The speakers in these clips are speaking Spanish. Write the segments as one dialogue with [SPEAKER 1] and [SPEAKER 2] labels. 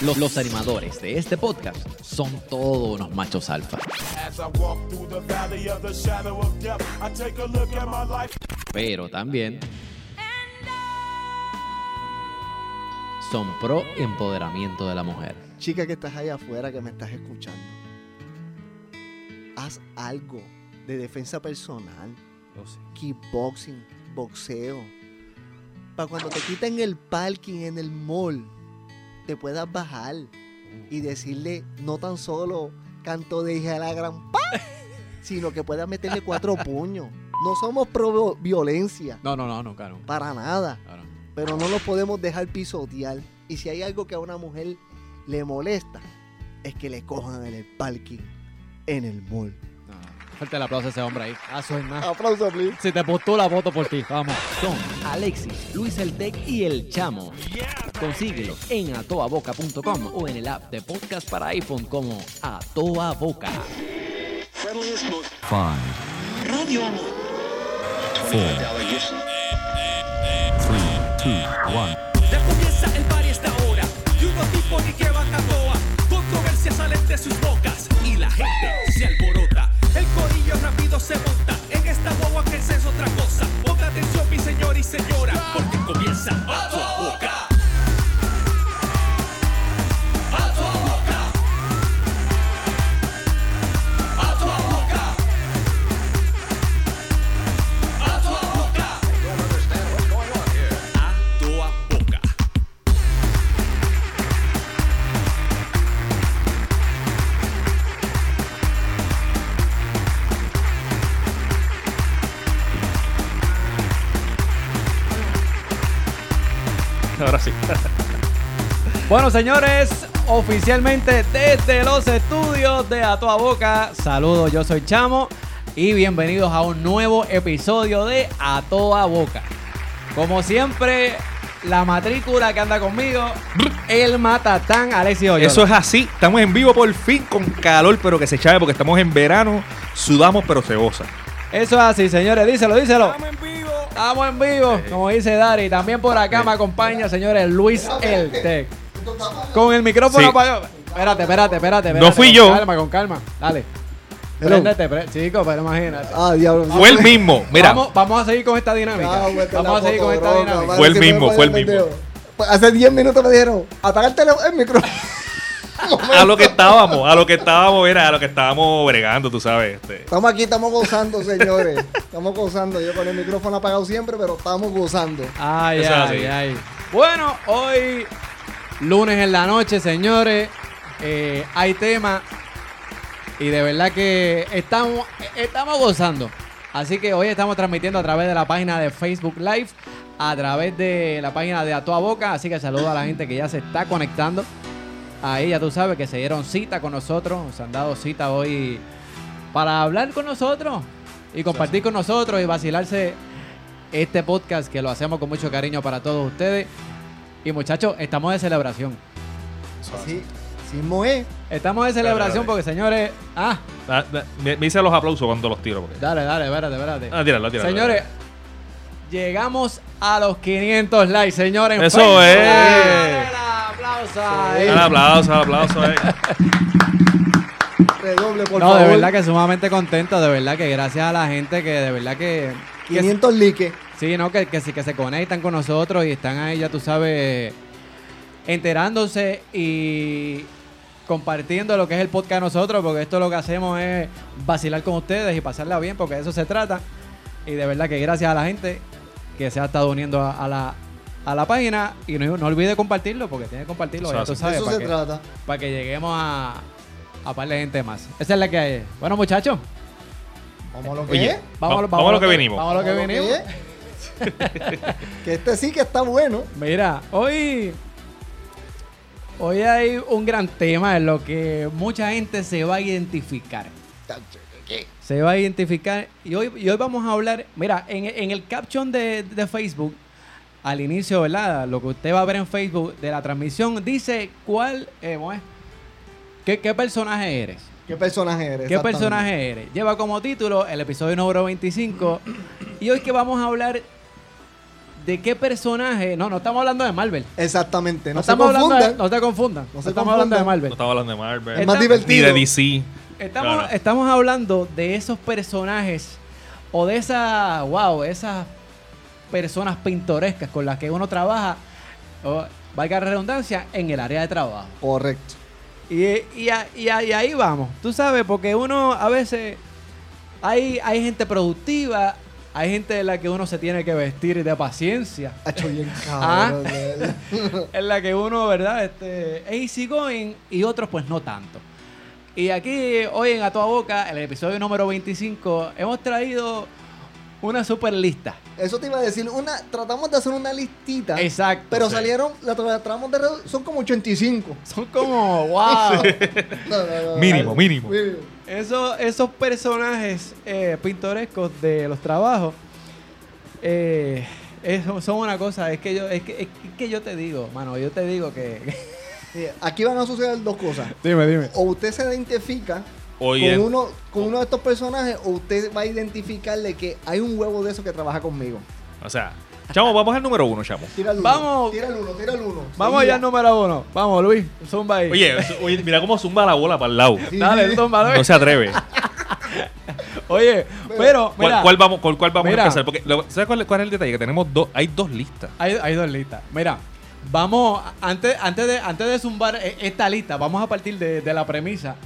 [SPEAKER 1] Los, los animadores de este podcast son todos unos machos alfa.
[SPEAKER 2] As I walk through the valley of the shadow of death, I take a look at my life.
[SPEAKER 1] Pero también son pro empoderamiento de la mujer.
[SPEAKER 3] Chica que estás ahí afuera, que me estás escuchando, haz algo de defensa personal, kickboxing, boxeo, para cuando te quiten el parking en el mall, te puedas bajar y decirle no tan solo canto de hija de la gran pa, sino que puedas meterle cuatro puños. No somos pro violencia,
[SPEAKER 1] No, no, no, nunca, nunca.
[SPEAKER 3] para nada
[SPEAKER 1] Claro.
[SPEAKER 3] pero no lo podemos dejar pisotear. Y si hay algo que a una mujer le molesta, es que le cojan en el parking, en el mall.
[SPEAKER 1] No, no. Fuerte el aplauso a ese hombre ahí. A su hermano.
[SPEAKER 3] Aplauso, please.
[SPEAKER 1] Si te postula, voto por ti. Vamos. Son Alexis, Luis el Tech y El Chamo. Consíguelo en atoaboca.com o en el app de podcast para iPhone como Atoa Boca.
[SPEAKER 4] Radio Amor.
[SPEAKER 5] Ya comienza el party a esta hora Y unos tipos ni que baja toa Controversia salen de sus bocas Y la gente se alborota El corillo rápido se monta En esta guagua que esa es otra cosa Ponga atención mi señor y señora Porque comienza a tu boca A tu boca A tu boca A tu boca A toa boca
[SPEAKER 6] Ahora sí.
[SPEAKER 1] Bueno, señores, oficialmente desde los estudios de A Toa Boca. Saludos, yo soy Chamo y bienvenidos a un nuevo episodio de A Toa Boca. Como siempre, la matrícula que anda conmigo, el matatán Alexis Hoyos.
[SPEAKER 6] Eso es así. Estamos en vivo por fin con calor, pero que se chave porque estamos en verano. Sudamos, pero se goza.
[SPEAKER 1] Eso es así, señores. Díselo, díselo. Estamos en vivo. Estamos en vivo, como dice Dari. También por acá me acompaña, señores, Luis El Tec. Con el micrófono
[SPEAKER 6] Sí.
[SPEAKER 1] apagado. Espérate, espérate, espérate. espérate.
[SPEAKER 6] No fui
[SPEAKER 1] Con
[SPEAKER 6] yo.
[SPEAKER 1] Calma, con calma. Dale.
[SPEAKER 3] Hello.
[SPEAKER 1] Préndete, pre- chico, pero imagínate.
[SPEAKER 3] Ah, diablo. Ah,
[SPEAKER 6] Fue el mismo. Mira,
[SPEAKER 1] Vamos, vamos a seguir con esta dinámica. Vamos a seguir con esta dinámica.
[SPEAKER 6] Fue el mismo, fue el mismo.
[SPEAKER 3] Pues Hace 10 minutos me dijeron, apaga el, teléfono, el micrófono.
[SPEAKER 6] a lo que estábamos, a lo que estábamos, era a lo que estábamos bregando, tú sabes. este.
[SPEAKER 3] Estamos aquí, estamos gozando, señores. Estamos gozando. Yo con el micrófono apagado siempre, pero estamos gozando.
[SPEAKER 1] Ay,
[SPEAKER 6] Eso es
[SPEAKER 1] ay,
[SPEAKER 6] así.
[SPEAKER 1] ay. Bueno, hoy, lunes en la noche, señores, eh, hay tema y de verdad que estamos, estamos gozando. Así que hoy estamos transmitiendo a través de la página de Facebook Live, a través de la página de A Toda Boca. Así que saludo a la gente que ya se está conectando. Ahí ya tú sabes que se dieron cita con nosotros, se han dado cita hoy para hablar con nosotros y compartir con nosotros y vacilarse este podcast que lo hacemos con mucho cariño para todos ustedes. Y muchachos, estamos de celebración.
[SPEAKER 3] Sí, sí, Moe.
[SPEAKER 1] Estamos de celebración
[SPEAKER 6] dale.
[SPEAKER 1] porque, señores. Ah,
[SPEAKER 6] Da- da- me, me hice los aplausos cuando los tiro. porque-
[SPEAKER 1] dale, dale, espérate, espérate.
[SPEAKER 6] Ah, tíralo, tíralo.
[SPEAKER 1] Señores, llegamos a los 500 likes, señores. en
[SPEAKER 6] Eso
[SPEAKER 1] Facebook.
[SPEAKER 6] es.
[SPEAKER 1] Dale el aplauso ahí.
[SPEAKER 6] Al aplauso, al aplauso. eh.
[SPEAKER 3] Redoble, por
[SPEAKER 1] No,
[SPEAKER 3] favor.
[SPEAKER 1] de verdad que sumamente contento, de verdad que gracias a la gente que de verdad que... que
[SPEAKER 3] 500 likes.
[SPEAKER 1] sí, no, que, que, sí, que se conectan con nosotros y están ahí, ya tú sabes, enterándose y compartiendo lo que es el podcast de nosotros, porque esto lo que hacemos es vacilar con ustedes y pasarla bien, porque de eso se trata. Y de verdad que gracias a la gente que se ha estado uniendo a, a la, a la página y no, no olvide compartirlo, porque tiene que compartirlo,
[SPEAKER 6] Eso
[SPEAKER 1] ya tú
[SPEAKER 6] hace.
[SPEAKER 3] De
[SPEAKER 1] sabes.
[SPEAKER 3] eso
[SPEAKER 1] para
[SPEAKER 3] se
[SPEAKER 1] que-
[SPEAKER 3] trata.
[SPEAKER 1] para que lleguemos a, a par de gente más. Esa es la que hay. Bueno, muchachos,
[SPEAKER 3] ¿Eh? Vamos a lo que
[SPEAKER 6] Oye,
[SPEAKER 3] es.
[SPEAKER 1] vamos,
[SPEAKER 6] Va- vamos a lo que vinimos.
[SPEAKER 1] Vamos a lo que
[SPEAKER 3] Vamos a lo
[SPEAKER 1] vinimos.
[SPEAKER 3] es. que este sí que está bueno.
[SPEAKER 1] Mira, hoy. Hoy hay un gran tema en lo que mucha gente se va a identificar. Se va a identificar. Y hoy, y hoy vamos a hablar. Mira, en, en el caption de, de Facebook, al inicio, ¿verdad? Lo que usted va a ver en Facebook de la transmisión, dice cuál. eh, ¿cómo es? ¿Qué- ¿Qué personaje eres?
[SPEAKER 3] ¿Qué personaje eres?
[SPEAKER 1] ¿Qué
[SPEAKER 3] Exactamente.
[SPEAKER 1] personaje eres? Lleva como título el episodio número 25. y hoy que vamos a hablar de qué personaje. No, no estamos hablando de Marvel.
[SPEAKER 7] Exactamente,
[SPEAKER 1] No,
[SPEAKER 7] no, se
[SPEAKER 1] estamos hablando de-
[SPEAKER 7] confundan.
[SPEAKER 1] no te confundas. No,
[SPEAKER 7] No se
[SPEAKER 1] estamos hablando de
[SPEAKER 6] No
[SPEAKER 7] confundan.
[SPEAKER 1] Marvel.
[SPEAKER 6] estaba hablando de Marvel.
[SPEAKER 7] Este Es más
[SPEAKER 1] Estamos-
[SPEAKER 6] ni de
[SPEAKER 7] divertido.
[SPEAKER 6] DC.
[SPEAKER 1] Estamos,
[SPEAKER 6] Claro.
[SPEAKER 1] estamos hablando de esos personajes o de esas, wow, esas personas pintorescas con las que uno trabaja, o, valga la redundancia, en el área de trabajo.
[SPEAKER 7] Correcto.
[SPEAKER 1] Y, y a- y a- y ahí vamos, tú sabes, porque uno a veces hay, hay gente productiva, hay gente de la que uno se tiene que vestir de paciencia,
[SPEAKER 7] Hacho bien
[SPEAKER 1] Ah.
[SPEAKER 7] cabrón.
[SPEAKER 1] en la que uno, ¿verdad? Este, es easygoing y otros pues no tanto. Y aquí hoy en A Toda Boca, el episodio número 25, hemos traído una super lista.
[SPEAKER 7] Eso te iba a decir, una, tratamos de hacer una listita.
[SPEAKER 1] Exacto.
[SPEAKER 7] Pero
[SPEAKER 1] Sí.
[SPEAKER 7] salieron, la tra- tratamos de redu- son como 85.
[SPEAKER 1] Son como, wow.
[SPEAKER 7] No, no, no, no.
[SPEAKER 6] Mínimo, mínimo.
[SPEAKER 1] Eso- esos personajes eh, pintorescos de los trabajos eh, eso son una cosa. Es que yo, es que, es que yo te digo, mano, yo te digo que.
[SPEAKER 7] Mira, Aquí van a suceder dos cosas.
[SPEAKER 1] Dime, dime.
[SPEAKER 7] O usted se identifica
[SPEAKER 6] Oye,
[SPEAKER 7] con, uno, con uno de estos personajes o usted va a identificarle que hay un huevo de eso que trabaja conmigo.
[SPEAKER 6] o sea, chamo, vamos al número uno, chamo.
[SPEAKER 7] Tira el uno.
[SPEAKER 1] Vamos.
[SPEAKER 7] Tira el uno, tira el uno.
[SPEAKER 1] Vamos allá
[SPEAKER 7] Seguida.
[SPEAKER 1] al número uno. Vamos, Luis. Zumba ahí.
[SPEAKER 6] Oye, su- oye, mira cómo zumba la bola para el lado.
[SPEAKER 7] Sí,
[SPEAKER 1] Dale,
[SPEAKER 7] sí.
[SPEAKER 1] zumba, Luis.
[SPEAKER 6] No se atreve.
[SPEAKER 1] Oye, pero, mira.
[SPEAKER 6] ¿Cuál, cuál vamos, cuál, cuál vamos
[SPEAKER 1] Mira.
[SPEAKER 6] a empezar? Porque, lo- ¿Sabes cuál, cuál es el detalle? Que tenemos dos, hay dos listas.
[SPEAKER 1] Hay, hay dos listas. Mira, vamos, antes, antes, de, antes de zumbar eh, esta lista, vamos a partir de, de la premisa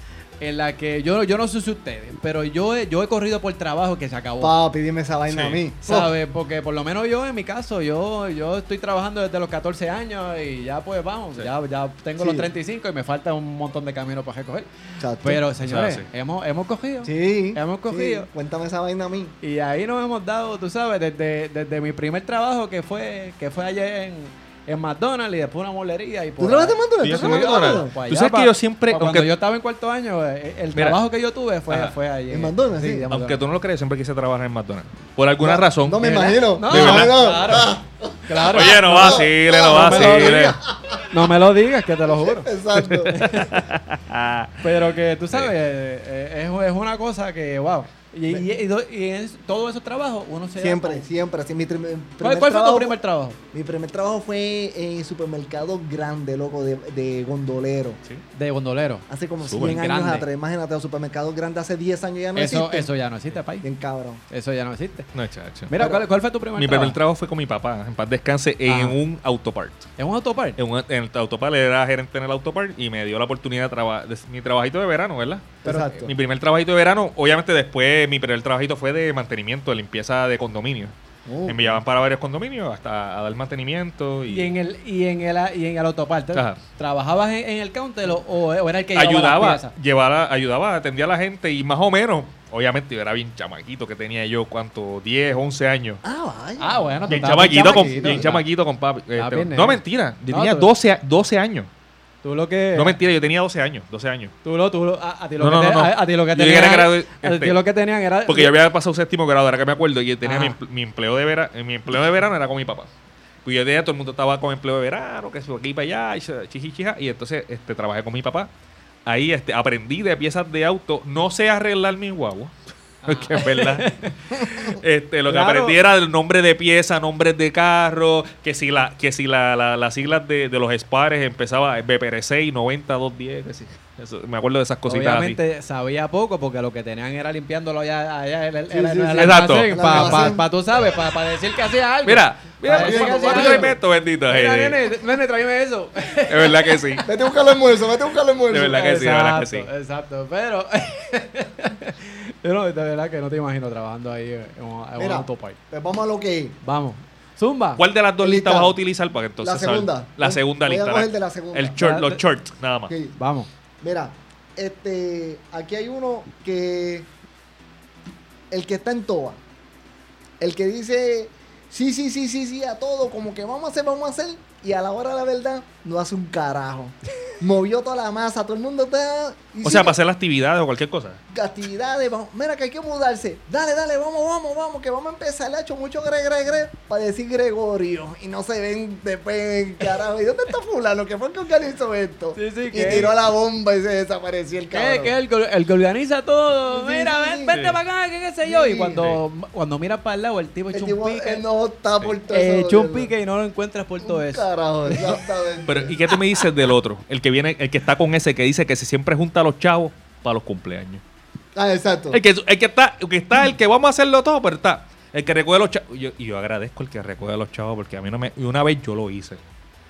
[SPEAKER 1] en la que yo, yo no sé si ustedes, pero yo he, yo he corrido por trabajo que se acabó.
[SPEAKER 7] Papi, dime esa vaina
[SPEAKER 6] Sí.
[SPEAKER 7] a mí.
[SPEAKER 6] Oh.
[SPEAKER 1] ¿Sabes? Porque por lo menos yo, en mi caso, yo, yo estoy trabajando desde los 14 años y ya pues vamos, ya, ya tengo los
[SPEAKER 7] Sí.
[SPEAKER 1] 35 y me falta un montón de camino para recoger.
[SPEAKER 7] Exacto.
[SPEAKER 1] Pero señores,
[SPEAKER 6] O sea, sí.
[SPEAKER 1] hemos, hemos cogido.
[SPEAKER 7] Sí.
[SPEAKER 1] Hemos
[SPEAKER 7] sí.
[SPEAKER 1] cogido.
[SPEAKER 7] Cuéntame esa vaina a mí.
[SPEAKER 1] Y ahí nos hemos dado, tú sabes, desde, desde mi primer trabajo que fue, que fue ayer en, en McDonald's y después una molería y por
[SPEAKER 7] ¿Tú trabajaste
[SPEAKER 1] ahí.
[SPEAKER 7] en
[SPEAKER 6] Sí,
[SPEAKER 7] McDonald's? ¿Tú
[SPEAKER 6] yo soy
[SPEAKER 7] trabajaste en
[SPEAKER 6] McDonald's.
[SPEAKER 7] McDonald's?
[SPEAKER 1] Para
[SPEAKER 6] Tú
[SPEAKER 1] allá,
[SPEAKER 6] sabes que
[SPEAKER 1] pa-
[SPEAKER 6] yo siempre,
[SPEAKER 1] pa'
[SPEAKER 6] aunque-
[SPEAKER 1] cuando yo estaba en cuarto año, eh, el
[SPEAKER 6] Mira.
[SPEAKER 1] trabajo que yo tuve fue,
[SPEAKER 6] Ajá.
[SPEAKER 1] fue allí.
[SPEAKER 7] En McDonald's, sí.
[SPEAKER 1] en
[SPEAKER 6] Aunque
[SPEAKER 1] McDonald's.
[SPEAKER 6] tú no lo creas, siempre quise trabajar en McDonald's. Por alguna razón.
[SPEAKER 7] No me
[SPEAKER 1] ¿De verdad?
[SPEAKER 7] imagino.
[SPEAKER 1] No,
[SPEAKER 7] De verdad.
[SPEAKER 1] claro, claro.
[SPEAKER 6] Oye, no vacile, no
[SPEAKER 1] no me lo
[SPEAKER 6] vacile.
[SPEAKER 1] digas. No me lo digas, que te lo juro.
[SPEAKER 7] Exacto.
[SPEAKER 6] Ah,
[SPEAKER 1] Pero que tú sabes, eh, eh, es, es una cosa que, wow. Y, y, y do- y en todos esos trabajos uno se... da
[SPEAKER 7] siempre,
[SPEAKER 1] con-
[SPEAKER 7] siempre. Así, mi trim- primer
[SPEAKER 1] ¿Cuál, cuál fue tu
[SPEAKER 7] trabajo-
[SPEAKER 1] primer trabajo?
[SPEAKER 7] Mi primer trabajo fue en supermercado grande, loco, de, de gondolero.
[SPEAKER 1] De gondolero.
[SPEAKER 7] Hace como
[SPEAKER 6] Súper
[SPEAKER 7] 100 años
[SPEAKER 1] grande.
[SPEAKER 7] atrás. Imagínate, los supermercados grandes hace 10 años ya no
[SPEAKER 1] Eso,
[SPEAKER 7] existe.
[SPEAKER 1] eso ya no existe, país.
[SPEAKER 7] Bien cabrón.
[SPEAKER 1] Eso ya no existe.
[SPEAKER 6] no, chacho.
[SPEAKER 1] Mira, ¿cuál, cuál fue tu primer
[SPEAKER 6] Mi
[SPEAKER 1] trabajo?
[SPEAKER 6] primer trabajo fue con mi papá, en paz descanse,
[SPEAKER 1] Ah.
[SPEAKER 6] en un autopart.
[SPEAKER 1] ¿Es un autopart?
[SPEAKER 6] En, un- en el autopart, él era gerente en el autopart y me dio la oportunidad de trabajar, mi trabajito de verano, ¿verdad?
[SPEAKER 7] Exacto.
[SPEAKER 6] eh, Mi primer trabajito de verano, obviamente después mi primer trabajito fue de mantenimiento, de limpieza de condominio.
[SPEAKER 7] Oh.
[SPEAKER 6] Me enviaban para varios condominios hasta a dar mantenimiento y,
[SPEAKER 1] Y en el, y en el, y en el autopart, ¿eh?
[SPEAKER 6] Ajá.
[SPEAKER 1] ¿trabajabas en, en el counter o, o era el que llevaba
[SPEAKER 6] ayudaba,
[SPEAKER 1] las piezas?
[SPEAKER 6] llevaba, ayudaba, atendía a la gente y más o menos, obviamente yo era bien chamaquito que tenía yo, ¿cuánto? 10, 11 años.
[SPEAKER 7] Ah, vaya.
[SPEAKER 1] Ah, bueno. tú
[SPEAKER 6] Bien
[SPEAKER 1] estabas
[SPEAKER 6] chamaquito, con, bien
[SPEAKER 1] ¿verdad?
[SPEAKER 6] chamaquito con papi.
[SPEAKER 1] Ah,
[SPEAKER 6] Este,
[SPEAKER 1] bien,
[SPEAKER 6] no,
[SPEAKER 1] nena.
[SPEAKER 6] mentira. Yo
[SPEAKER 1] No, Eh.
[SPEAKER 6] tenía
[SPEAKER 1] tú-
[SPEAKER 6] 12, a- 12 años.
[SPEAKER 1] Tú lo que...
[SPEAKER 6] No, mentira. Yo tenía 12 años. 12 años.
[SPEAKER 1] Tú lo, tú lo, a, a ti lo
[SPEAKER 6] No,
[SPEAKER 1] que
[SPEAKER 6] no,
[SPEAKER 1] te-
[SPEAKER 6] no, no.
[SPEAKER 1] A, a ti lo que
[SPEAKER 6] Yo llegué
[SPEAKER 1] tenían
[SPEAKER 6] a
[SPEAKER 1] era-
[SPEAKER 6] grado-
[SPEAKER 1] a ti
[SPEAKER 6] este,
[SPEAKER 1] lo que tenían era...
[SPEAKER 6] Porque yo había pasado séptimo grado, ahora que me acuerdo. Y yo tenía mi,
[SPEAKER 1] Ajá.
[SPEAKER 6] empl- mi empleo de verano. Mi empleo de verano era con mi papá. Pues yo tenía, todo el mundo estaba con empleo de verano, que se aquí para allá, y se- chichi, chija. Y entonces este, trabajé con mi papá. Ahí este, aprendí de piezas de auto. No sé arreglar mi guagua. Que es verdad. Este, lo que
[SPEAKER 1] Ah. Claro.
[SPEAKER 6] aprendí era el nombre de pieza, nombres de carro, que si la, que si la, la- las siglas de, de los spares empezaba BPR6, 90, 210, que si- eso, me acuerdo de esas cositas así.
[SPEAKER 1] Obviamente sabía poco porque lo que tenían era limpiándolo allá, allá en el,
[SPEAKER 7] Sí,
[SPEAKER 1] en el-
[SPEAKER 7] sí,
[SPEAKER 1] en el
[SPEAKER 6] sí. Exacto.
[SPEAKER 1] almacén,
[SPEAKER 7] El
[SPEAKER 1] pa, pa,
[SPEAKER 7] almacén.
[SPEAKER 1] pa- tú sabes, para decir que hacía algo.
[SPEAKER 6] Mira, mira,
[SPEAKER 1] Parece
[SPEAKER 6] papá,
[SPEAKER 1] que
[SPEAKER 6] papá,
[SPEAKER 1] sí,
[SPEAKER 6] tú
[SPEAKER 1] algo.
[SPEAKER 6] traes esto, bendito.
[SPEAKER 1] Mira,
[SPEAKER 6] eh,
[SPEAKER 1] nene, nene, tráeme eso.
[SPEAKER 6] De verdad que sí.
[SPEAKER 7] Vete a buscar el almuerzo, vete a buscar el almuerzo.
[SPEAKER 6] De verdad que sí, de verdad que sí.
[SPEAKER 1] Exacto, Exacto, pero yo no, de verdad que no te imagino trabajando ahí en un, en un
[SPEAKER 7] Mira,
[SPEAKER 1] autopark.
[SPEAKER 7] pues vamos a lo que es.
[SPEAKER 1] Vamos. Zumba.
[SPEAKER 6] ¿Cuál de las dos
[SPEAKER 7] Lista.
[SPEAKER 6] listas vas a utilizar para que entonces
[SPEAKER 7] La segunda.
[SPEAKER 6] salga? La
[SPEAKER 7] Voy-
[SPEAKER 6] segunda
[SPEAKER 7] voy a
[SPEAKER 6] lista.
[SPEAKER 7] coger de la segunda.
[SPEAKER 6] El short,
[SPEAKER 1] La-
[SPEAKER 6] los shorts, nada más.
[SPEAKER 7] Ok,
[SPEAKER 1] Vamos.
[SPEAKER 7] Mira, este, aquí hay uno que el que está en toa, el que dice sí, sí, sí, sí, sí a todo, como que vamos a hacer, vamos a hacer, y a la hora de la verdad no hace un carajo. movió toda la masa, todo el mundo está.
[SPEAKER 6] O sea, para hacer las actividades o cualquier cosa.
[SPEAKER 7] actividades, vamos, mira que hay que mudarse. Dale, dale, vamos, vamos, vamos, que vamos a empezar, le ha hecho mucho gre, gre, gre, para decir Gregorio. Y no se ven después en carajo. ¿Y dónde está fulano? ¿Qué fue el que organizó esto?
[SPEAKER 1] Sí, sí,
[SPEAKER 7] y
[SPEAKER 1] que-
[SPEAKER 7] tiró la bomba y se desapareció el
[SPEAKER 1] ¿Qué?
[SPEAKER 7] cabrón.
[SPEAKER 1] ¿Qué? El, que- el que organiza todo.
[SPEAKER 7] Sí,
[SPEAKER 1] Mira,
[SPEAKER 7] sí,
[SPEAKER 1] ven,
[SPEAKER 7] sí.
[SPEAKER 1] vete
[SPEAKER 6] Sí.
[SPEAKER 1] para acá, que qué sé yo. Y
[SPEAKER 7] Sí.
[SPEAKER 1] cuando, cuando miras para el lado, el tipo
[SPEAKER 7] El
[SPEAKER 1] echa un
[SPEAKER 7] tipo,
[SPEAKER 1] pique.
[SPEAKER 7] él no está por todo
[SPEAKER 1] eh,
[SPEAKER 7] eso,
[SPEAKER 1] echa un
[SPEAKER 7] ¿verdad?
[SPEAKER 1] pique y no lo encuentras por todo
[SPEAKER 7] Un
[SPEAKER 1] eso.
[SPEAKER 7] Carajo, exactamente.
[SPEAKER 6] Pero, ¿y qué te me dices del otro? El que viene, el que está con ese que dice que se siempre junta a los chavos para los cumpleaños.
[SPEAKER 7] Ah, exacto.
[SPEAKER 6] El que, el que está, el que está, el que vamos a hacerlo todo, pero está. El que recuerda a los chavos. Yo- y yo agradezco el que recuerda a los chavos porque a mí no me. Y una vez yo lo hice.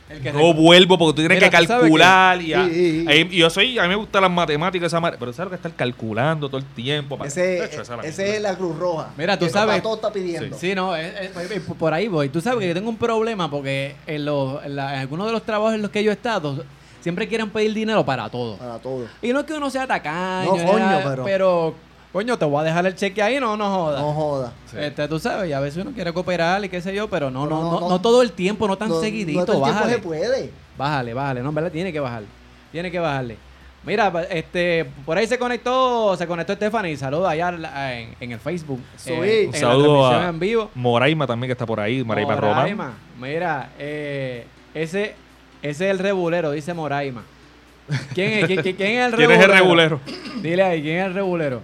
[SPEAKER 1] El que
[SPEAKER 6] No vuelvo porque tú tienes
[SPEAKER 1] Mira,
[SPEAKER 6] que
[SPEAKER 1] tú sabes
[SPEAKER 6] calcular y, a-
[SPEAKER 7] Sí, sí, sí.
[SPEAKER 6] ahí- y yo soy, a mí me gustan las matemáticas, esa madre, pero sabes que estar calculando todo el tiempo. para-
[SPEAKER 7] Ese,
[SPEAKER 6] De hecho,
[SPEAKER 1] e-
[SPEAKER 6] esa es la
[SPEAKER 7] ese
[SPEAKER 6] mierda.
[SPEAKER 7] es la Cruz Roja.
[SPEAKER 1] Mira, tú
[SPEAKER 7] que
[SPEAKER 1] sabes-
[SPEAKER 7] Papá todo está pidiendo.
[SPEAKER 1] Sí, no, es- es- es- por ahí voy. Tú sabes que yo tengo un problema porque en, los, en la- en algunos de los trabajos en los que yo he estado, siempre quieren pedir dinero para todo.
[SPEAKER 7] Para todo.
[SPEAKER 1] Y no es que uno sea tacaño,
[SPEAKER 7] Ah. No,
[SPEAKER 1] ni
[SPEAKER 7] coño,
[SPEAKER 1] nada,
[SPEAKER 7] pero-
[SPEAKER 1] coño, te voy a dejar el cheque ahí, no, no jodas.
[SPEAKER 7] No joda.
[SPEAKER 6] Sí.
[SPEAKER 1] Este, tú sabes, y a veces uno quiere cooperar y qué sé yo, pero no,
[SPEAKER 7] Pero
[SPEAKER 1] no,
[SPEAKER 7] no,
[SPEAKER 1] no,
[SPEAKER 7] no.
[SPEAKER 1] no todo el tiempo, no tan
[SPEAKER 7] No- no
[SPEAKER 1] seguidito,
[SPEAKER 7] todo el tiempo
[SPEAKER 1] bájale.
[SPEAKER 7] se puede.
[SPEAKER 1] Bájale, bájale, no, en verdad tiene que bajar. Tiene que bajarle. Mira, pa- este, por ahí se conectó, se conectó Stephanie, saludos allá la- en, en el Facebook.
[SPEAKER 7] Sí.
[SPEAKER 1] eh,
[SPEAKER 7] Un
[SPEAKER 1] en
[SPEAKER 6] saludo
[SPEAKER 1] la transmisión
[SPEAKER 6] a-
[SPEAKER 1] en vivo.
[SPEAKER 6] Moraima también que está por ahí, Moraima Roma.
[SPEAKER 1] Moraima, Mira, eh, ese, ese es el regulero, dice Moraima. ¿Quién es, quién, quién- quién es el
[SPEAKER 6] ¿Quién
[SPEAKER 1] regulero?
[SPEAKER 6] es el regulero?
[SPEAKER 1] Dile ahí, ¿quién es el regulero?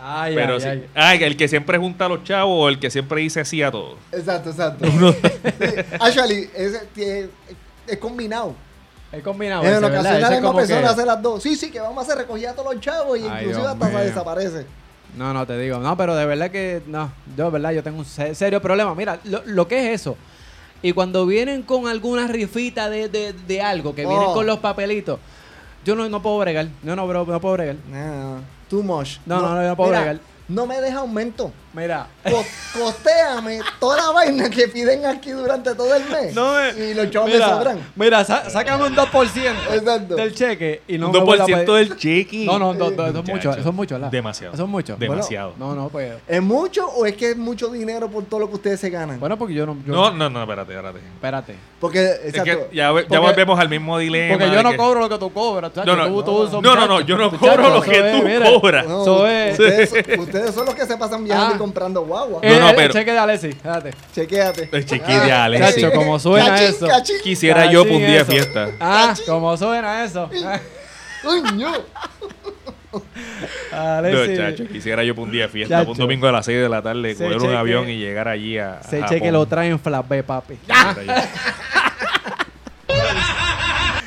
[SPEAKER 1] Ay,
[SPEAKER 6] Pero
[SPEAKER 1] ay,
[SPEAKER 6] sí.
[SPEAKER 1] ay.
[SPEAKER 6] Ay, el que siempre junta a los chavos o el que siempre dice sí a todo.
[SPEAKER 7] Exacto, exacto. Sí. Actually, ese tie- es combinado.
[SPEAKER 1] Es combinado.
[SPEAKER 7] en
[SPEAKER 1] ese, Ah, ¿verdad?
[SPEAKER 7] ocasiones la
[SPEAKER 1] Ese es
[SPEAKER 7] misma
[SPEAKER 1] como que-
[SPEAKER 7] persona hace las dos. Sí, sí, que vamos a hacer recogida a todos los chavos y
[SPEAKER 1] Ay,
[SPEAKER 7] inclusive
[SPEAKER 1] Dios
[SPEAKER 7] hasta se
[SPEAKER 1] mío.
[SPEAKER 7] desaparece.
[SPEAKER 1] No, no, te digo. No, pero de verdad que no. Yo, de verdad, yo tengo un se- serio problema. Mira, lo, lo que es eso. Y cuando vienen con alguna rifita de, de- de algo, que vienen
[SPEAKER 7] Oh.
[SPEAKER 1] con los papelitos, yo no, no puedo bregar. Yo no, bro, no puedo bregar.
[SPEAKER 7] No, too much.
[SPEAKER 1] No, no, no, yo no puedo bregar.
[SPEAKER 7] No me deja aumento.
[SPEAKER 1] Mira,
[SPEAKER 7] Co- Costéame toda la vaina que piden aquí durante todo el mes.
[SPEAKER 1] No, eh,
[SPEAKER 7] y los chavos me
[SPEAKER 1] mira,
[SPEAKER 7] sobran.
[SPEAKER 1] mira, sa- sácame un 2%
[SPEAKER 7] Exacto.
[SPEAKER 1] del cheque y no
[SPEAKER 6] Un
[SPEAKER 1] me vuelva a
[SPEAKER 6] 2%
[SPEAKER 1] pedir-
[SPEAKER 6] del cheque.
[SPEAKER 1] No, no, no, no, eso es
[SPEAKER 6] Muchacho,
[SPEAKER 1] mucho, eso es mucho, ¿verdad?
[SPEAKER 6] demasiado.
[SPEAKER 1] Eso es mucho.
[SPEAKER 6] Demasiado.
[SPEAKER 1] No, no, pues.
[SPEAKER 7] ¿Es mucho o es que es mucho dinero por todo lo que ustedes se ganan?
[SPEAKER 1] Bueno, porque yo no. yo-
[SPEAKER 6] No, no, no, espérate, espérate.
[SPEAKER 1] Espérate.
[SPEAKER 7] Porque,
[SPEAKER 6] Es
[SPEAKER 7] exacto.
[SPEAKER 6] que ya, ve-
[SPEAKER 1] Porque-
[SPEAKER 6] ya volvemos al mismo dilema.
[SPEAKER 1] Porque
[SPEAKER 6] de
[SPEAKER 1] yo no
[SPEAKER 6] Eh, que-
[SPEAKER 1] cobro lo que tú cobras. chacho,
[SPEAKER 6] no,
[SPEAKER 1] tú- tú
[SPEAKER 6] no,
[SPEAKER 1] son-
[SPEAKER 6] no, no, no, yo no cobro lo
[SPEAKER 1] eso
[SPEAKER 6] que
[SPEAKER 1] es,
[SPEAKER 6] tú
[SPEAKER 1] mira.
[SPEAKER 6] cobras.
[SPEAKER 7] No,
[SPEAKER 1] Eso es.
[SPEAKER 7] ustedes, son- ustedes son los que se pasan viajando
[SPEAKER 1] Ah.
[SPEAKER 7] y comprando guagua.
[SPEAKER 1] Eh,
[SPEAKER 6] no,
[SPEAKER 1] eh,
[SPEAKER 6] pero-
[SPEAKER 1] Cheque de Alexis, espérate.
[SPEAKER 7] Chequéate. Ah,
[SPEAKER 6] El cheque Pues de Alex.
[SPEAKER 1] Chacho, como suena
[SPEAKER 7] Cachín,
[SPEAKER 1] eso.
[SPEAKER 7] cachín.
[SPEAKER 6] Quisiera yo
[SPEAKER 1] Así
[SPEAKER 6] por un día de
[SPEAKER 1] eso.
[SPEAKER 6] fiesta.
[SPEAKER 1] Ah, como suena eso.
[SPEAKER 7] Coño.
[SPEAKER 6] No,
[SPEAKER 1] Alexis.
[SPEAKER 6] chacho, quisiera yo por un día de fiesta, por un
[SPEAKER 1] Chacho.
[SPEAKER 6] domingo a las 6 de la tarde,
[SPEAKER 1] Se
[SPEAKER 6] coger un
[SPEAKER 1] cheque-
[SPEAKER 6] avión y llegar allí a.
[SPEAKER 1] Se
[SPEAKER 6] a
[SPEAKER 1] cheque
[SPEAKER 6] Japón.
[SPEAKER 1] lo traen flashback, papi.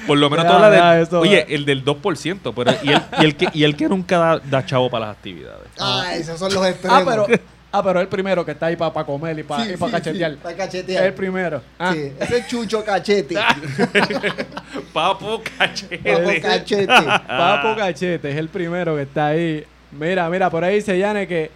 [SPEAKER 6] Por lo menos
[SPEAKER 1] Ya,
[SPEAKER 6] toda la
[SPEAKER 1] ya,
[SPEAKER 6] de,
[SPEAKER 1] eso,
[SPEAKER 6] Oye,
[SPEAKER 1] ya.
[SPEAKER 6] el del 2%, pero y el, y el que y el que nunca da, da chavo para las actividades.
[SPEAKER 7] Ah, esos son los extremos.
[SPEAKER 1] Ah, pero. Ah, pero el primero que está ahí para comer y para
[SPEAKER 7] Sí, sí,
[SPEAKER 1] cachetear.
[SPEAKER 7] sí, pa' cachetear.
[SPEAKER 1] El primero. Ah.
[SPEAKER 7] Sí, ese es Chucho Cachete.
[SPEAKER 6] Papo cachete.
[SPEAKER 7] Papo Cachete.
[SPEAKER 6] Ah.
[SPEAKER 1] Papo Cachete es el primero que está ahí. Mira, mira, por ahí dice Yane que,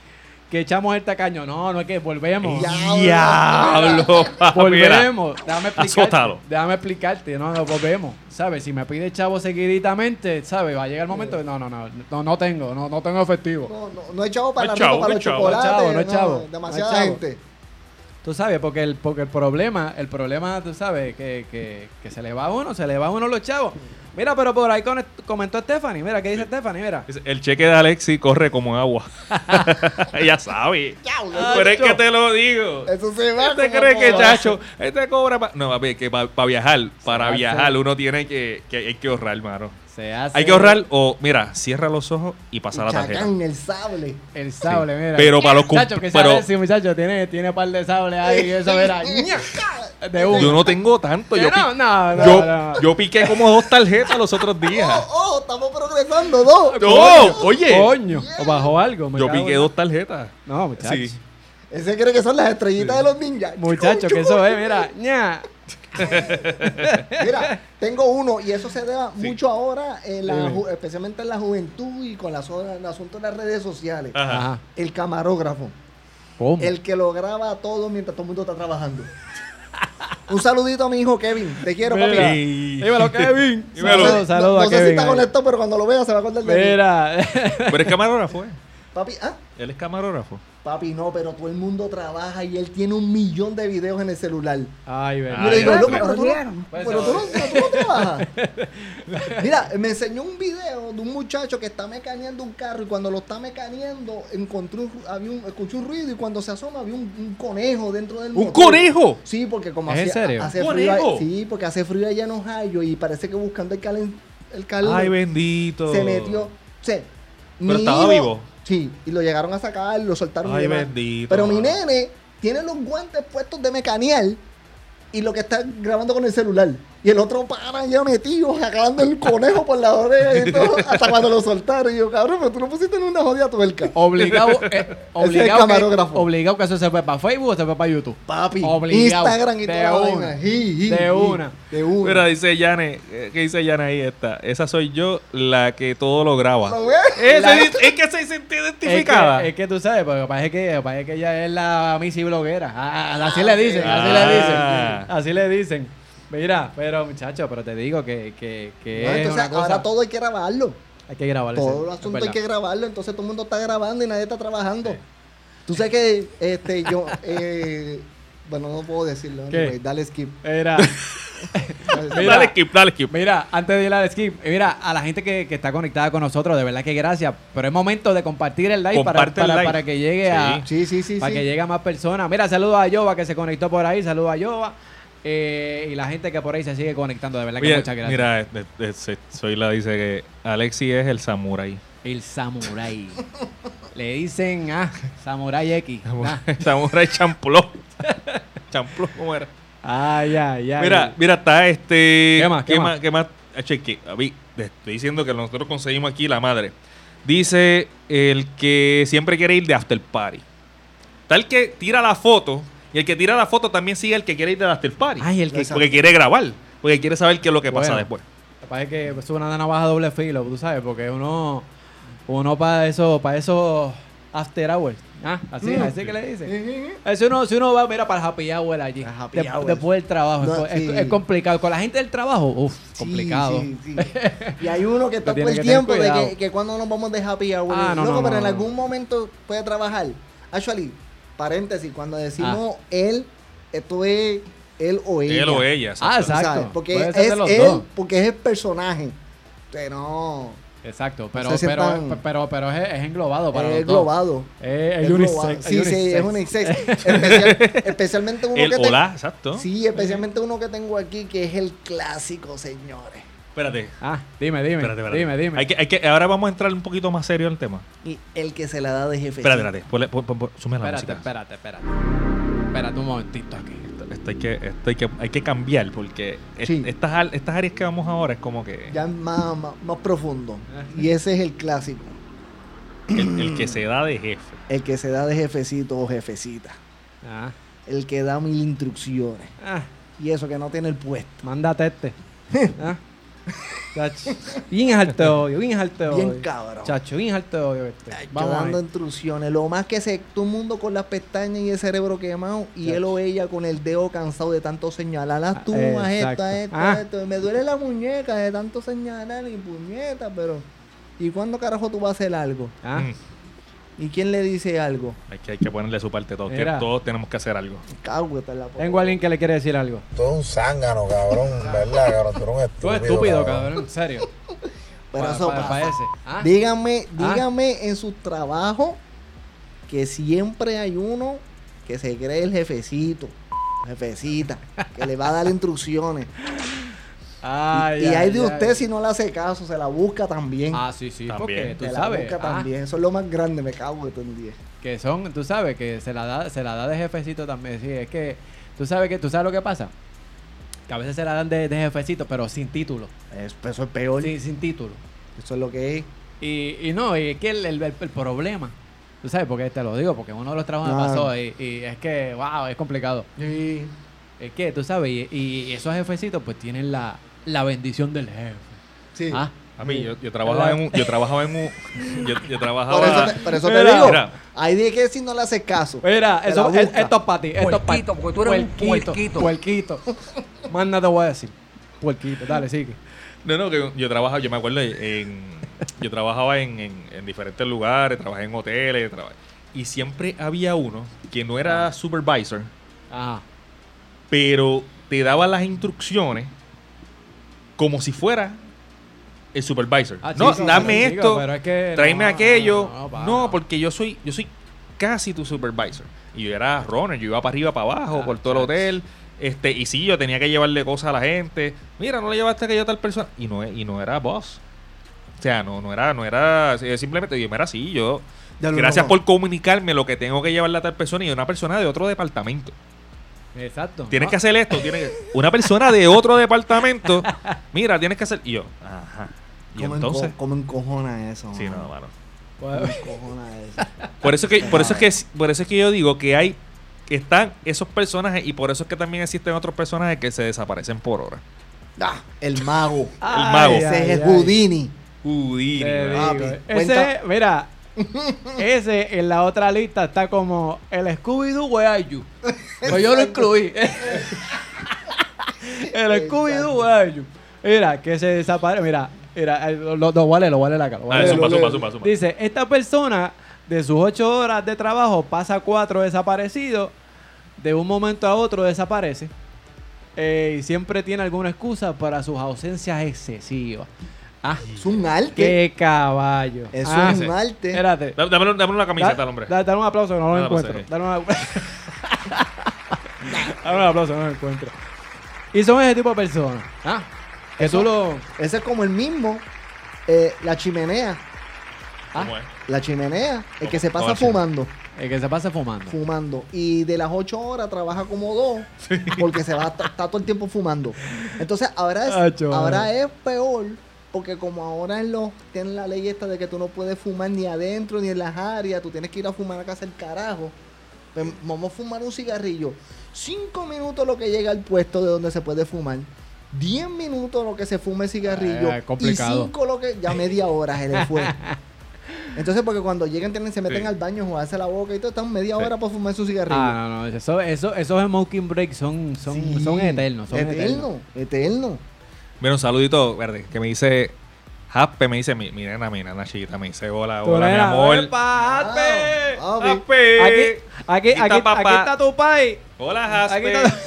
[SPEAKER 1] que echamos el tacaño. No, no es que volvemos.
[SPEAKER 6] Diablo, papi, Ah, mira.
[SPEAKER 1] Volvemos. Déjame explicarte.
[SPEAKER 6] Azótalo.
[SPEAKER 1] Déjame explicarte. No, no, volvemos. ¿Sabes? Si me pide chavo seguiditamente, ¿sabes? Va a llegar el momento. que No, no, no. No, no tengo. No, no tengo efectivo.
[SPEAKER 7] No, no, no es chavo
[SPEAKER 6] No
[SPEAKER 7] para la
[SPEAKER 6] es
[SPEAKER 7] rifa,
[SPEAKER 6] chavo,
[SPEAKER 7] para
[SPEAKER 6] no
[SPEAKER 7] los
[SPEAKER 6] es chavo, no
[SPEAKER 1] es
[SPEAKER 7] chocolates.
[SPEAKER 1] chavo, no es chavo, no es
[SPEAKER 7] Demasiada
[SPEAKER 1] chavo.
[SPEAKER 7] gente.
[SPEAKER 1] Tú sabes, porque el, porque el problema, el problema, tú sabes, que, que, que se le va a uno, se le va a uno los chavos. Mira, pero por ahí con- comentó Stephanie. Mira, ¿qué dice Stephanie? Mira.
[SPEAKER 6] Dice, El cheque de Alexi corre como agua. ya sabe. Pero es que te lo digo.
[SPEAKER 7] Eso se va.
[SPEAKER 6] ¿Usted
[SPEAKER 7] como
[SPEAKER 6] cree que,
[SPEAKER 7] por-
[SPEAKER 6] chacho, este cobra pa- No, papi, que para viajar, para
[SPEAKER 1] hace.
[SPEAKER 6] viajar uno tiene que, que hay que ahorrar, hermano.
[SPEAKER 1] Se hace
[SPEAKER 6] Hay que ahorrar o, mira, cierra los ojos y pasa la tarjeta.
[SPEAKER 7] Chacán, el sable.
[SPEAKER 1] el sable, mira.
[SPEAKER 6] Pero para los cum-
[SPEAKER 1] Muchachos, que
[SPEAKER 6] pero-
[SPEAKER 1] pero... sí, muchacho, tiene, tiene par de sables ahí. Eso, mira. ñaca, De uno.
[SPEAKER 6] Yo no tengo tanto. Yo,
[SPEAKER 1] Que no,
[SPEAKER 6] pi-
[SPEAKER 1] no, no,
[SPEAKER 6] yo,
[SPEAKER 1] no.
[SPEAKER 6] yo piqué como dos tarjetas los otros días.
[SPEAKER 7] Oh, estamos progresando, dos.
[SPEAKER 6] No, oye.
[SPEAKER 1] Coño, o bajó algo. me
[SPEAKER 6] Yo
[SPEAKER 1] cago en-
[SPEAKER 6] piqué dos tarjetas.
[SPEAKER 1] No, muchacho.
[SPEAKER 6] Sí.
[SPEAKER 7] Ese cree que son las estrellitas de los ninjas.
[SPEAKER 1] Muchacho, que eso es, mira. ña.
[SPEAKER 7] Mira, tengo uno y eso se da mucho ahora, en la ju- especialmente en la juventud y con las, horas- el asunto de las redes sociales.
[SPEAKER 6] Ajá.
[SPEAKER 1] Ajá.
[SPEAKER 7] El camarógrafo,
[SPEAKER 1] ¿Cómo?
[SPEAKER 7] el que lo graba todo mientras todo el mundo está trabajando. Un saludito a mi hijo Kevin, te quiero, papi.
[SPEAKER 1] Mira.
[SPEAKER 7] No-
[SPEAKER 6] Ey.
[SPEAKER 1] Dímelo, Kevin.
[SPEAKER 6] Dímelo.
[SPEAKER 1] Saludos,
[SPEAKER 7] no-
[SPEAKER 1] saludos
[SPEAKER 7] no
[SPEAKER 1] a
[SPEAKER 7] sé si
[SPEAKER 1] Kevin.
[SPEAKER 7] está
[SPEAKER 1] ahí.
[SPEAKER 7] conectado, pero cuando lo vea se va a acordar de mí.
[SPEAKER 1] Mira.
[SPEAKER 6] Pero es camarógrafo, ¿eh?
[SPEAKER 7] Papi, ¿ah?
[SPEAKER 6] Él es camarógrafo.
[SPEAKER 7] Papi, no, pero todo el mundo trabaja y él tiene un millón de videos en el celular.
[SPEAKER 1] Ay, Pues, verdad.
[SPEAKER 7] Yo le digo,
[SPEAKER 1] Ay,
[SPEAKER 7] loco,
[SPEAKER 1] verdad.
[SPEAKER 7] pero tú, no,
[SPEAKER 3] Rodearon.
[SPEAKER 6] Pues
[SPEAKER 7] pero tú no, pero tú no trabajas. Mira, me enseñó un video de un muchacho que está mecaneando un carro y cuando lo está mecaneando encontró un, ru- había un, escuchó un ruido y cuando se asoma había un, un conejo dentro del
[SPEAKER 6] ¡Un
[SPEAKER 7] motor.
[SPEAKER 6] conejo!
[SPEAKER 7] Sí, porque como
[SPEAKER 1] ¿Es en
[SPEAKER 7] hace,
[SPEAKER 1] serio?
[SPEAKER 7] hace
[SPEAKER 6] ¡Un
[SPEAKER 7] frío,
[SPEAKER 6] conejo!
[SPEAKER 7] ahí- sí, porque hace frío allá en Ohio y parece que buscando el calen, el calor
[SPEAKER 6] Ay, bendito.
[SPEAKER 7] se metió. Sí.
[SPEAKER 6] Pero estaba vivo.
[SPEAKER 7] Sí, y lo llegaron a sacar, lo soltaron. y
[SPEAKER 6] Ay,
[SPEAKER 7] demás.
[SPEAKER 6] bendito,
[SPEAKER 7] Pero mi
[SPEAKER 6] mano.
[SPEAKER 7] nene tiene los guantes puestos de mecanear y lo que está grabando con el celular. Y el otro para ya metido, sacando el conejo por la oreja y todo, hasta cuando lo soltaron. Y yo, cabrón, pero tú lo pusiste en una jodida tuerca.
[SPEAKER 1] Obligado, eh, obligado, que,
[SPEAKER 7] camarógrafo.
[SPEAKER 1] obligado que eso se fue para Facebook o se fue para YouTube.
[SPEAKER 7] Papi,
[SPEAKER 1] Obligado.
[SPEAKER 7] Instagram y
[SPEAKER 1] De
[SPEAKER 7] toda la vaina.
[SPEAKER 1] una.
[SPEAKER 7] Ji, ji,
[SPEAKER 1] De
[SPEAKER 7] ji.
[SPEAKER 1] una.
[SPEAKER 7] De una.
[SPEAKER 6] Mira, dice Yane, eh, ¿qué dice Yane ahí? Está. Esa soy yo, la que todo lo graba.
[SPEAKER 7] ¿Lo ves?
[SPEAKER 6] Ese
[SPEAKER 1] La-
[SPEAKER 6] dice- es que se siente
[SPEAKER 1] Es
[SPEAKER 6] identificada.
[SPEAKER 1] que, es que tú sabes, porque parece que, parece que ella es la Missy bloguera. Ah, así le dicen, así le dicen.
[SPEAKER 6] Ah.
[SPEAKER 1] Así le dicen. Mira, pero muchacho, pero te digo que, que, que
[SPEAKER 7] No,
[SPEAKER 1] es
[SPEAKER 7] entonces
[SPEAKER 1] una cosa...
[SPEAKER 7] ahora todo hay que grabarlo.
[SPEAKER 1] Hay que grabar ese-
[SPEAKER 7] Todo el
[SPEAKER 1] es
[SPEAKER 7] asunto hay
[SPEAKER 1] verdad.
[SPEAKER 7] que grabarlo, entonces todo el mundo está grabando y nadie está trabajando. Tú sabes que este yo eh, bueno no puedo decirlo,
[SPEAKER 1] ¿Qué?
[SPEAKER 7] anyway, dale skip.
[SPEAKER 1] Era... Mira.
[SPEAKER 6] Dale skip, dale skip.
[SPEAKER 1] Mira, antes de ir al skip, mira, a la gente que, que está conectada con nosotros, de verdad que gracias. Pero es momento de compartir el live, para,
[SPEAKER 6] Comparte el
[SPEAKER 1] para-
[SPEAKER 6] live.
[SPEAKER 1] para que llegue a
[SPEAKER 7] Sí, sí, sí,
[SPEAKER 1] para
[SPEAKER 7] sí.
[SPEAKER 1] que llegue a más personas. Mira, saludos a Yoba que se conectó por ahí, saludos a Yoba. eh, y la gente que por ahí se sigue conectando, de verdad que
[SPEAKER 6] Oye,
[SPEAKER 1] muchas gracias.
[SPEAKER 6] Mira, eh, eh, eh, se- soy la dice que Alexi es el samurái.
[SPEAKER 1] El Samurai. Le dicen ah, Samurai X. Nah.
[SPEAKER 6] Samurái champló. champló, ¿cómo era?
[SPEAKER 1] Ah. Ay, ay, ay.
[SPEAKER 6] Mira, mira, está este.
[SPEAKER 1] ¿Qué más, qué más?
[SPEAKER 6] ¿Qué más? Che, que, a mí, te estoy diciendo que nosotros conseguimos aquí la madre. Dice el que siempre quiere ir de after party. Está el que tira la foto. Y el que tira la foto también sigue el que quiere ir de after party.
[SPEAKER 1] Ay, el que.
[SPEAKER 7] Exacto.
[SPEAKER 6] porque quiere grabar. Porque quiere saber qué es lo que pasa
[SPEAKER 1] Bueno.
[SPEAKER 6] después.
[SPEAKER 1] Parece que pues, es una navaja doble filo, tú sabes, porque uno. Uno para eso, para eso. After hours. Ah, así,
[SPEAKER 7] Mm.
[SPEAKER 1] así que le dicen.
[SPEAKER 7] Ujú.
[SPEAKER 1] Eh, Si uno, si uno va, mira, para el happy hour allí.
[SPEAKER 7] Ah, happy
[SPEAKER 1] de-
[SPEAKER 7] hour.
[SPEAKER 1] Después del trabajo.
[SPEAKER 7] No,
[SPEAKER 1] es,
[SPEAKER 7] sí.
[SPEAKER 1] es complicado. Con la gente del trabajo, uff,
[SPEAKER 7] Sí,
[SPEAKER 1] complicado.
[SPEAKER 7] sí, sí. Y hay uno que está todo
[SPEAKER 1] tiene
[SPEAKER 7] el
[SPEAKER 1] que tener
[SPEAKER 7] tiempo de
[SPEAKER 1] cuidado.
[SPEAKER 7] que, que cuando nos vamos de happy hour.
[SPEAKER 1] Ah,
[SPEAKER 7] Y,
[SPEAKER 1] no,
[SPEAKER 7] loco,
[SPEAKER 1] no,
[SPEAKER 7] pero
[SPEAKER 1] no,
[SPEAKER 7] en
[SPEAKER 1] no.
[SPEAKER 7] algún momento puede trabajar. Actually, paréntesis, cuando decimos
[SPEAKER 1] Ah.
[SPEAKER 7] él, esto es él o ella.
[SPEAKER 6] Él o ella.
[SPEAKER 1] Ah,
[SPEAKER 6] exacto.
[SPEAKER 1] exacto.
[SPEAKER 7] ¿sabes? Porque
[SPEAKER 1] Puede
[SPEAKER 7] es
[SPEAKER 1] ser de los
[SPEAKER 7] él,
[SPEAKER 1] dos.
[SPEAKER 7] porque es el personaje. Pero no.
[SPEAKER 1] Exacto, pero,
[SPEAKER 7] se
[SPEAKER 1] pero,
[SPEAKER 7] sientan-
[SPEAKER 1] pero, pero, es, es englobado para
[SPEAKER 7] es
[SPEAKER 1] los dos.
[SPEAKER 7] globado.
[SPEAKER 1] Eh,
[SPEAKER 7] Es
[SPEAKER 1] es
[SPEAKER 7] global.
[SPEAKER 1] unisex.
[SPEAKER 7] Sí, sí, es unisex. Especial- especialmente uno
[SPEAKER 6] El
[SPEAKER 7] que te-
[SPEAKER 6] hola, exacto.
[SPEAKER 7] Sí, especialmente uno que tengo aquí que es el clásico, señores.
[SPEAKER 6] Espérate.
[SPEAKER 1] Ah, dime, dime.
[SPEAKER 6] Espérate, espérate.
[SPEAKER 1] Dime, dime.
[SPEAKER 6] Hay que, hay que, ahora vamos a entrar un poquito más serio al tema.
[SPEAKER 7] Y el que se la da de jefe.
[SPEAKER 6] Espérate, espérate. Ponle- pon- pon- pon- Sume la
[SPEAKER 1] Espérate,
[SPEAKER 6] música.
[SPEAKER 1] espérate, espérate. Espérate un momentito aquí.
[SPEAKER 6] Esto hay que, esto hay que, hay que cambiar porque es-
[SPEAKER 7] Sí.
[SPEAKER 6] estas, al- estas áreas que vamos ahora es como que
[SPEAKER 7] Ya es más, más, más profundo. Y ese es el clásico.
[SPEAKER 6] el, el que se da de jefe.
[SPEAKER 7] El que se da de jefecito o jefecita.
[SPEAKER 1] Ah,
[SPEAKER 7] El que da mil instrucciones.
[SPEAKER 1] ah,
[SPEAKER 7] Y eso que no tiene el puesto.
[SPEAKER 1] mándate este. Ah. Chacho, bien alto de odio, bien alto de
[SPEAKER 7] Bien
[SPEAKER 1] odio.
[SPEAKER 7] cabrón.
[SPEAKER 1] Chacho, bien alto de odio este.
[SPEAKER 7] Ay,
[SPEAKER 1] Vamos a
[SPEAKER 7] dando
[SPEAKER 1] ver.
[SPEAKER 7] instrucciones. Lo más que se todo el mundo con las pestañas y el cerebro quemado y él o ella con el dedo cansado de tanto señalar. Haz tú,
[SPEAKER 1] Ah,
[SPEAKER 7] haz esto,
[SPEAKER 1] exacto.
[SPEAKER 7] haz esto,
[SPEAKER 1] Ah.
[SPEAKER 7] haz esto. Me duele la muñeca de tanto señalar y puñeta, pero ¿y cuándo carajo tú vas a hacer algo?
[SPEAKER 1] Ah,
[SPEAKER 6] Mm.
[SPEAKER 7] ¿Y quién le dice algo?
[SPEAKER 6] Hay, que, hay que ponerle su parte todos.
[SPEAKER 1] Mira.
[SPEAKER 6] que Todos tenemos que hacer algo.
[SPEAKER 7] Cago en la puta.
[SPEAKER 1] Tengo a alguien que le quiere decir algo.
[SPEAKER 8] Tú eres un zángano, cabrón, ¿verdad, cabrón? Tú eres un estúpido.
[SPEAKER 1] Tú eres estúpido, cabrón, en serio.
[SPEAKER 7] Pero
[SPEAKER 1] Pa-
[SPEAKER 7] eso
[SPEAKER 1] pa-
[SPEAKER 7] pasa.
[SPEAKER 1] pa' ese. Ah.
[SPEAKER 7] Dígame,
[SPEAKER 1] Ah.
[SPEAKER 7] dígame en su trabajo que siempre hay uno que se cree el jefecito, jefecita, que le va a dar instrucciones.
[SPEAKER 1] Ay,
[SPEAKER 7] y
[SPEAKER 1] ay,
[SPEAKER 7] hay de
[SPEAKER 1] ay.
[SPEAKER 7] usted si no le hace caso, se la busca también.
[SPEAKER 1] Ah, sí, sí, porque
[SPEAKER 6] También.
[SPEAKER 1] tú
[SPEAKER 7] se
[SPEAKER 1] sabes.
[SPEAKER 7] la busca
[SPEAKER 1] ah,
[SPEAKER 7] también. Eso es lo más grande, me cago de todo el día.
[SPEAKER 1] que son, tú sabes que se la da, se la da de jefecito también. Sí, es que tú sabes que tú sabes lo que pasa. Que a veces se la dan de, de jefecito, pero sin título.
[SPEAKER 7] Es- eso es peor.
[SPEAKER 1] Sin, sin título.
[SPEAKER 7] Eso es lo que es.
[SPEAKER 1] Y, y no, y es que el, el- el- el problema, tú sabes, porque te lo digo, porque uno de los trabajos me
[SPEAKER 7] Ah.
[SPEAKER 1] pasó y, y es que, wow, es complicado. Es que, tú sabes, y, y esos jefecitos pues tienen la, la bendición del jefe.
[SPEAKER 7] Sí.
[SPEAKER 1] Ah,
[SPEAKER 6] A mí, yo, yo trabajaba en un. Yo trabajaba en un. Yo, yo trabajaba.
[SPEAKER 7] Por eso te, por eso te
[SPEAKER 1] Mira. Pues,
[SPEAKER 7] digo.
[SPEAKER 6] Mira.
[SPEAKER 7] Hay de que si no le haces caso.
[SPEAKER 1] Mira,
[SPEAKER 7] Te
[SPEAKER 1] eso,
[SPEAKER 7] la
[SPEAKER 1] es-
[SPEAKER 7] busca.
[SPEAKER 1] esto es para ti. Esto es para ti.
[SPEAKER 3] Puerquito, porque tú eres un
[SPEAKER 1] Puerquito. puerquito. Más nada te voy a decir. Puerquito, dale, sigue.
[SPEAKER 6] No, no, que yo, yo trabajaba, yo me acuerdo en. Yo trabajaba en, en- en diferentes lugares, trabajé en hoteles, trabajé. y siempre había uno que no era supervisor,
[SPEAKER 1] Ajá.
[SPEAKER 6] pero te daba las instrucciones como si fuera el supervisor.
[SPEAKER 1] Ah,
[SPEAKER 6] no,
[SPEAKER 1] chico,
[SPEAKER 6] dame
[SPEAKER 1] pero, chico,
[SPEAKER 6] esto,
[SPEAKER 1] pero es que
[SPEAKER 6] tráeme
[SPEAKER 1] no,
[SPEAKER 6] aquello.
[SPEAKER 1] no, no,
[SPEAKER 6] No,
[SPEAKER 1] pa.
[SPEAKER 6] porque yo soy, yo soy casi tu supervisor. Y yo era runner, yo iba para arriba, para abajo,
[SPEAKER 1] Ah,
[SPEAKER 6] por todo el
[SPEAKER 1] chacho.
[SPEAKER 6] hotel. Este, y sí, yo tenía que llevarle cosas a la gente. Mira, no le llevaste aquello a tal persona. Y no, y no era boss. O sea, no, no era, no era. eh, Simplemente yo era así, yo.
[SPEAKER 7] Ya lo
[SPEAKER 6] gracias
[SPEAKER 7] loco.
[SPEAKER 6] por comunicarme lo que tengo que llevarle a tal persona y una persona de otro departamento.
[SPEAKER 1] Exacto.
[SPEAKER 6] Tienes
[SPEAKER 1] No,
[SPEAKER 6] que hacer esto. Tienes que- Una persona de otro departamento. Mira, tienes que hacer. Y yo, ajá. Y
[SPEAKER 7] ¿Cómo,
[SPEAKER 6] entonces.
[SPEAKER 7] enco- cómo encojona eso?
[SPEAKER 6] Sí, no,
[SPEAKER 7] mano?
[SPEAKER 6] mano.
[SPEAKER 7] ¿Cómo
[SPEAKER 1] pues,
[SPEAKER 7] encojona eso?
[SPEAKER 6] Por eso, que, por, eso es que, por eso es que yo digo que hay. que Están esos personajes y por eso es que también existen otros personajes que se desaparecen por hora.
[SPEAKER 7] Ah, el mago.
[SPEAKER 1] ay,
[SPEAKER 6] mago.
[SPEAKER 1] ay,
[SPEAKER 7] Ese es
[SPEAKER 1] ay.
[SPEAKER 7] Houdini.
[SPEAKER 6] Houdini.
[SPEAKER 1] Te
[SPEAKER 6] ¿verdad?
[SPEAKER 7] papi,
[SPEAKER 1] digo, Ese,
[SPEAKER 7] cuenta-
[SPEAKER 1] mira, ese en la otra lista está como el Scooby-Doo Where Are You. Pues yo lo incluí. el Scooby-Doo Where Are You. Mira, que se desaparece. Mira, mira, eh, lo, lo, lo vale, lo vale la cara. lo
[SPEAKER 6] Ah,
[SPEAKER 1] vale la
[SPEAKER 6] suma,
[SPEAKER 1] cara.
[SPEAKER 6] suma, suma, suma.
[SPEAKER 1] Dice, esta persona de sus ocho horas de trabajo pasa cuatro desaparecidos, de un momento a otro desaparece. eh, y siempre tiene alguna excusa para sus ausencias excesivas. Ah,
[SPEAKER 7] Es un arte.
[SPEAKER 1] qué caballo.
[SPEAKER 7] Es
[SPEAKER 1] Ah,
[SPEAKER 7] un arte.
[SPEAKER 1] Espérate.
[SPEAKER 6] Dame, dame- dame una
[SPEAKER 1] Da-
[SPEAKER 6] camiseta al hombre.
[SPEAKER 1] da- dale un aplauso que no lo
[SPEAKER 6] Dale,
[SPEAKER 1] encuentro.
[SPEAKER 6] pasa
[SPEAKER 1] Dale, una- Dale un aplauso que no lo encuentro. Y son ese tipo de personas. Ah, que tú lo.
[SPEAKER 7] Ese es como el mismo. eh, la chimenea.
[SPEAKER 6] ¿Cómo es?
[SPEAKER 7] La chimenea. El que
[SPEAKER 6] ¿Cómo?
[SPEAKER 7] se pasa
[SPEAKER 6] ¿Cómo la chimenea?
[SPEAKER 7] fumando.
[SPEAKER 1] El que se pasa fumando.
[SPEAKER 7] Fumando. Y de las 8 horas trabaja como dos. Porque se va está, está todo el tiempo fumando. Entonces ahora es,
[SPEAKER 1] Ah, chaval.
[SPEAKER 7] ahora es peor. Porque como ahora en los, tienen la ley esta de que tú no puedes fumar ni adentro ni en las áreas, tú tienes que ir a fumar a casa el carajo. Pues, vamos a fumar un cigarrillo. Cinco minutos lo que llega al puesto de donde se puede fumar. 10 minutos lo que se fume el cigarrillo.
[SPEAKER 1] Ah, complicado.
[SPEAKER 7] Y 5 lo que. Ya media hora se le fue. Entonces, porque cuando llegan, tienen, se meten
[SPEAKER 6] Sí.
[SPEAKER 7] al baño, jugarse la boca y todo, están media
[SPEAKER 6] Sí.
[SPEAKER 7] hora para fumar su cigarrillo.
[SPEAKER 1] Ah, no, no. Eso, eso, esos smoking breaks son, son,
[SPEAKER 7] Sí.
[SPEAKER 1] son eternos. Son eternos.
[SPEAKER 7] eterno, eterno.
[SPEAKER 6] Mira, un saludito, verde, que me dice. Happe me dice, mi, mi nena, mi nena chiquita, me dice, hola,
[SPEAKER 1] Tú
[SPEAKER 6] hola, mi
[SPEAKER 1] eres-
[SPEAKER 6] amor.
[SPEAKER 1] ¡Epa, Happe!
[SPEAKER 7] Ah, papi.
[SPEAKER 1] Aquí,
[SPEAKER 6] Happe.
[SPEAKER 1] aquí,
[SPEAKER 6] Eh, Aquí
[SPEAKER 1] aquí,
[SPEAKER 6] está papá.
[SPEAKER 1] aquí está tu pai.
[SPEAKER 6] Hola,
[SPEAKER 1] Aquí
[SPEAKER 6] Jasper.
[SPEAKER 1] está-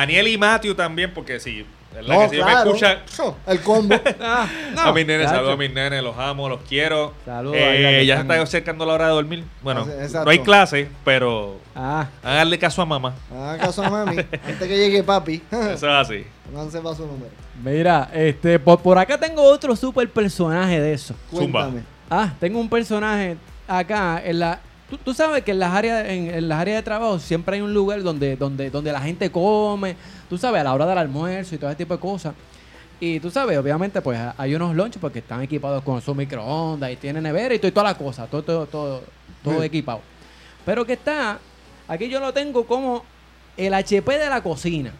[SPEAKER 6] Aniel y Matthew también, porque sí. ¿verdad?
[SPEAKER 7] No,
[SPEAKER 6] que si
[SPEAKER 7] claro.
[SPEAKER 6] me escuchan.
[SPEAKER 7] El combo.
[SPEAKER 1] Ah, no.
[SPEAKER 6] A mis nenes,
[SPEAKER 1] Chacho.
[SPEAKER 6] saludos a mis nenes, los amo, los quiero.
[SPEAKER 1] Saludos, ahí la
[SPEAKER 6] Eh,
[SPEAKER 1] que
[SPEAKER 6] ya se
[SPEAKER 1] están-
[SPEAKER 6] está acercando la hora de dormir. Bueno,
[SPEAKER 7] Exacto.
[SPEAKER 6] no hay clase, pero
[SPEAKER 1] Ah,
[SPEAKER 6] háganle caso a mamá.
[SPEAKER 7] Haga caso a mami. Antes que llegue papi.
[SPEAKER 6] Eso es así.
[SPEAKER 7] No se va su número.
[SPEAKER 1] mira, este, por, por acá tengo otro super personaje de eso.
[SPEAKER 6] Zumba.
[SPEAKER 7] Cuéntame.
[SPEAKER 1] Ah, tengo un personaje acá en la. Tú, tú sabes que en las áreas, en, en las áreas de trabajo siempre hay un lugar donde, donde, donde la gente come, tú sabes, a la hora del almuerzo y todo ese tipo de cosas. Y tú sabes, obviamente, pues hay unos lunch porque están equipados con su microondas y tienen nevera y, todo, y toda la cosa, todo, todo, todo, todo equipado. Pero que está, aquí yo lo tengo como el HP de la cocina.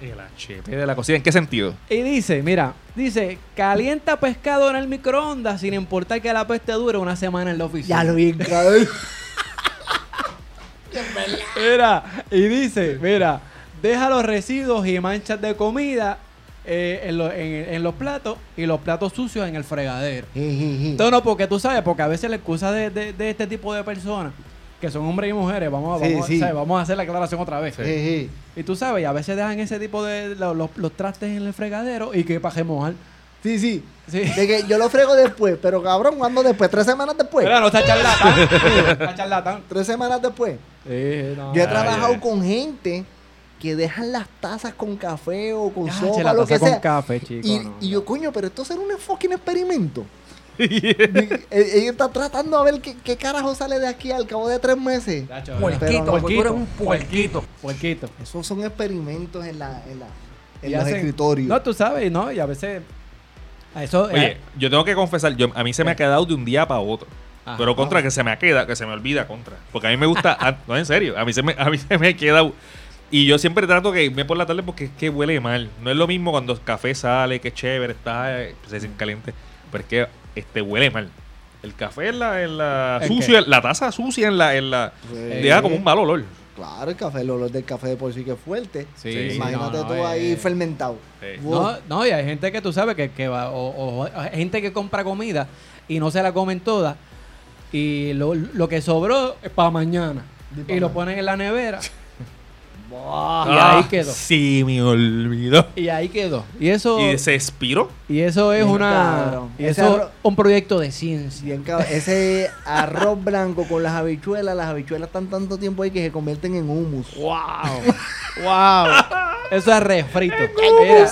[SPEAKER 6] El HP de la cocina, ¿en qué sentido?
[SPEAKER 1] Y dice, mira, dice, calienta pescado en el microondas sin importar que la peste dure una semana en la oficina.
[SPEAKER 7] Ya lo vi, cabrón.
[SPEAKER 1] Mira, y dice, mira, deja los residuos y manchas de comida eh, en, lo- en- en los platos y los platos sucios en el fregadero. No, no, porque tú sabes, porque a veces la excusa de, de- de este tipo de personas, que son hombres y mujeres, vamos, a-
[SPEAKER 7] Sí,
[SPEAKER 1] vamos, a-
[SPEAKER 7] sí.
[SPEAKER 1] ¿sabes? vamos a hacer la aclaración otra vez.
[SPEAKER 7] Jeje.
[SPEAKER 1] Y tú sabes, y a veces dejan ese tipo de lo- los, los trastes en el fregadero y que para remojar.
[SPEAKER 7] Sí, sí.
[SPEAKER 1] Sí.
[SPEAKER 7] De que yo lo frego después, pero cabrón, ¿cuándo después? ¿Tres semanas después?
[SPEAKER 1] Mira, no está charlatán. está charlatán.
[SPEAKER 7] ¿Tres semanas después?
[SPEAKER 1] Sí, no.
[SPEAKER 7] Yo he
[SPEAKER 6] Ay,
[SPEAKER 7] trabajado
[SPEAKER 6] ay.
[SPEAKER 7] con gente que dejan las tazas con café o con
[SPEAKER 1] Ya, che,
[SPEAKER 7] sopa,
[SPEAKER 1] la
[SPEAKER 7] lo que
[SPEAKER 1] taza con
[SPEAKER 7] sea.
[SPEAKER 1] café, chico,
[SPEAKER 7] y,
[SPEAKER 1] no,
[SPEAKER 7] y
[SPEAKER 1] no.
[SPEAKER 7] yo, coño, pero esto será un fucking experimento. Di- e- Ella está tratando a ver qué, qué carajo sale de aquí al cabo de tres meses.
[SPEAKER 1] Tacho,
[SPEAKER 7] Pero
[SPEAKER 9] Puerquito,
[SPEAKER 7] no.
[SPEAKER 9] porque tú eres un puerquito.
[SPEAKER 1] Puerquito.
[SPEAKER 7] Esos son experimentos en, la, en, la, en
[SPEAKER 1] Y
[SPEAKER 7] los
[SPEAKER 1] hacen-
[SPEAKER 7] escritorios.
[SPEAKER 1] No, tú sabes, ¿no? Y a veces. a Eso.
[SPEAKER 6] Oye,
[SPEAKER 1] eh,
[SPEAKER 6] yo tengo que confesar, yo, a mí se me ha quedado de un día para otro.
[SPEAKER 1] Ajá.
[SPEAKER 6] pero contra que se me ha quedado, que se me olvida contra. Porque a mí me gusta, ah, no en serio, a mí se me, a mí se me ha quedado. Y yo siempre trato que irme por la tarde porque es que huele mal. No es lo mismo cuando el café sale, que es chévere, está, eh, se siente caliente. Pero es que este huele mal. El café en la, en la
[SPEAKER 1] ¿El
[SPEAKER 6] sucio, la taza sucia en la, en la
[SPEAKER 7] Sí.
[SPEAKER 6] deja como un mal olor.
[SPEAKER 7] Claro, el café, el olor del café de por sí que es fuerte.
[SPEAKER 1] Sí,
[SPEAKER 6] sí,
[SPEAKER 7] Imagínate
[SPEAKER 1] no, no,
[SPEAKER 7] tú
[SPEAKER 1] eh.
[SPEAKER 7] ahí fermentado.
[SPEAKER 6] Sí.
[SPEAKER 7] Wow.
[SPEAKER 1] No, no, y hay gente que tú sabes que, que va, o, o- o gente que compra comida y no se la comen toda. Y lo, lo que sobró es para mañana. y lo ponen en la nevera. Buah,
[SPEAKER 6] Ah,
[SPEAKER 1] y ahí quedó.
[SPEAKER 6] Sí, me olvidó.
[SPEAKER 1] Y ahí quedó. Y eso,
[SPEAKER 6] Y se expiró.
[SPEAKER 1] y eso es
[SPEAKER 7] Bien
[SPEAKER 1] una
[SPEAKER 7] cabrón.
[SPEAKER 1] y
[SPEAKER 7] Ese
[SPEAKER 1] eso
[SPEAKER 7] arroz-
[SPEAKER 1] un proyecto de ciencia.
[SPEAKER 7] Bien cabrón. Ese arroz blanco con las habichuelas, las habichuelas están tanto tiempo ahí que se convierten en humus.
[SPEAKER 1] Wow. wow. Eso es refrito. Mira,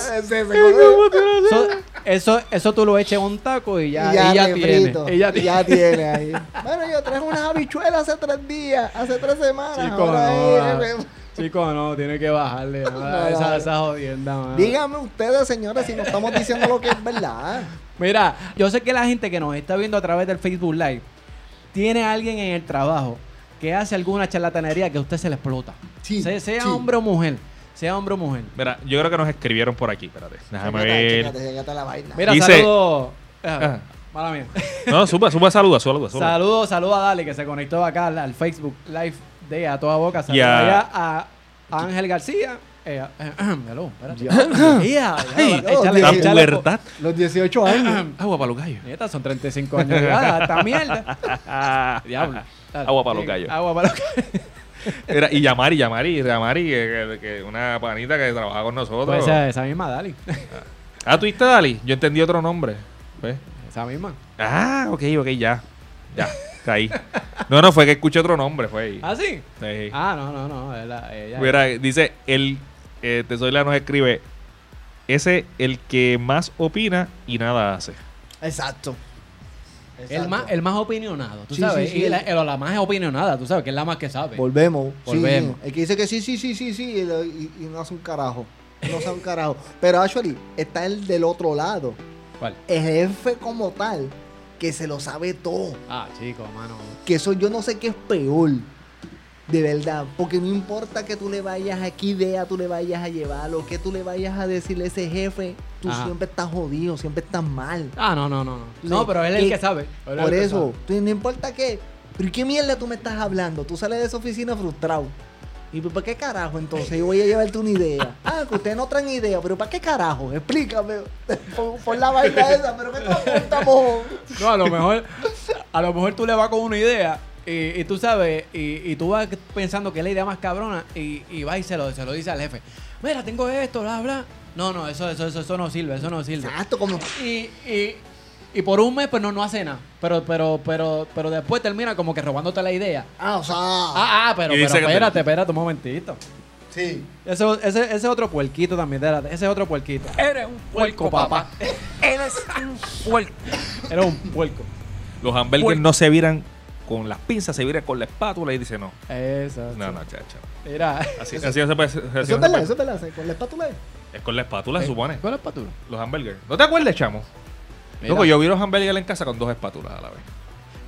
[SPEAKER 1] eso, eso, eso tú lo eches en un taco y ya, y ya tiene.
[SPEAKER 7] refrito.
[SPEAKER 1] Y ya tiene.
[SPEAKER 7] tiene ahí. Bueno, yo traje unas habichuelas hace tres días, hace tres semanas.
[SPEAKER 1] Chico,
[SPEAKER 7] ahora
[SPEAKER 1] no,
[SPEAKER 7] ahí,
[SPEAKER 1] no.
[SPEAKER 7] re-
[SPEAKER 1] Chico, no, tiene que bajarle. ¿no?
[SPEAKER 7] No,
[SPEAKER 1] esa,
[SPEAKER 7] no.
[SPEAKER 1] esa jodienda, mano.
[SPEAKER 7] Díganme ustedes, señores, si no estamos diciendo lo que es verdad.
[SPEAKER 1] Mira, yo sé que la gente que nos está viendo a través del Facebook Live tiene a alguien en el trabajo que hace alguna charlatanería que a usted se le explota.
[SPEAKER 3] Sí,
[SPEAKER 1] sea sea
[SPEAKER 3] sí.
[SPEAKER 1] hombre o mujer. Sea hombre o mujer.
[SPEAKER 6] Mira, yo creo que nos escribieron por aquí. Espérate. Déjame
[SPEAKER 7] Chécate,
[SPEAKER 6] ver.
[SPEAKER 7] chécate, chécate la vaina.
[SPEAKER 1] Mira,
[SPEAKER 6] Dice-
[SPEAKER 1] saludo. Déjame ver,
[SPEAKER 6] Ah.
[SPEAKER 1] Mala mía.
[SPEAKER 6] No, suba, suba, saluda, saluda, saluda.
[SPEAKER 1] Saludos, saludos a Dale que se conectó acá al, al Facebook Live de A Toda Boca. Saludos
[SPEAKER 6] Ya.
[SPEAKER 1] allá a Ángel García. Eh, a- hello, espérate. Ya, ya, échale-
[SPEAKER 6] La
[SPEAKER 1] échale-
[SPEAKER 6] pubertad.
[SPEAKER 7] Los 18 años.
[SPEAKER 6] Agua para los gallos.
[SPEAKER 1] Neta, son 35 años de edad, esta mierda. Diablo. Dale.
[SPEAKER 6] Agua para los
[SPEAKER 1] Sí,
[SPEAKER 6] gallos.
[SPEAKER 1] Agua para los gallos.
[SPEAKER 6] Era- y Yamari, Yamari, Yamari, que, que- que una panita que trabaja con nosotros.
[SPEAKER 1] Pues esa, esa misma, Dali.
[SPEAKER 6] Ah, ¿tú viste Dali? Yo entendí otro nombre. ¿Ves?
[SPEAKER 1] Esa misma.
[SPEAKER 6] Ah, ok, ok, ya. Ya, caí. No, no, fue que escuché otro nombre, fue. ahí.
[SPEAKER 1] ¿Ah, sí?
[SPEAKER 6] Sí.
[SPEAKER 1] Ah, no, no, no. es la- ella-
[SPEAKER 6] Mira, dice, el eh, Tesoila nos escribe, ese el que más opina y nada hace.
[SPEAKER 7] Exacto.
[SPEAKER 1] el, más, el más opinionado, tú
[SPEAKER 7] Sí,
[SPEAKER 1] sabes.
[SPEAKER 7] sí, sí,
[SPEAKER 1] y la,
[SPEAKER 7] el-
[SPEAKER 1] el- la más opinionada, tú sabes, que es la más que sabe.
[SPEAKER 7] Volvemos. Sí,
[SPEAKER 1] Volvemos.
[SPEAKER 7] sí. el que dice que sí, sí, sí, sí, sí, y, lo- y- y no hace un carajo. No hace un carajo. Pero actually, está el del otro lado.
[SPEAKER 1] ¿Cuál?
[SPEAKER 7] El jefe como tal, que se lo sabe todo.
[SPEAKER 1] Ah, chico, mano.
[SPEAKER 7] Que eso yo no sé qué es peor. De verdad. Porque no importa que tú le vayas a qué idea tú le vayas a llevar, o que tú le vayas a decirle a ese jefe, tú
[SPEAKER 1] Ajá.
[SPEAKER 7] siempre estás jodido, siempre estás mal.
[SPEAKER 1] Ah, no, no, no. No,
[SPEAKER 7] Sí.
[SPEAKER 1] no pero él es el
[SPEAKER 7] Y-
[SPEAKER 1] que sabe. Él es
[SPEAKER 7] Por
[SPEAKER 1] el que
[SPEAKER 7] eso,
[SPEAKER 1] sabe.
[SPEAKER 7] tú- no importa qué. ¿Pero ¿y qué mierda tú me estás hablando? Tú sales de esa oficina frustrado. ¿Y pues, para qué carajo entonces? Yo voy a llevarte una idea. Ah, que ustedes no traen idea, pero ¿para qué carajo? Explícame. Por, por la vaina esa, pero que tú apuntas, mojón?
[SPEAKER 1] No, a lo mejor, a lo mejor tú le vas con una idea y, y tú sabes, y, y tú vas pensando que es la idea más cabrona y, y vas y se lo, se lo dice al jefe. Mira, tengo esto, bla, bla. No, no, eso, eso, eso, eso no sirve, eso no sirve.
[SPEAKER 7] Exacto, como.
[SPEAKER 1] Y, y, y por un mes, pues no, no hace nada. Pero, pero, pero, pero después termina como que robándote la idea.
[SPEAKER 7] Ah, o sea.
[SPEAKER 1] Ah, ah, pero,
[SPEAKER 6] Y
[SPEAKER 1] pero
[SPEAKER 6] dice que te-
[SPEAKER 1] espérate, espérate un momentito.
[SPEAKER 7] Sí.
[SPEAKER 1] Ese, ese, ese es otro puerquito también, espérate, ese es otro puerquito.
[SPEAKER 5] Eres un puerco, papá. Eres un puerco.
[SPEAKER 1] Era un puerco.
[SPEAKER 6] Los hamburgues
[SPEAKER 5] Pues-
[SPEAKER 6] no se viran con las pinzas, se viran con la espátula y dice no.
[SPEAKER 1] Eso.
[SPEAKER 6] No,
[SPEAKER 1] sí.
[SPEAKER 6] no, chacho.
[SPEAKER 1] Mira.
[SPEAKER 6] Así, así no se puede hacer. así no
[SPEAKER 7] Eso
[SPEAKER 6] se
[SPEAKER 7] es verdad,
[SPEAKER 6] puede.
[SPEAKER 7] eso es verdad. ¿sí? Con la espátula. es.
[SPEAKER 6] Es con la espátula,
[SPEAKER 1] Eh.
[SPEAKER 6] se supone.
[SPEAKER 1] ¿Cuál es para tú?
[SPEAKER 6] Los hamburgues. ¿No te acuerdas, chamo? Loco, yo vi los hamburgues en casa con dos espátulas a la vez.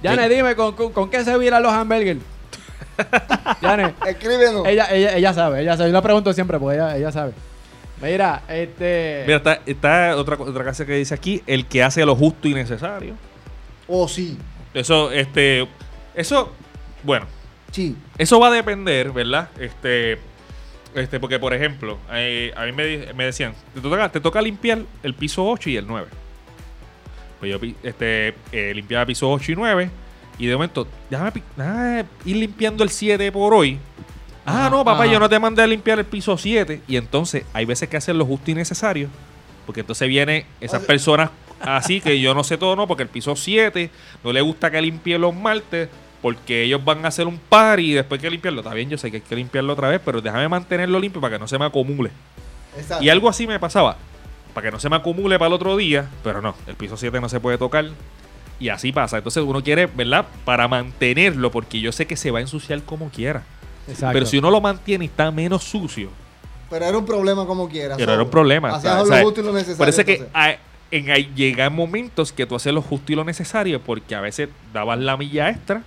[SPEAKER 1] Yane, dime, ¿con, con, con qué se viran los hamburgers? Yane,
[SPEAKER 7] Escríbenos.
[SPEAKER 1] ella, ella, ella sabe, ella sabe. Yo la pregunto siempre, porque ella, ella sabe. Mira, este...
[SPEAKER 6] Mira, está, está otra, co- otra casa que dice aquí, el que hace lo justo y necesario.
[SPEAKER 7] Oh, sí.
[SPEAKER 6] Eso, este, eso, bueno,
[SPEAKER 7] Sí.
[SPEAKER 6] Eso va a depender, ¿verdad? Este, este porque, por ejemplo, eh, a mí me, di- me decían, te toca, te toca limpiar el piso 8 y el 9. Pues yo pi- este, eh, limpiaba piso 8 y 9 y de momento, déjame, pi- déjame ir limpiando el 7 por hoy. Ah,
[SPEAKER 1] Ajá,
[SPEAKER 6] no, papá,
[SPEAKER 1] ajá.
[SPEAKER 6] yo no te mandé a limpiar el piso 7. Y entonces hay veces que hacen lo justo y necesario. Porque entonces vienen esas personas así que yo no sé todo, no, porque el piso 7 no le gusta que limpie los martes, porque ellos van a hacer un party y después hay que limpiarlo. Está bien, yo sé que hay que limpiarlo otra vez, pero déjame mantenerlo limpio para que no se me acumule.
[SPEAKER 7] Exacto.
[SPEAKER 6] Y algo así me pasaba, para que no se me acumule para el otro día, pero no, el piso 7 no se puede tocar. Y así pasa. Entonces uno quiere, ¿verdad? Para mantenerlo, porque yo sé que se va a ensuciar como quiera.
[SPEAKER 1] Exacto.
[SPEAKER 6] Pero si uno lo mantiene y está menos sucio,
[SPEAKER 7] Pero era un problema como quiera.
[SPEAKER 6] pero
[SPEAKER 7] so-
[SPEAKER 6] era un problema.
[SPEAKER 7] Hacías
[SPEAKER 6] ¿sabes?
[SPEAKER 7] lo
[SPEAKER 6] ¿sabes?
[SPEAKER 7] justo y lo necesario.
[SPEAKER 6] Por eso es que
[SPEAKER 7] entonces.
[SPEAKER 6] a- en, ahí llegan momentos que tú haces lo justo y lo necesario porque a veces dabas la milla extra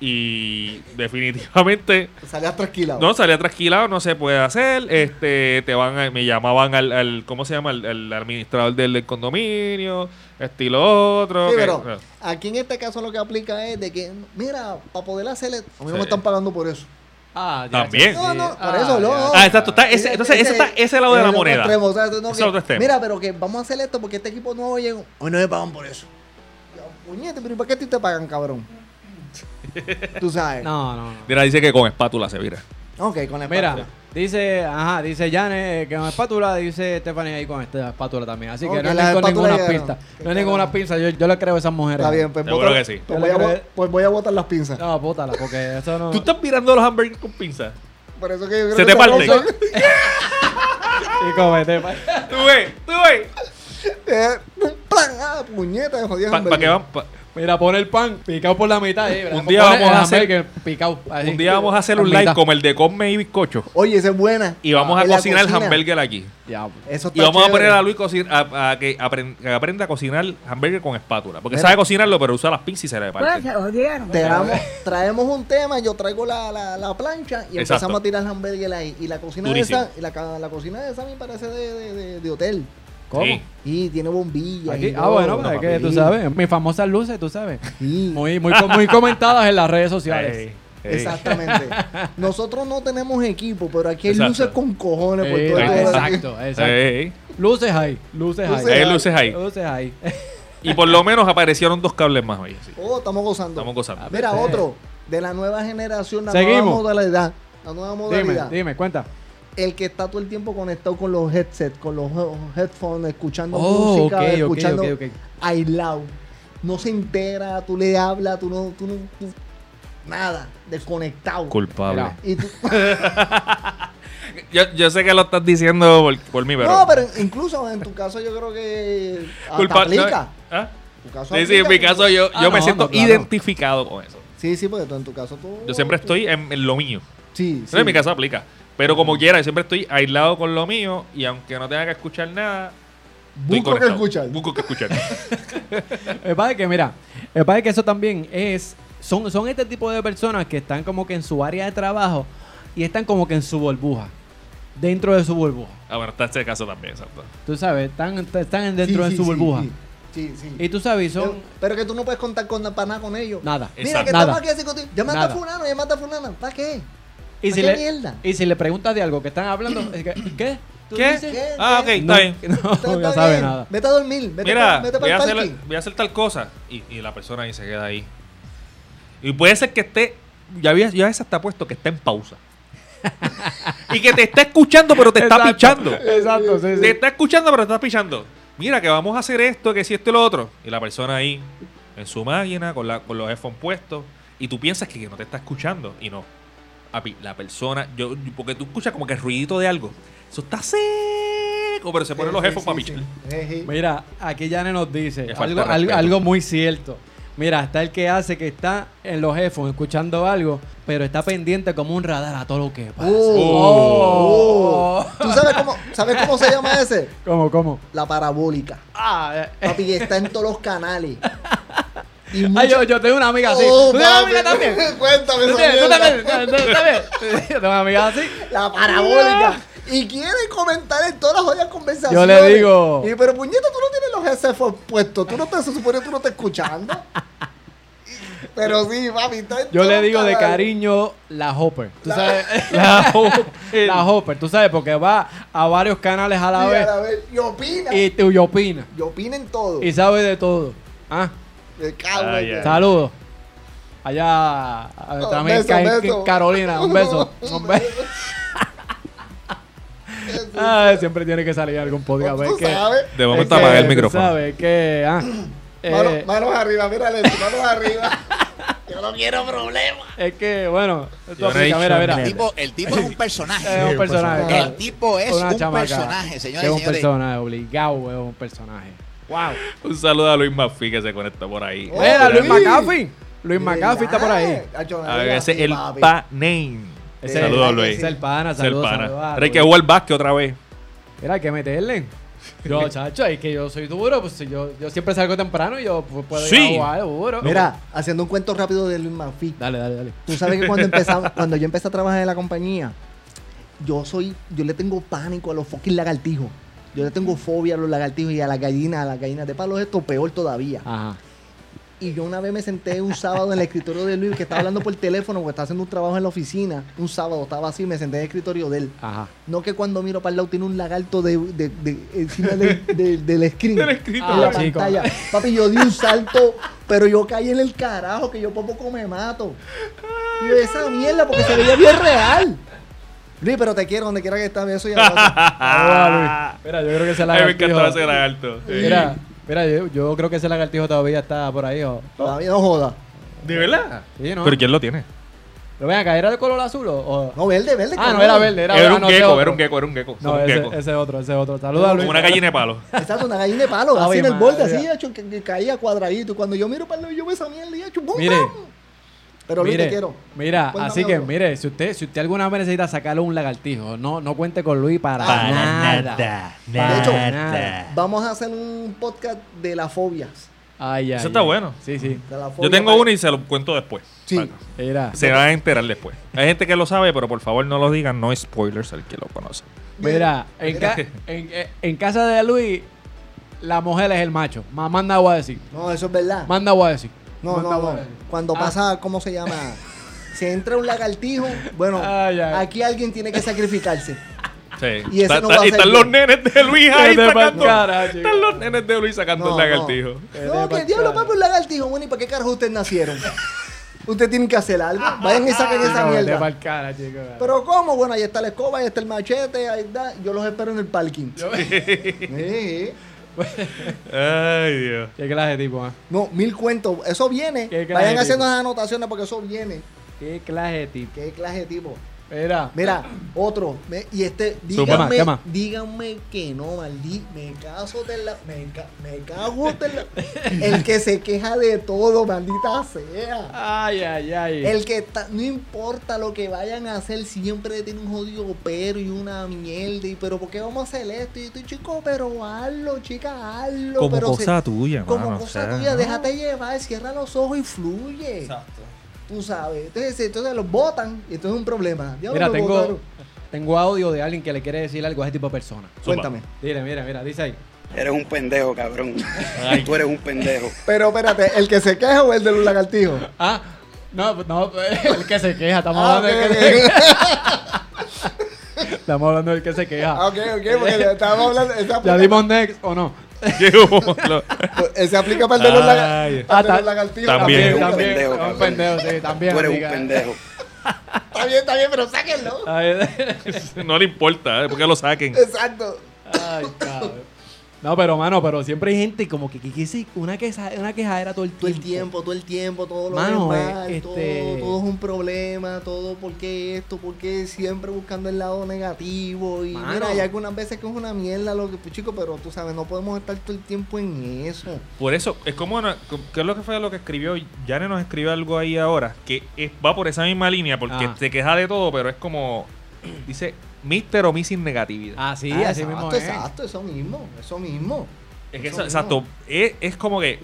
[SPEAKER 6] y definitivamente
[SPEAKER 7] Salías tranquila.
[SPEAKER 6] no salía trasquilado, no se puede hacer. Este, te van a- me llamaban al, al- ¿cómo se llama? Al, al administrador del, del condominio, estilo otro.
[SPEAKER 7] Sí,
[SPEAKER 6] que-
[SPEAKER 7] pero
[SPEAKER 6] no.
[SPEAKER 7] aquí en este caso lo que aplica es de que, mira, para poder hacerle, a mí no
[SPEAKER 6] Sí.
[SPEAKER 7] me están pagando por eso.
[SPEAKER 1] Ah, ya,
[SPEAKER 6] También.
[SPEAKER 1] ya,
[SPEAKER 7] No,
[SPEAKER 1] sí.
[SPEAKER 7] no, por eso, no.
[SPEAKER 1] ya,
[SPEAKER 6] Ah, exacto, está ese- entonces ese está- ese lado de
[SPEAKER 7] es
[SPEAKER 6] la
[SPEAKER 7] el otro
[SPEAKER 6] moneda.
[SPEAKER 7] extremo, o sea, no,
[SPEAKER 6] Ese
[SPEAKER 7] que,
[SPEAKER 6] es el otro extremo.
[SPEAKER 7] Mira, pero que vamos a hacer esto porque este equipo nuevo llegó. Hoy no me pagan por eso. Ya, puñete, pero ¿y para qué a ti te pagan, cabrón? Tú sabes.
[SPEAKER 1] No, no, no.
[SPEAKER 6] Mira, dice que con espátula se vira.
[SPEAKER 7] Ok, con la
[SPEAKER 1] Mira,
[SPEAKER 7] espátula.
[SPEAKER 1] dice, ajá, dice Janet eh, que con espátula, dice Stephanie ahí con esta espátula también. Así que
[SPEAKER 7] Ok,
[SPEAKER 1] no
[SPEAKER 7] la
[SPEAKER 1] tengo
[SPEAKER 7] espátula
[SPEAKER 1] ninguna
[SPEAKER 7] ya no.
[SPEAKER 1] pinza. No hay ninguna pinza, yo, yo le creo a esas mujeres.
[SPEAKER 7] Está bien, pues,
[SPEAKER 6] Seguro
[SPEAKER 7] bota-
[SPEAKER 6] que sí.
[SPEAKER 7] pues voy a, bo- pues voy a botar las pinzas.
[SPEAKER 1] No, bótala, porque eso no.
[SPEAKER 6] ¿Tú estás mirando los hamburgues con pinza?
[SPEAKER 7] Por eso que yo creo
[SPEAKER 6] Se
[SPEAKER 7] que
[SPEAKER 6] te parte.
[SPEAKER 7] rompen.
[SPEAKER 1] Y cómete, pa-
[SPEAKER 6] Tú ves, tú ves.
[SPEAKER 7] Eh, un plan, ah, puñeta, jodida.
[SPEAKER 6] Pa- pa' que van- pa-
[SPEAKER 1] Mira, pon el pan picado por la mitad. ahí, ¿verdad?
[SPEAKER 6] Un día
[SPEAKER 1] Pon el
[SPEAKER 6] vamos a hacer-
[SPEAKER 1] hamburger picado. así.
[SPEAKER 6] Un día vamos a hacer un
[SPEAKER 1] La
[SPEAKER 6] live
[SPEAKER 1] mitad.
[SPEAKER 6] como el de Cosme y Bizcocho.
[SPEAKER 7] Oye, esa es buena.
[SPEAKER 6] Y vamos a
[SPEAKER 7] Ah, En la
[SPEAKER 6] cocinar el
[SPEAKER 7] cocina.
[SPEAKER 6] hamburger aquí.
[SPEAKER 1] Diablo.
[SPEAKER 7] Eso está
[SPEAKER 6] Y vamos a
[SPEAKER 7] chévere.
[SPEAKER 6] poner a Luis cocin- a, a que, apren- que aprenda a cocinar hamburger con espátula. Porque
[SPEAKER 7] Mira.
[SPEAKER 6] sabe cocinarlo, pero usa las pinzas y se le parten.
[SPEAKER 7] Te damos- traemos un tema, yo traigo la, la, la plancha
[SPEAKER 6] Exacto.
[SPEAKER 7] y empezamos a tirar hamburguesas ahí. Y la cocina
[SPEAKER 6] Durísimo.
[SPEAKER 7] de esa, y la, ca- la cocina de esa me parece de, de- de- de hotel.
[SPEAKER 1] ¿Cómo?
[SPEAKER 6] Sí.
[SPEAKER 7] Y tiene bombillas.
[SPEAKER 1] Aquí-
[SPEAKER 7] y
[SPEAKER 1] ah,
[SPEAKER 7] todo.
[SPEAKER 1] bueno, pues, es que tú
[SPEAKER 7] Sí.
[SPEAKER 1] sabes, mis famosas luces, tú sabes.
[SPEAKER 7] Sí,
[SPEAKER 1] Muy, muy, co- muy comentadas en las redes sociales.
[SPEAKER 6] Ey, ey.
[SPEAKER 7] Exactamente. Nosotros no tenemos equipo, pero aquí hay
[SPEAKER 6] Exacto.
[SPEAKER 7] luces con cojones por
[SPEAKER 1] Ey,
[SPEAKER 7] todo el lado.
[SPEAKER 1] exacto, exacto.
[SPEAKER 6] Ey,
[SPEAKER 1] Luces ahí, luces ahí.
[SPEAKER 7] Luces
[SPEAKER 6] hay luces ahí.
[SPEAKER 1] Luces ahí.
[SPEAKER 6] Y por lo menos aparecieron dos cables más hoy. sí.
[SPEAKER 7] Oh, estamos gozando.
[SPEAKER 6] Estamos gozando.
[SPEAKER 7] Mira, otro de la nueva generación, la
[SPEAKER 1] Seguimos.
[SPEAKER 7] nueva modalidad. La nueva
[SPEAKER 1] Dime,
[SPEAKER 7] modalidad.
[SPEAKER 1] dime, cuenta.
[SPEAKER 7] El que está todo el tiempo conectado con los headsets, con los he- headphones, escuchando
[SPEAKER 1] Oh,
[SPEAKER 7] música,
[SPEAKER 1] ok, ok,
[SPEAKER 7] escuchando
[SPEAKER 1] ok, ok.
[SPEAKER 7] aislado. No se entera, tú le hablas, tú no, tú no, tú- nada, desconectado.
[SPEAKER 6] Culpable.
[SPEAKER 1] Mira.
[SPEAKER 7] Y tú-
[SPEAKER 6] Yo, yo sé que lo estás diciendo por, por mí, pero.
[SPEAKER 7] no, pero incluso en tu caso yo creo que hasta
[SPEAKER 6] culpa-
[SPEAKER 7] aplica.
[SPEAKER 6] no, ¿Ah?
[SPEAKER 7] Tu caso
[SPEAKER 6] Sí, sí,
[SPEAKER 7] aplica
[SPEAKER 6] en mi
[SPEAKER 7] porque-
[SPEAKER 6] caso yo,
[SPEAKER 1] Ah,
[SPEAKER 6] yo me
[SPEAKER 1] no,
[SPEAKER 6] siento
[SPEAKER 1] no, claro.
[SPEAKER 6] identificado con eso.
[SPEAKER 7] Sí, sí, porque tú en tu caso tú...
[SPEAKER 6] Yo siempre estoy en, en lo mío.
[SPEAKER 7] Sí, sí.
[SPEAKER 6] Pero En mi caso aplica. Pero como quiera, yo siempre estoy aislado con lo mío y aunque no tenga que escuchar nada. estoy
[SPEAKER 7] Busco que
[SPEAKER 6] conectado.
[SPEAKER 7] escuchar.
[SPEAKER 6] Busco que escuchar.
[SPEAKER 1] El padre que, mira, el padre que eso también es. Son, son este tipo de personas que están como que en su área de trabajo y están como que en su burbuja. Dentro de su burbuja.
[SPEAKER 6] ah, bueno, está este caso también, exacto.
[SPEAKER 1] Tú sabes, están, están dentro
[SPEAKER 7] Sí,
[SPEAKER 1] de
[SPEAKER 7] sí,
[SPEAKER 1] su
[SPEAKER 7] sí,
[SPEAKER 1] burbuja.
[SPEAKER 7] sí. Eh, Sí, sí.
[SPEAKER 1] Y tú sabes, y
[SPEAKER 7] Pero,
[SPEAKER 1] son.
[SPEAKER 7] pero que tú no puedes contar con na- para nada con ellos.
[SPEAKER 1] Nada.
[SPEAKER 7] Mira,
[SPEAKER 6] Exacto.
[SPEAKER 7] que
[SPEAKER 1] Nada.
[SPEAKER 7] estamos aquí así contigo. Ya mata a
[SPEAKER 1] Nada.
[SPEAKER 7] fulano, ya mata a fulana. ¿Para qué?
[SPEAKER 1] Y
[SPEAKER 7] ¿pa'
[SPEAKER 1] si,
[SPEAKER 7] qué
[SPEAKER 1] le,
[SPEAKER 7] mierda?
[SPEAKER 1] y si le preguntas de algo que están hablando, es que, ¿qué? ¿Tú
[SPEAKER 6] ¿Qué?
[SPEAKER 1] dices?
[SPEAKER 7] ¿Qué?
[SPEAKER 6] Ah, ok, está
[SPEAKER 1] No,
[SPEAKER 6] bien.
[SPEAKER 7] Está-
[SPEAKER 1] no,
[SPEAKER 7] está
[SPEAKER 1] ya sabe
[SPEAKER 7] bien,
[SPEAKER 1] nada.
[SPEAKER 7] Vete a dormir. Vete
[SPEAKER 6] Mira,
[SPEAKER 7] pa- vete
[SPEAKER 6] voy, a
[SPEAKER 7] para el
[SPEAKER 6] hacer,
[SPEAKER 7] parking.
[SPEAKER 6] voy a hacer tal cosa. Y, y la persona ahí se queda ahí. Y puede ser que esté. Ya, había, ya esa está puesto que está en pausa. y que te está escuchando, pero te está
[SPEAKER 1] Exacto,
[SPEAKER 6] pichando.
[SPEAKER 1] Exacto, sí, sí.
[SPEAKER 6] Te está escuchando, pero te está pichando. Mira, que vamos a hacer esto, que si esto y lo otro. Y la persona ahí, en su máquina, con, la, con los headphones puestos. Y tú piensas que, que no te está escuchando. Y no. Papi, la persona. yo Porque tú escuchas como que el ruidito de algo. Eso está seco, pero se ponen los
[SPEAKER 7] Sí,
[SPEAKER 6] headphones para
[SPEAKER 7] sí,
[SPEAKER 6] pichar.
[SPEAKER 7] sí. Eh, sí.
[SPEAKER 1] Mira, aquí Yane nos dice
[SPEAKER 6] Es falta
[SPEAKER 1] algo,
[SPEAKER 6] de
[SPEAKER 1] algo,
[SPEAKER 6] respeto.
[SPEAKER 1] algo muy cierto. Mira, está el que hace que está en los headphones escuchando algo, pero está pendiente como un radar a todo lo que pasa.
[SPEAKER 7] Oh.
[SPEAKER 1] Oh.
[SPEAKER 7] ¿Tú sabes cómo, sabes cómo se llama ese?
[SPEAKER 1] ¿Cómo, cómo?
[SPEAKER 7] La parabólica.
[SPEAKER 1] Ah, eh, eh.
[SPEAKER 7] Papi, que está en todos los canales. Y
[SPEAKER 1] Ay,
[SPEAKER 7] mucho-
[SPEAKER 1] yo, yo tengo una amiga así.
[SPEAKER 7] Oh,
[SPEAKER 1] ¿Tú tienes una
[SPEAKER 7] papi.
[SPEAKER 1] amiga también?
[SPEAKER 7] Cuéntame
[SPEAKER 1] ¿Tú
[SPEAKER 7] esa
[SPEAKER 1] tienes- tú
[SPEAKER 7] mierda.
[SPEAKER 1] también? ¿Tú- tú también? Yo tengo una amiga así.
[SPEAKER 7] La parabólica. Y quiere comentar en todas las jodidas conversaciones.
[SPEAKER 1] Yo le digo-
[SPEAKER 7] Y, pero puñeta, tú no tienes los headphones puestos. Tú no te se supone que tú no estás escuchando. Y- Pero sí, papi, está en
[SPEAKER 1] Yo
[SPEAKER 7] todos
[SPEAKER 1] le
[SPEAKER 7] los
[SPEAKER 1] digo de
[SPEAKER 7] canales.
[SPEAKER 1] cariño la Hopper. ¿Tú sabes?
[SPEAKER 6] La
[SPEAKER 1] La Hopper, tú sabes, porque va a varios canales a la
[SPEAKER 7] Sí,
[SPEAKER 1] vez
[SPEAKER 7] a la vez. Y opina.
[SPEAKER 1] y, te- y opina
[SPEAKER 7] Y opina en todo.
[SPEAKER 1] y sabe de todo. Ah.
[SPEAKER 7] Me cago en
[SPEAKER 6] Ah, ya.
[SPEAKER 7] Dios.
[SPEAKER 1] Saludos. Allá a nuestra
[SPEAKER 7] Oh, Un
[SPEAKER 1] amiga
[SPEAKER 7] beso,
[SPEAKER 1] Ca-
[SPEAKER 7] un beso.
[SPEAKER 1] Carolina, un beso. Un beso. Ay, Ah, siempre tiene que salir algún podcast.
[SPEAKER 7] Tú
[SPEAKER 1] es que-
[SPEAKER 7] sabes.
[SPEAKER 6] De
[SPEAKER 1] es
[SPEAKER 6] momento
[SPEAKER 1] que,
[SPEAKER 6] apagar el
[SPEAKER 1] tú
[SPEAKER 6] micrófono.
[SPEAKER 1] ¿Sabes que ah,
[SPEAKER 7] Mano-
[SPEAKER 1] eh,
[SPEAKER 7] manos arriba, mírale, manos arriba. Yo no quiero problemas.
[SPEAKER 1] Es que, bueno,
[SPEAKER 6] Yo
[SPEAKER 1] esto
[SPEAKER 6] no he
[SPEAKER 1] aplica,
[SPEAKER 6] dicho
[SPEAKER 1] mira, mira.
[SPEAKER 6] nada.
[SPEAKER 4] El tipo, el tipo es un personaje.
[SPEAKER 1] Es un personaje.
[SPEAKER 7] personaje.
[SPEAKER 1] claro.
[SPEAKER 4] El tipo es
[SPEAKER 1] Una
[SPEAKER 4] un
[SPEAKER 1] chamaca.
[SPEAKER 4] personaje, señores
[SPEAKER 1] Es
[SPEAKER 4] y
[SPEAKER 1] un
[SPEAKER 4] señores.
[SPEAKER 1] personaje, obligado, es un personaje. Wow.
[SPEAKER 6] Un saludo a Luis Mafi que se conectó por ahí.
[SPEAKER 7] Oh,
[SPEAKER 1] Mira, Luis
[SPEAKER 7] sí.
[SPEAKER 1] McAfee. Luis McAfee está por ahí.
[SPEAKER 7] Ah, yo no
[SPEAKER 6] A ver,
[SPEAKER 7] diga
[SPEAKER 6] ese es
[SPEAKER 7] así,
[SPEAKER 6] el
[SPEAKER 7] papi.
[SPEAKER 6] pa-name.
[SPEAKER 1] Ese es-
[SPEAKER 6] Saludos, Luis.
[SPEAKER 1] ese es el pana,
[SPEAKER 6] Ese es el
[SPEAKER 1] saludos,
[SPEAKER 6] pana.
[SPEAKER 1] saludos a
[SPEAKER 6] Pero hay que
[SPEAKER 1] Luis.
[SPEAKER 6] jugar básquet otra vez.
[SPEAKER 1] Mira, hay que meterle. Yo, chacho, es que yo soy duro, pues yo, yo siempre salgo temprano y yo pues, puedo ir
[SPEAKER 6] Sí.
[SPEAKER 1] a jugar, duro.
[SPEAKER 7] Mira, haciendo un cuento rápido de Luis Manfi.
[SPEAKER 1] Dale, dale, dale.
[SPEAKER 7] Tú sabes que cuando empezaba, cuando yo empecé a trabajar en la compañía, yo soy, yo le tengo pánico a los fucking lagartijos. Yo le tengo fobia a los lagartijos y a las gallinas, a las gallinas de palos, esto peor todavía.
[SPEAKER 1] Ajá.
[SPEAKER 7] Y yo una vez me senté un sábado en el escritorio de Luis, que estaba hablando por teléfono, porque estaba haciendo un trabajo en la oficina. Un sábado estaba así, me senté en el escritorio de él.
[SPEAKER 1] Ajá.
[SPEAKER 7] No que cuando miro para el lado tiene un lagarto de, de- de- encima del- de- del screen.
[SPEAKER 6] Del screen.
[SPEAKER 7] En la
[SPEAKER 1] Ah, chico.
[SPEAKER 7] pantalla. Papi, yo di un salto, pero yo caí en el carajo, que yo por poco me mato. Y yo, esa mierda, porque se veía bien real. Luis, pero te quiero donde quiera que estés. Eso ya
[SPEAKER 1] Ah, Luis. Mira, yo creo que ese
[SPEAKER 6] A mí me
[SPEAKER 1] lagartijo.
[SPEAKER 6] encantaba ese lagarto. Sí.
[SPEAKER 1] Mira, mira, yo, yo creo que ese lagartijo todavía está por ahí, ojo.
[SPEAKER 7] Todavía no joda.
[SPEAKER 6] ¿De verdad?
[SPEAKER 1] Sí, ¿no?
[SPEAKER 6] ¿Pero quién lo tiene?
[SPEAKER 1] ¿Lo ven acá? ¿Era de color azul o- o...?
[SPEAKER 7] No, verde, verde.
[SPEAKER 1] ah, no,
[SPEAKER 7] cabrón.
[SPEAKER 1] era verde. Era,
[SPEAKER 6] Era,
[SPEAKER 1] ah,
[SPEAKER 6] un
[SPEAKER 1] no, ese
[SPEAKER 6] gecko,
[SPEAKER 1] otro.
[SPEAKER 6] era un gecko, era un gecko.
[SPEAKER 1] No,
[SPEAKER 6] un
[SPEAKER 1] ese,
[SPEAKER 6] gecko.
[SPEAKER 1] ese otro, ese otro. Saluda, Luis.
[SPEAKER 6] Como una gallina de palo.
[SPEAKER 7] Exacto, una gallina de palo, así
[SPEAKER 1] Ave
[SPEAKER 7] en el borde,
[SPEAKER 1] María.
[SPEAKER 7] así, hecho, que, que caía cuadradito. Y cuando yo miro para el lado, yo veo esa mierda y hecho, ¡bum,
[SPEAKER 1] Mire.
[SPEAKER 7] bam! Pero Luis,
[SPEAKER 1] mire,
[SPEAKER 7] te quiero.
[SPEAKER 1] Mira,
[SPEAKER 7] Cuéntame
[SPEAKER 1] así que
[SPEAKER 7] otro.
[SPEAKER 1] mire, si usted, si usted alguna vez necesita sacarle un lagartijo, no, no cuente con Luis para,
[SPEAKER 7] Para
[SPEAKER 1] nada. Para
[SPEAKER 7] De hecho,
[SPEAKER 1] nada.
[SPEAKER 7] Vamos a hacer un podcast de las fobias.
[SPEAKER 1] Ay, ay,
[SPEAKER 6] Eso está
[SPEAKER 1] ay.
[SPEAKER 6] bueno.
[SPEAKER 1] Sí, sí.
[SPEAKER 7] De la
[SPEAKER 6] Yo
[SPEAKER 7] fobia
[SPEAKER 6] tengo
[SPEAKER 7] para-
[SPEAKER 6] uno y se lo cuento después.
[SPEAKER 7] Sí.
[SPEAKER 6] Vale.
[SPEAKER 1] Mira.
[SPEAKER 6] Se va a enterar después. Hay gente que lo sabe, pero por favor no lo digan. No spoilers al que lo conoce.
[SPEAKER 1] Mira, en, ca- en- en- en casa de Luis, la mujer es el macho. Más manda agua a decir.
[SPEAKER 7] No, eso es verdad.
[SPEAKER 1] Manda agua a decir.
[SPEAKER 7] No, no, no. Cuando
[SPEAKER 1] Ah.
[SPEAKER 7] pasa, ¿cómo se llama? Se entra un lagartijo. Bueno,
[SPEAKER 1] Ay, ay.
[SPEAKER 7] aquí alguien tiene que sacrificarse.
[SPEAKER 6] Sí.
[SPEAKER 7] Y ese
[SPEAKER 6] Está- está-
[SPEAKER 7] no va a ser
[SPEAKER 6] están
[SPEAKER 7] yo.
[SPEAKER 6] los nenes de Luis ahí
[SPEAKER 1] Vete pa'l
[SPEAKER 6] sacando.
[SPEAKER 1] carajo, chico.
[SPEAKER 6] Están los nenes de Luis sacando
[SPEAKER 7] No,
[SPEAKER 6] el lagartijo.
[SPEAKER 7] No, no que diablo, papi, un lagartijo. Bueno, ¿y para qué carajo ustedes nacieron? ustedes tienen que hacer algo. Vayan y saquen esa
[SPEAKER 1] Chico, vete
[SPEAKER 7] mierda.
[SPEAKER 1] pa'l cara, chico.
[SPEAKER 7] Pero ¿cómo? Bueno, ahí está la escoba, ahí está el machete, ahí está. Yo los espero en el parking. Sí.
[SPEAKER 6] Ay, Dios.
[SPEAKER 1] Qué clase de tipo, ¿ah?
[SPEAKER 7] No, mil cuentos. Eso viene.
[SPEAKER 1] Qué clase
[SPEAKER 7] Vayan
[SPEAKER 1] de
[SPEAKER 7] haciendo
[SPEAKER 1] tipo.
[SPEAKER 7] las anotaciones porque eso viene.
[SPEAKER 1] Qué clase de tipo.
[SPEAKER 7] Qué clase de tipo.
[SPEAKER 1] Mira.
[SPEAKER 7] Mira, otro. Me- y este,
[SPEAKER 1] Zumba.
[SPEAKER 7] díganme,
[SPEAKER 1] ¿Qué más?
[SPEAKER 7] díganme que no, maldí. Me caso de la. Me, ca- me cago de la. El que se queja de todo, maldita sea.
[SPEAKER 1] Ay, ay, ay.
[SPEAKER 7] El que está, no importa lo que vayan a hacer, siempre tiene un jodido pero y una mierda. Y pero, ¿por qué vamos a hacer esto? Y tú, chico, pero hazlo, chica, hazlo.
[SPEAKER 6] Como
[SPEAKER 7] pero
[SPEAKER 6] cosa
[SPEAKER 7] se-
[SPEAKER 6] tuya,
[SPEAKER 7] Como
[SPEAKER 6] mano, o
[SPEAKER 7] cosa
[SPEAKER 6] sea,
[SPEAKER 7] tuya,
[SPEAKER 6] ¿no?
[SPEAKER 7] déjate llevar, cierra los ojos y fluye. Exacto. Tú sabes. Entonces, entonces los botan y esto es un problema. Ya
[SPEAKER 1] Mira,
[SPEAKER 7] los
[SPEAKER 1] tengo,
[SPEAKER 7] botaron.
[SPEAKER 1] tengo audio de alguien que le quiere decir algo a ese tipo de persona.
[SPEAKER 7] Cuéntame.
[SPEAKER 1] Mira, mira, mira, dice ahí.
[SPEAKER 10] Eres un pendejo, cabrón. Tú eres un pendejo.
[SPEAKER 7] Pero espérate, ¿el que se queja o el de los lagartijos?
[SPEAKER 1] Ah, no, no, el que se queja. Estamos
[SPEAKER 7] Ah,
[SPEAKER 1] hablando del
[SPEAKER 7] ok,
[SPEAKER 1] que se queja. Estamos hablando del que se queja.
[SPEAKER 7] Ah, ok, ok, porque le estábamos hablando. Ese
[SPEAKER 1] ¿Ya
[SPEAKER 7] aplica,
[SPEAKER 1] dimos next o no?
[SPEAKER 6] Llegó lo-
[SPEAKER 7] ese aplica para el de los, laga-
[SPEAKER 6] Ay.
[SPEAKER 7] para el de
[SPEAKER 1] Ah,
[SPEAKER 7] los
[SPEAKER 1] ta-
[SPEAKER 7] lagartijos.
[SPEAKER 6] También.
[SPEAKER 1] también.
[SPEAKER 10] Eres un pendejo,
[SPEAKER 1] es un
[SPEAKER 10] cabrón.
[SPEAKER 1] pendejo, sí, también.
[SPEAKER 10] Tú eres un
[SPEAKER 1] diga.
[SPEAKER 10] pendejo.
[SPEAKER 7] Está bien, está bien, pero sáquenlo.
[SPEAKER 1] Ay,
[SPEAKER 6] no le importa, ¿eh? porque lo saquen.
[SPEAKER 7] Exacto.
[SPEAKER 1] ay, cabrón. No, pero mano, pero siempre hay gente como que, que, que sí, una, queja, una quejadera todo el tiempo.
[SPEAKER 7] Todo el tiempo, todo el tiempo, todo lo
[SPEAKER 1] Mano,
[SPEAKER 7] que
[SPEAKER 1] eh,
[SPEAKER 7] es mal, todo-
[SPEAKER 1] este-
[SPEAKER 7] todo, es un problema, todo por qué esto, por qué siempre buscando el lado negativo. Y
[SPEAKER 1] Mano.
[SPEAKER 7] mira, hay algunas veces que es una mierda lo que, pues, chico, pero tú sabes, no podemos estar todo el tiempo en eso.
[SPEAKER 6] Por eso, es como, una- ¿qué es lo que fue lo que escribió? Yane nos escribió algo ahí ahora, que es- va por esa misma línea, porque
[SPEAKER 1] Ajá.
[SPEAKER 6] se queja de todo, pero es como, dice, Mister o Missing Negatividad.
[SPEAKER 1] Ah, sí,
[SPEAKER 7] Ah,
[SPEAKER 1] así
[SPEAKER 7] exacto,
[SPEAKER 1] mismo es.
[SPEAKER 7] exacto, eso mismo, eso mismo.
[SPEAKER 6] Es que
[SPEAKER 7] Eso
[SPEAKER 6] eso-
[SPEAKER 7] mismo.
[SPEAKER 6] exacto. Es, es como que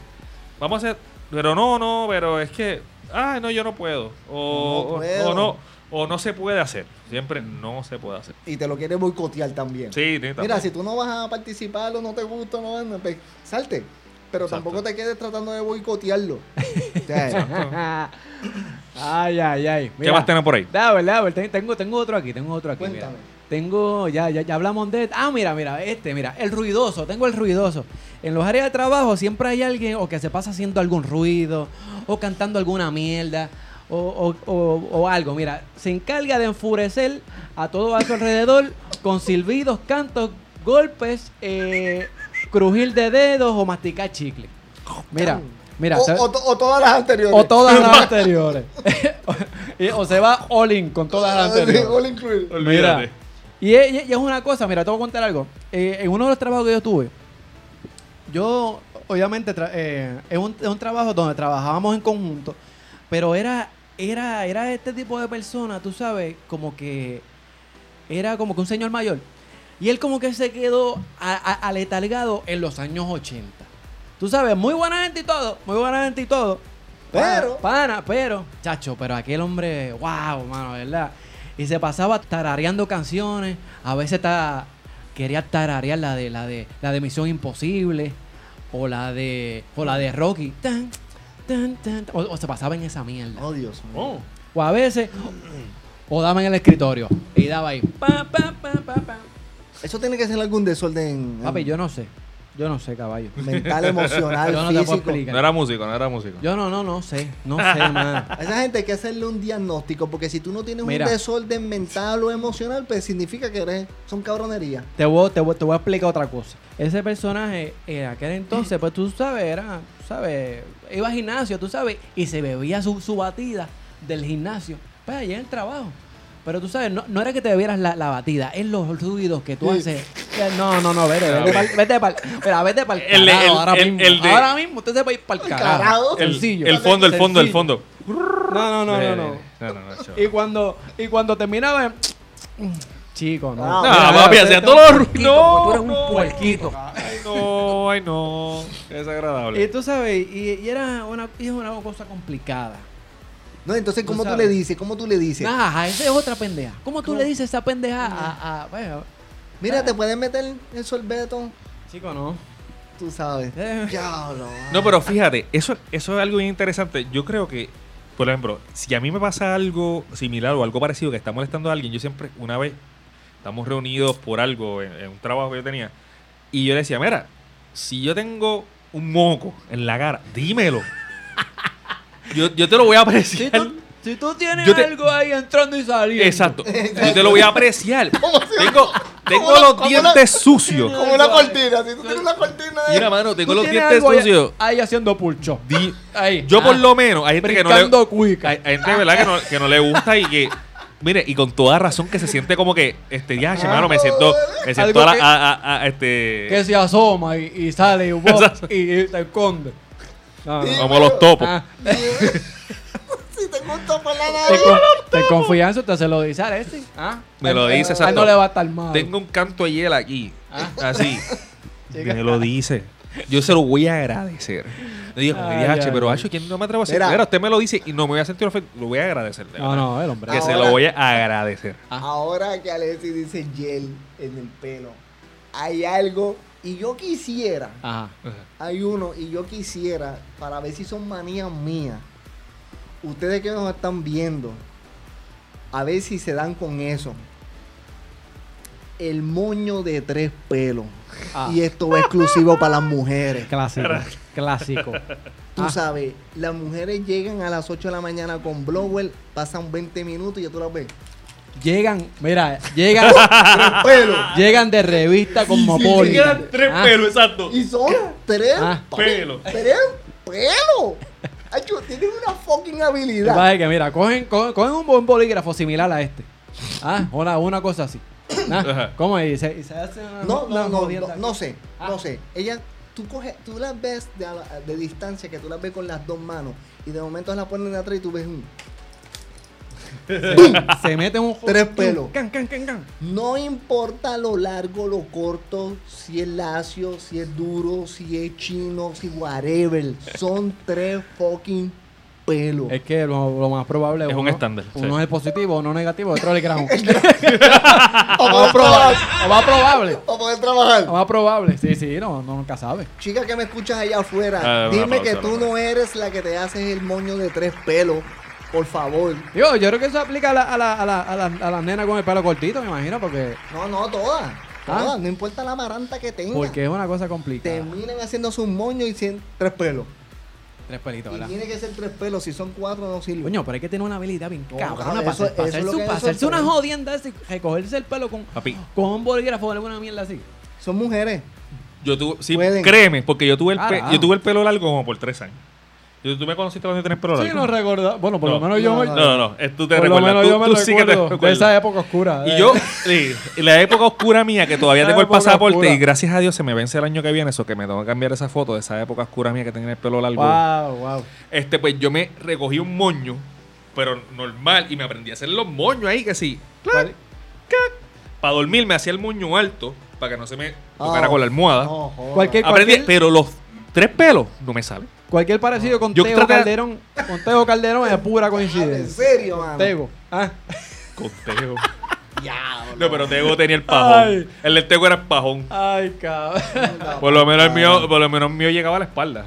[SPEAKER 6] vamos a hacer, pero no, no, pero es que, ah, no, yo no puedo. O o-
[SPEAKER 7] No
[SPEAKER 6] o no,
[SPEAKER 7] puedo.
[SPEAKER 6] o no, se puede hacer. Siempre no se puede hacer.
[SPEAKER 7] Y te lo quieres boicotear también.
[SPEAKER 6] Sí, sí,
[SPEAKER 7] Mira,
[SPEAKER 6] también.
[SPEAKER 7] si tú no vas a participar o no te gusta, no, no, pues, salte. Pero
[SPEAKER 6] Exacto.
[SPEAKER 7] tampoco te quedes tratando de boicotearlo. O sea,
[SPEAKER 1] Ay, ay, ay.
[SPEAKER 6] ¿Qué más tenemos por ahí?
[SPEAKER 1] Dame, dame, ten- tengo, tengo otro aquí, tengo otro aquí. mira.
[SPEAKER 7] Cuéntame.
[SPEAKER 1] Tengo, ya, ya, ya hablamos de... Ah, mira, mira, este, mira, el ruidoso, tengo el ruidoso. En los áreas de trabajo siempre hay alguien o que se pasa haciendo algún ruido, o cantando alguna mierda, o, o- o- o algo. Mira, se encarga de enfurecer a todo a su alrededor con silbidos, cantos, golpes, eh, crujir de dedos o masticar chicle. Mira, mira.
[SPEAKER 7] o,
[SPEAKER 1] ¿sabes?
[SPEAKER 7] o to- o todas las anteriores.
[SPEAKER 1] O todas las anteriores. Y- o se va all in con todas las anteriores.
[SPEAKER 7] Ah, All included.
[SPEAKER 6] Olvídate.
[SPEAKER 1] Mira, y es, y es- y es una cosa, mira, te voy a contar algo. Eh, en uno de los trabajos que yo tuve, yo, obviamente, tra- eh, es, un, es un trabajo donde trabajábamos en conjunto, pero era, era, era este tipo de persona, tú sabes, como que era como que un señor mayor. Y él como que se quedó a- a- aletargado en los años 80. Tú sabes, muy buena gente y todo, muy buena gente y todo.
[SPEAKER 7] Pero-
[SPEAKER 1] Pana, pero. Chacho, pero aquel hombre, wow, mano, ¿verdad? Y se pasaba tarareando canciones. A veces ta- quería tararear la de, la de, la de Misión Imposible. O la de. O la de Rocky. Tan, tan, tan, tan. O, o se pasaba en esa mierda.
[SPEAKER 3] Oh, Dios mío.
[SPEAKER 6] Oh.
[SPEAKER 1] O a veces, o daba en el escritorio y daba ahí. Pa, pa, pa, pa, pa.
[SPEAKER 7] Eso tiene que ser algún desorden.
[SPEAKER 1] Papi, yo no sé. Yo no sé, caballo.
[SPEAKER 7] Mental, emocional,
[SPEAKER 1] Yo no te puedo
[SPEAKER 7] físico.
[SPEAKER 1] explicar.
[SPEAKER 6] No era músico, no era músico.
[SPEAKER 1] Yo no, no, no sé. No sé, man.
[SPEAKER 7] A esa gente hay que hacerle un diagnóstico, porque si tú no tienes
[SPEAKER 1] Mira.
[SPEAKER 7] un desorden mental o emocional, pues significa que eres, son cabronerías.
[SPEAKER 1] Te voy, te, voy, te voy a explicar otra cosa. Ese personaje, en aquel entonces, pues tú sabes, era, tú sabes, iba al gimnasio, tú sabes, y se bebía su, su batida del gimnasio. Pues allá en el trabajo. Pero tú sabes, no, no era que te bebieras la, la batida, es los ruidos que tú haces. Eh, No, no, no, vete, vete, pa'l- vete para Mira, vete para el
[SPEAKER 6] El- el-
[SPEAKER 1] carajo ahora
[SPEAKER 6] el-
[SPEAKER 1] mismo.
[SPEAKER 6] el de-
[SPEAKER 1] Ahora mismo usted se va a ir para el carajo.
[SPEAKER 7] carajo.
[SPEAKER 6] El,
[SPEAKER 1] Sencillo.
[SPEAKER 6] el fondo, el fondo, el
[SPEAKER 1] Sencillo.
[SPEAKER 6] fondo.
[SPEAKER 1] No, no, no, no,
[SPEAKER 6] Eh,
[SPEAKER 1] no.
[SPEAKER 6] No, no, no, chaval.
[SPEAKER 1] Y cuando, y cuando terminaba, em, chico, no.
[SPEAKER 7] No,
[SPEAKER 1] Mira,
[SPEAKER 6] papi,
[SPEAKER 1] tú eres
[SPEAKER 6] hacía
[SPEAKER 1] un
[SPEAKER 6] todos los
[SPEAKER 1] puerquito,
[SPEAKER 6] ruidos.
[SPEAKER 1] tú eres un
[SPEAKER 6] No, no.
[SPEAKER 1] Ah, este puerquito.
[SPEAKER 6] Ay, no, ay, no. Qué desagradable.
[SPEAKER 1] Y tú sabes, y, y era una, y es una cosa complicada.
[SPEAKER 7] No, entonces,
[SPEAKER 1] Tú
[SPEAKER 7] ¿cómo tú,
[SPEAKER 1] sabes.
[SPEAKER 7] le dices? ¿Cómo tú le dices?
[SPEAKER 1] Nah, ajá, esa es otra pendeja. ¿Cómo tú le dices esa pendeja a... a- bueno,
[SPEAKER 7] Mira, te pueden meter el sorbeto,
[SPEAKER 1] chico, no.
[SPEAKER 7] tú sabes.
[SPEAKER 1] Eh,
[SPEAKER 7] Diablo.
[SPEAKER 6] No, pero fíjate, eso, eso es algo bien interesante. Yo creo que, por ejemplo, si a mí me pasa algo similar o algo parecido que está molestando a alguien, yo siempre, una vez, estamos reunidos por algo en, en un trabajo que yo tenía, y yo le decía, mira, si yo tengo un moco en la cara, dímelo. Yo, yo te lo voy a
[SPEAKER 1] Si
[SPEAKER 6] apreciar.
[SPEAKER 1] tú, si tú tienes
[SPEAKER 6] Yo te-
[SPEAKER 1] algo ahí entrando y saliendo.
[SPEAKER 6] Exacto. Yo te lo voy a apreciar. Tengo, tengo
[SPEAKER 3] una-
[SPEAKER 6] los
[SPEAKER 3] como
[SPEAKER 6] dientes sucios.
[SPEAKER 3] Como una cortina, si tú tienes una cortina de...
[SPEAKER 6] Mira, mano, tengo
[SPEAKER 1] Tú
[SPEAKER 6] los
[SPEAKER 1] tienes
[SPEAKER 6] dientes
[SPEAKER 1] algo ahí-
[SPEAKER 6] sucios.
[SPEAKER 1] Ahí, haciendo pulcho.
[SPEAKER 6] Di-
[SPEAKER 1] Ahí.
[SPEAKER 6] Yo por
[SPEAKER 1] Ah,
[SPEAKER 6] lo menos, hay gente que no le,
[SPEAKER 1] Brincando cuica.
[SPEAKER 6] hay, hay gente de verdad que no, que no le gusta y que mire y con toda razón que se siente como que este ya hermano me siento me siento
[SPEAKER 1] Algo
[SPEAKER 6] a, la-
[SPEAKER 1] que-
[SPEAKER 6] a- a- a, este
[SPEAKER 1] Que se asoma y, y sale y,
[SPEAKER 6] Exacto.
[SPEAKER 1] y, y se esconde. No, no.
[SPEAKER 6] como los topos
[SPEAKER 1] Ah.
[SPEAKER 3] Si te gusta por la
[SPEAKER 1] Te,
[SPEAKER 3] nariz.
[SPEAKER 1] con, te confianza, usted se lo dice a este. ¿Ah?
[SPEAKER 6] Me lo
[SPEAKER 1] A él-
[SPEAKER 6] dice,
[SPEAKER 1] A él
[SPEAKER 6] exacto.
[SPEAKER 1] no le va Ah. a estar mal.
[SPEAKER 6] tengo un canto de hiel aquí así me lo dice yo se lo voy a agradecer le digo como
[SPEAKER 1] Ay,
[SPEAKER 6] "Diache,
[SPEAKER 1] ay,
[SPEAKER 6] pero
[SPEAKER 1] ay.
[SPEAKER 6] acho quién no me atrevo a hacer
[SPEAKER 7] Mira.
[SPEAKER 6] Mira, usted me lo dice y no me voy a sentir ofendido lo voy a agradecer de
[SPEAKER 1] No,
[SPEAKER 6] verdad.
[SPEAKER 1] no, el hombre.
[SPEAKER 6] que se
[SPEAKER 7] Ahora-
[SPEAKER 6] lo voy a agradecer
[SPEAKER 1] Ah.
[SPEAKER 7] Ahora que Alexis dice gel en el pelo, hay algo, y yo quisiera,
[SPEAKER 1] Ajá.
[SPEAKER 7] hay uno, y yo quisiera, para ver si son manías mías, ustedes que nos están viendo, a ver si se dan con eso. El moño de tres pelos.
[SPEAKER 1] Ah.
[SPEAKER 7] Y esto es exclusivo para las mujeres.
[SPEAKER 1] Clásico. clásico.
[SPEAKER 7] Tú
[SPEAKER 1] Ah.
[SPEAKER 7] sabes, las mujeres llegan a las 8 de la mañana con blower, pasan 20 minutos y ya tú las ves.
[SPEAKER 1] Llegan, mira, llegan. Ah. Llegan de revista Ah, como
[SPEAKER 6] Te quedan tres pelos exacto
[SPEAKER 7] Y son tres
[SPEAKER 1] Ah.
[SPEAKER 7] pa-
[SPEAKER 6] Pelos.
[SPEAKER 7] Tres pelos. Acho, tienes una fucking habilidad.
[SPEAKER 1] que mira, cogen, cogen, cogen un buen bolígrafo similar a este. Ah, una, una cosa así. Ah,
[SPEAKER 6] Ajá.
[SPEAKER 1] ¿Cómo es? Y se, y se hace una,
[SPEAKER 7] No,
[SPEAKER 1] una
[SPEAKER 7] no, no,
[SPEAKER 1] jodienda
[SPEAKER 7] no,
[SPEAKER 1] aquí.
[SPEAKER 7] no sé,
[SPEAKER 1] Ah.
[SPEAKER 7] no sé. Ella, tú coges, tú las ves de, a la- de distancia, que tú las ves con las dos manos. Y de momento las ponen atrás y tú ves un.
[SPEAKER 1] Se mete Oh, un
[SPEAKER 7] Tres pelos.
[SPEAKER 1] Can, can, can, can.
[SPEAKER 7] No importa lo largo, lo corto, si es lacio, si es duro, si es chino, si whatever. Son tres fucking pelos.
[SPEAKER 1] Es que lo, lo más probable
[SPEAKER 6] Es un
[SPEAKER 1] uno-
[SPEAKER 6] estándar,
[SPEAKER 1] Uno
[SPEAKER 6] sí.
[SPEAKER 1] es positivo, uno es negativo, otro es el grano.
[SPEAKER 3] O
[SPEAKER 1] Lo más
[SPEAKER 3] poder
[SPEAKER 1] probable.
[SPEAKER 3] trabajar.
[SPEAKER 1] Lo más probable.
[SPEAKER 3] O poder trabajar.
[SPEAKER 1] Lo más probable. Sí, sí, no, no nunca sabe.
[SPEAKER 7] Chica que me escuchas allá afuera,
[SPEAKER 6] Ah, una
[SPEAKER 7] dime
[SPEAKER 6] pausa,
[SPEAKER 7] que
[SPEAKER 6] una
[SPEAKER 7] tú
[SPEAKER 6] pausa.
[SPEAKER 7] no eres la que te haces el moño de tres pelos, por favor.
[SPEAKER 1] Digo, yo creo que eso aplica a, la- a, la- a, la- a, la- a las nenas con el pelo cortito, me imagino, porque,
[SPEAKER 7] No, no, todas.
[SPEAKER 1] Ah.
[SPEAKER 7] Todas, no importa la maranta que tenga.
[SPEAKER 1] porque es una cosa complicada.
[SPEAKER 7] Terminan haciéndose un moño y cien- tres pelos.
[SPEAKER 1] Tres pelitos,
[SPEAKER 7] Y
[SPEAKER 1] ¿verdad?
[SPEAKER 7] tiene que ser tres pelos, si son cuatro no sirve.
[SPEAKER 1] Coño, pero hay que tener una habilidad bien
[SPEAKER 7] No,
[SPEAKER 1] cabrona
[SPEAKER 7] Oh, cabrón,
[SPEAKER 1] para,
[SPEAKER 7] eso-
[SPEAKER 1] hacer- para
[SPEAKER 7] eso es lo
[SPEAKER 1] hacerse,
[SPEAKER 7] que
[SPEAKER 1] para
[SPEAKER 7] me
[SPEAKER 1] hacerse una
[SPEAKER 7] sorprende.
[SPEAKER 1] jodienda así, recogerse el pelo con,
[SPEAKER 6] Papi.
[SPEAKER 1] con un bolígrafo o alguna mierda así.
[SPEAKER 7] Son mujeres.
[SPEAKER 6] Yo tuve, sí,
[SPEAKER 7] Pueden.
[SPEAKER 6] créeme, porque yo tuve, el pe-
[SPEAKER 1] Carajo.
[SPEAKER 6] yo tuve el pelo largo como por tres años. Yo, tú me conociste cuando yo tenía el pelo largo.
[SPEAKER 1] Sí, no recuerdo. Bueno, por
[SPEAKER 6] No.
[SPEAKER 1] lo menos yo
[SPEAKER 7] No,
[SPEAKER 1] me.
[SPEAKER 6] no, no, no, eh, tú te
[SPEAKER 1] por lo
[SPEAKER 6] recuerdas.
[SPEAKER 1] menos
[SPEAKER 6] tú
[SPEAKER 1] yo me
[SPEAKER 6] tú sí que te
[SPEAKER 1] recuerdo de
[SPEAKER 6] recuerdas.
[SPEAKER 1] esa época oscura.
[SPEAKER 6] Y yo, sí, y la época oscura mía, que todavía
[SPEAKER 1] Esa
[SPEAKER 6] tengo el
[SPEAKER 1] época
[SPEAKER 6] pasaporte,
[SPEAKER 1] oscura.
[SPEAKER 6] y gracias a Dios se me vence el año que viene, eso que me tengo que cambiar esa foto de esa época oscura mía que tenía el pelo largo.
[SPEAKER 1] Wow, wow.
[SPEAKER 6] Este, pues yo me recogí un moño, pero normal, y me aprendí a hacer los moños ahí, que sí. Para dormir me hacía el moño alto, para que no se me tocara
[SPEAKER 7] Oh,
[SPEAKER 6] con la almohada.
[SPEAKER 7] No, joda.
[SPEAKER 1] Cualquier,
[SPEAKER 6] Aprendí,
[SPEAKER 1] Ah, cualquier,
[SPEAKER 6] pero los tres pelos no me salen.
[SPEAKER 1] cualquier parecido con
[SPEAKER 6] Yo
[SPEAKER 1] Teo
[SPEAKER 6] traté-
[SPEAKER 1] Calderón, con Teo Calderón es pura
[SPEAKER 7] Ah, En
[SPEAKER 1] coincidencia.
[SPEAKER 7] serio, mano.
[SPEAKER 1] Tego. Ah.
[SPEAKER 6] Con Tego. No, pero Tego tenía el pajón.
[SPEAKER 1] Ay.
[SPEAKER 6] El del Tego era el pajón.
[SPEAKER 1] Ay, cabrón. Ah,
[SPEAKER 6] Por lo menos el mío, por lo menos el mío llegaba a la espalda.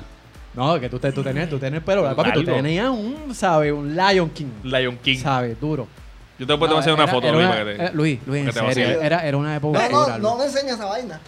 [SPEAKER 1] No, que tú, te- tú tenías, tú tenías pelo, papi, tú
[SPEAKER 6] Largo.
[SPEAKER 1] tenías un, ¿sabes? Un Lion King,
[SPEAKER 6] Lion King.
[SPEAKER 1] ¿sabes? Duro.
[SPEAKER 6] Yo te puedo
[SPEAKER 1] No,
[SPEAKER 6] hacer una
[SPEAKER 1] era-
[SPEAKER 6] foto,
[SPEAKER 1] era
[SPEAKER 6] Luis,
[SPEAKER 1] una-
[SPEAKER 6] para que te-
[SPEAKER 1] era- Luis, Luis, en
[SPEAKER 6] para que te
[SPEAKER 1] serio,
[SPEAKER 6] vaciles.
[SPEAKER 1] era, era una época
[SPEAKER 7] No, no,
[SPEAKER 1] dura,
[SPEAKER 7] no
[SPEAKER 1] Luis.
[SPEAKER 7] me enseñas esa vaina.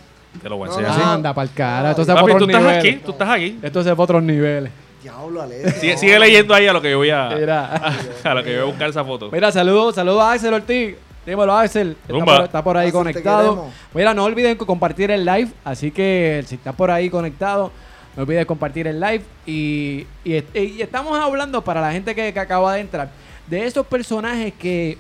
[SPEAKER 6] Te lo voy a
[SPEAKER 7] No,
[SPEAKER 6] enseñar.
[SPEAKER 7] no,
[SPEAKER 6] así.
[SPEAKER 1] Anda, pa'l cara. Esto se fue
[SPEAKER 6] Papi,
[SPEAKER 1] por
[SPEAKER 6] tú
[SPEAKER 1] otros
[SPEAKER 6] estás aquí,
[SPEAKER 1] niveles.
[SPEAKER 6] tú estás aquí.
[SPEAKER 1] Esto se fue a otros niveles.
[SPEAKER 7] Diablo, Alex.
[SPEAKER 6] Sigue,
[SPEAKER 7] no.
[SPEAKER 6] sigue leyendo ahí a lo que yo voy a,
[SPEAKER 1] Mira,
[SPEAKER 6] a lo que yo voy a buscar esa foto.
[SPEAKER 1] mira saludos, saludos a Axel Ortiz. Dímelo, Axel. que Está
[SPEAKER 6] Zumba.
[SPEAKER 1] por, está por ahí
[SPEAKER 7] Axel, te
[SPEAKER 1] conectado.
[SPEAKER 7] queremos.
[SPEAKER 1] Mira, no olviden co- compartir el live. Así que si estás por ahí conectado, no olvides compartir el live. Y, y est- y estamos hablando para la gente que, que acaba de entrar de esos personajes que,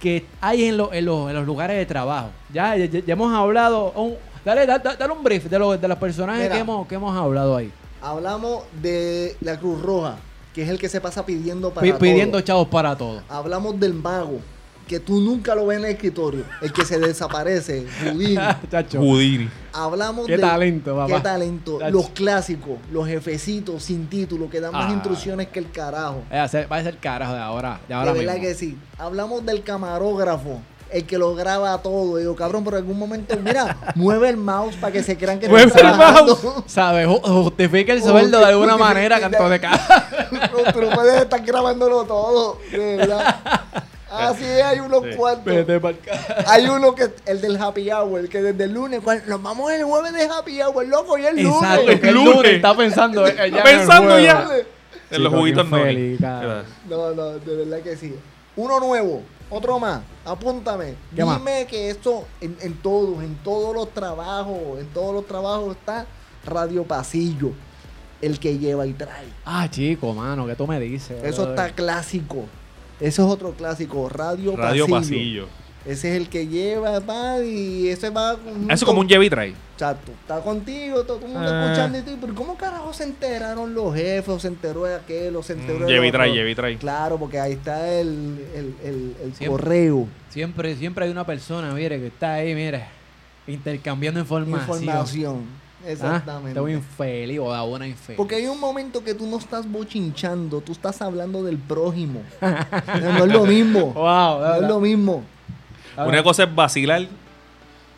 [SPEAKER 1] que hay en, los- en los- en los lugares de trabajo. Ya, ya, ya hemos hablado. un- dale, da- da- dale un brief de, los- de los personajes
[SPEAKER 7] Mira.
[SPEAKER 1] que hemos, que hemos hablado ahí.
[SPEAKER 7] Hablamos de la Cruz Roja, que es el que se pasa pidiendo para
[SPEAKER 1] Pi-
[SPEAKER 7] todo.
[SPEAKER 1] pidiendo chavos para todos.
[SPEAKER 7] Hablamos del mago, que tú nunca lo ves en el escritorio, el que se desaparece, Houdini.
[SPEAKER 1] Chacho.
[SPEAKER 6] Houdini.
[SPEAKER 7] Hablamos
[SPEAKER 1] Qué
[SPEAKER 7] de
[SPEAKER 1] talento, papá.
[SPEAKER 7] Qué talento.
[SPEAKER 1] Chacho.
[SPEAKER 7] Los clásicos, los jefecitos sin título, que dan más
[SPEAKER 1] Ah.
[SPEAKER 7] instrucciones que el carajo.
[SPEAKER 1] Eh, hacer- Va a ser carajo de ahora. De ahora
[SPEAKER 7] de verdad
[SPEAKER 1] mismo.
[SPEAKER 7] que sí. Hablamos del camarógrafo, el que lo graba todo. Digo, cabrón, por algún momento, mira, mueve el mouse para que se crean que
[SPEAKER 1] Mueve el
[SPEAKER 7] trabajando.
[SPEAKER 1] mouse. ¿Sabes? Ju- Justifica el sueldo de alguna manera, canto de cara.
[SPEAKER 7] No, pero puedes estar grabándolo todo, de verdad. Así es, hay unos cuantos.
[SPEAKER 1] Vete pa'l ca-
[SPEAKER 7] Hay uno que, el del happy hour, el que desde el lunes, cual- nos vamos el jueves de happy hour, loco, y el lunes.
[SPEAKER 1] Exacto, que el
[SPEAKER 6] El
[SPEAKER 1] lunes
[SPEAKER 6] lunes.
[SPEAKER 1] está pensando. eh, ya en el
[SPEAKER 6] Pensando
[SPEAKER 1] juego.
[SPEAKER 6] ya. En
[SPEAKER 1] Chico,
[SPEAKER 6] los
[SPEAKER 1] qué
[SPEAKER 6] juguitos no.
[SPEAKER 1] infeliz, cara.
[SPEAKER 7] No, no, de verdad que sí. Uno nuevo, otro más. Apúntame.
[SPEAKER 1] ¿Qué
[SPEAKER 7] Dime
[SPEAKER 1] más?
[SPEAKER 7] que esto en, en todos, en todos los trabajos, en todos los trabajos está Radio Pasillo, el que lleva y trae.
[SPEAKER 1] Ah, chico, mano, que tú me dices?
[SPEAKER 7] Eso
[SPEAKER 1] brother?
[SPEAKER 7] está clásico. Eso es otro clásico, Radio,
[SPEAKER 6] Radio Pasillo.
[SPEAKER 7] Pasillo. Ese es el que lleva, va, y ese va con-
[SPEAKER 6] Eso es como un lleve y trae.
[SPEAKER 7] Exacto, está contigo, todo el mundo
[SPEAKER 6] Ah.
[SPEAKER 7] escuchando y tú, pero ¿cómo carajo se enteraron los jefes? ¿O se enteró de aquel? ¿O se enteró de
[SPEAKER 6] Lleve Mm, y
[SPEAKER 7] otro?
[SPEAKER 6] trae, lleve y trae.
[SPEAKER 7] Claro, porque ahí está el, el, el, el
[SPEAKER 1] Siempre.
[SPEAKER 7] correo.
[SPEAKER 1] Siempre, siempre hay una persona, mire, que está ahí, mire, intercambiando información.
[SPEAKER 7] Información. Exactamente.
[SPEAKER 1] Ah, Estoy infeliz o da una infeliz.
[SPEAKER 7] porque hay un momento que tú no estás bochinchando, tú estás hablando del prójimo. no, no es lo mismo.
[SPEAKER 1] Wow,
[SPEAKER 7] No es lo mismo.
[SPEAKER 1] Ah.
[SPEAKER 6] Una cosa es vacilar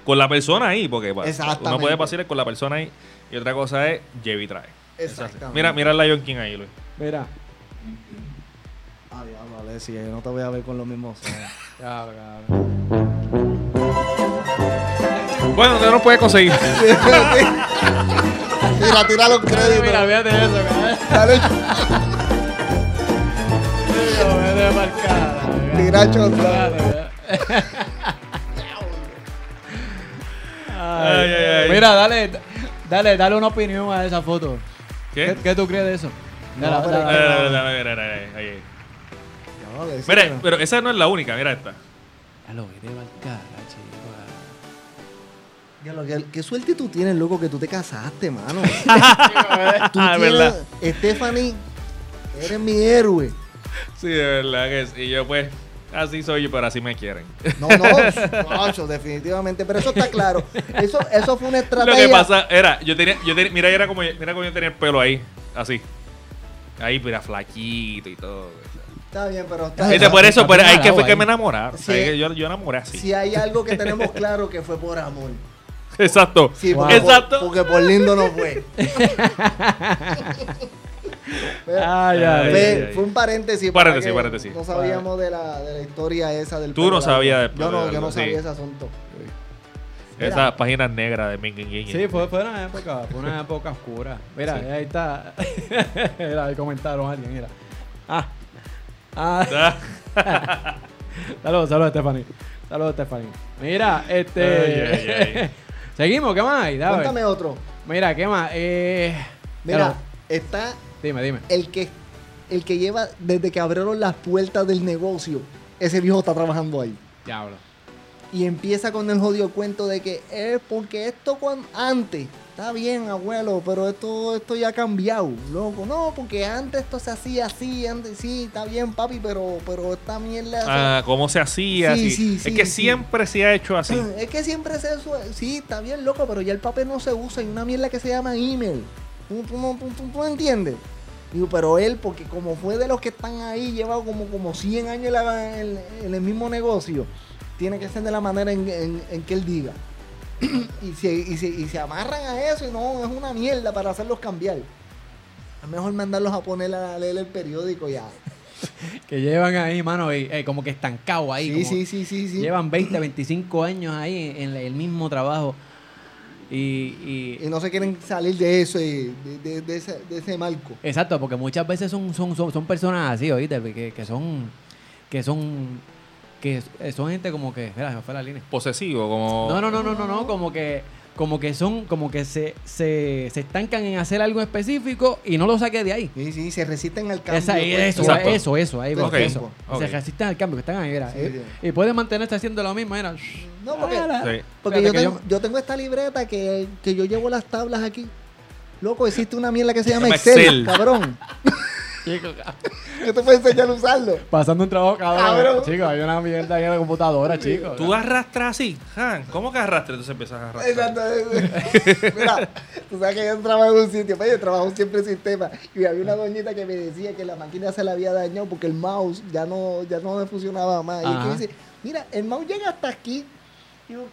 [SPEAKER 6] con la persona ahí, porque pa- uno
[SPEAKER 7] Exactamente.
[SPEAKER 6] puede vacilar con la persona ahí. Y otra cosa es lleve y trae.
[SPEAKER 7] Exactamente.
[SPEAKER 6] Mira, mira el Lion King ahí, Luis.
[SPEAKER 1] Mira.
[SPEAKER 7] Ah, diablo, Alexis, yo no te voy a ver con los mismos. ojos.
[SPEAKER 1] Ya, cabrón.
[SPEAKER 6] Bueno, usted no lo puede conseguir.
[SPEAKER 7] Tira, tira los créditos.
[SPEAKER 1] Mira, fíjate eso, cabrón.
[SPEAKER 7] Dale,
[SPEAKER 1] Tío, vete pa'l cara,
[SPEAKER 7] tira chota.
[SPEAKER 6] Ay, ay, ay.
[SPEAKER 1] Mira, dale, dale, dale una opinión a esa foto. ¿Qué,
[SPEAKER 6] ¿Qué?
[SPEAKER 1] qué tú crees de eso? De la-
[SPEAKER 7] No,
[SPEAKER 1] de
[SPEAKER 7] pero-
[SPEAKER 1] la-
[SPEAKER 6] Ah, dale, dale, dale, dale, dale, ahí.
[SPEAKER 7] No, Alexis,
[SPEAKER 6] Mira, pero esa no es la única, mira esta.
[SPEAKER 1] Ya lo vete pa'l cara, chico.
[SPEAKER 7] Diablo, qué, qué suerte tú tienes, loco, que tú te casaste, mano. tú
[SPEAKER 6] Ah,
[SPEAKER 7] tienes,
[SPEAKER 6] verdad.
[SPEAKER 7] Stephanie, eres mi héroe.
[SPEAKER 6] Sí, de verdad que sí. Y yo, pues, así soy yo, pero así me quieren.
[SPEAKER 7] No, no, macho, definitivamente. Pero eso está claro. Eso, eso fue una
[SPEAKER 6] Lo
[SPEAKER 7] estrategia.
[SPEAKER 6] que pasa era, yo tenía, yo tenía- mira, era como, mira como yo tenía el pelo ahí, así. Ahí, mira, flaquito y todo.
[SPEAKER 7] Está bien, pero Ah, está
[SPEAKER 6] Este, por eso,
[SPEAKER 1] está
[SPEAKER 6] pero ahí que
[SPEAKER 1] enamorado
[SPEAKER 6] fue que
[SPEAKER 1] ahí.
[SPEAKER 6] me enamoraron.
[SPEAKER 7] Sí.
[SPEAKER 6] Ahí que yo, yo enamoré así.
[SPEAKER 7] Si hay algo que tenemos claro que fue por amor.
[SPEAKER 6] Exacto.
[SPEAKER 7] Sí,
[SPEAKER 1] Wow.
[SPEAKER 7] porque, por-
[SPEAKER 6] Exacto.
[SPEAKER 7] porque por lindo no fue.
[SPEAKER 1] Ay, ay,
[SPEAKER 6] Ve-
[SPEAKER 1] ay.
[SPEAKER 7] Fue, fue un paréntesis.
[SPEAKER 6] Paréntesis,
[SPEAKER 7] para que
[SPEAKER 6] paréntesis.
[SPEAKER 7] No sabíamos de la, de la historia esa del
[SPEAKER 6] Tú no
[SPEAKER 7] pelo largo.
[SPEAKER 6] sabías del
[SPEAKER 7] Yo
[SPEAKER 6] pelo
[SPEAKER 7] no, yo
[SPEAKER 6] largo,
[SPEAKER 7] no
[SPEAKER 6] sí.
[SPEAKER 7] sabía ese asunto.
[SPEAKER 6] Esa página negra de Minguin
[SPEAKER 1] Sí, fue, fue una época, fue una época oscura. Mira, ahí está. Mira, ahí comentaron a alguien, mira. Ah. Ah. saludos, saludos, Stephanie. Saludos, Stephanie. Mira, este.
[SPEAKER 6] Ay, ay, ay.
[SPEAKER 1] Seguimos, ¿qué más hay? Dale.
[SPEAKER 7] Cuéntame otro.
[SPEAKER 1] Mira, ¿qué más? Eh,
[SPEAKER 7] Mira,
[SPEAKER 1] claro,
[SPEAKER 7] está
[SPEAKER 1] dime, dime.
[SPEAKER 7] el que, el que lleva desde que abrieron las puertas del negocio. Ese viejo está trabajando ahí.
[SPEAKER 1] Diablo.
[SPEAKER 7] Y empieza con el jodido cuento de que es porque esto cuan- antes. Está bien, abuelo, pero esto, esto ya ha cambiado, loco. No, porque antes esto se hacía así, antes sí, está bien, papi, pero, pero esta mierda. se-
[SPEAKER 6] Ah, cómo se hacía.
[SPEAKER 7] Sí,
[SPEAKER 6] así.
[SPEAKER 7] sí,
[SPEAKER 6] es
[SPEAKER 7] sí,
[SPEAKER 6] que
[SPEAKER 7] sí.
[SPEAKER 6] siempre se ha hecho así.
[SPEAKER 7] Es que siempre se eso. Sí, está bien, loco, pero ya el papel no se usa. Hay una mierda que se llama email. ¿Tú, tú, no- tú- tú- tú no entiendes? Digo, pero él, porque como fue de los que están ahí, lleva como, como 100 años en, la- en- en el mismo negocio, tiene que ser de la manera en, en- en que él diga. y, se, y se- y se amarran a eso y no, es una mierda para hacerlos cambiar. Es mejor mandarlos a poner a leer el periódico ya.
[SPEAKER 1] Que llevan ahí, mano, y, eh, como que estancado ahí.
[SPEAKER 7] Sí,
[SPEAKER 1] como-
[SPEAKER 7] sí, sí, sí, sí.
[SPEAKER 1] Llevan 20, 25 años ahí en, en el mismo trabajo. Y, y-
[SPEAKER 7] Y no se quieren salir de eso, y de, de- de ese, de ese marco.
[SPEAKER 1] Exacto, porque muchas veces son, son, son, son personas así, oíste, que, que son. que son. que eh, son gente como que. Espera, se me fue la línea.
[SPEAKER 6] Posesivo, como.
[SPEAKER 1] No, no, no, no, no, no, como que como que son, como que se, se, se estancan en hacer algo específico y no lo saque de ahí.
[SPEAKER 7] Sí, sí, se resisten al cambio.
[SPEAKER 1] Esa,
[SPEAKER 7] pues.
[SPEAKER 1] eso,
[SPEAKER 6] Exacto.
[SPEAKER 1] eso, eso, ahí va,
[SPEAKER 6] Ok,
[SPEAKER 1] eso.
[SPEAKER 6] ok.
[SPEAKER 1] Se resisten al cambio que están ahí, mira,
[SPEAKER 7] Sí,
[SPEAKER 1] eh, Y pueden mantenerse haciendo lo mismo, mira. Ah,
[SPEAKER 7] No, porque,
[SPEAKER 6] Sí.
[SPEAKER 7] porque yo,
[SPEAKER 1] Fíjate que
[SPEAKER 7] tengo, yo tengo esta libreta que, que yo llevo las tablas aquí. Loco, existe una mierda que se llama
[SPEAKER 6] llama
[SPEAKER 7] Excel,
[SPEAKER 6] Excel.
[SPEAKER 7] cabrón. Yo te puedo enseñar a usarlo.
[SPEAKER 1] Pasando un trabajo
[SPEAKER 7] Cabrón.
[SPEAKER 1] cabrón. Chicos, hay una mierda ahí en la computadora, chicos.
[SPEAKER 6] Tú arrastras así, Han. ¿Cómo que arrastras? Entonces empiezas a arrastrar.
[SPEAKER 7] Exacto. Mira, tú sabes que yo trabajo en un sitio, pero yo trabajo siempre en sistema. Y había una doñita que me decía que la máquina se la había dañado porque el mouse ya no, ya no me funcionaba más. Y es que
[SPEAKER 1] Ajá.
[SPEAKER 7] dice, mira, el mouse llega hasta aquí. Y yo,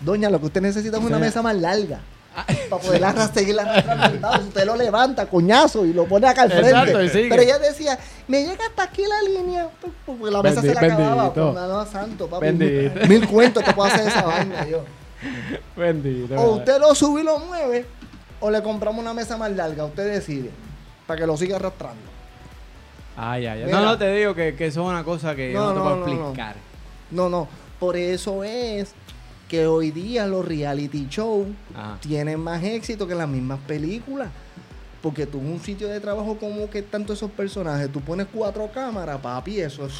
[SPEAKER 7] Doña, lo que usted necesita es una mesa más larga.
[SPEAKER 1] Ah.
[SPEAKER 7] Para poder arrastrar, seguir arrastrando el mouse. Usted lo levanta, coñazo, y lo pone acá al frente.
[SPEAKER 1] Exacto, y sigue.
[SPEAKER 7] Pero ella decía, me llega hasta aquí la línea. pues, Porque la mesa se la
[SPEAKER 1] Bendi-
[SPEAKER 7] acababa.
[SPEAKER 1] bendito.
[SPEAKER 7] Pues, no, santo, papi.
[SPEAKER 1] Bendito.
[SPEAKER 7] Mil, mil cuentos te puedo hacer esa vaina yo.
[SPEAKER 1] Bendito.
[SPEAKER 7] O usted lo sube y lo mueve, o le compramos una mesa más larga. Usted decide. Para que lo siga arrastrando.
[SPEAKER 1] Ay, ay, ay.
[SPEAKER 7] Mira.
[SPEAKER 1] No, no te digo que, que eso es una cosa que yo no
[SPEAKER 7] No,
[SPEAKER 1] te
[SPEAKER 7] no,
[SPEAKER 1] puedo
[SPEAKER 7] no, no.
[SPEAKER 1] explicar.
[SPEAKER 7] No, no. Por eso es que hoy día los reality shows
[SPEAKER 1] Ajá.
[SPEAKER 7] tienen más éxito que las mismas películas. Porque tú en un sitio de trabajo como que tanto esos personajes, tú pones cuatro cámaras, papi, eso es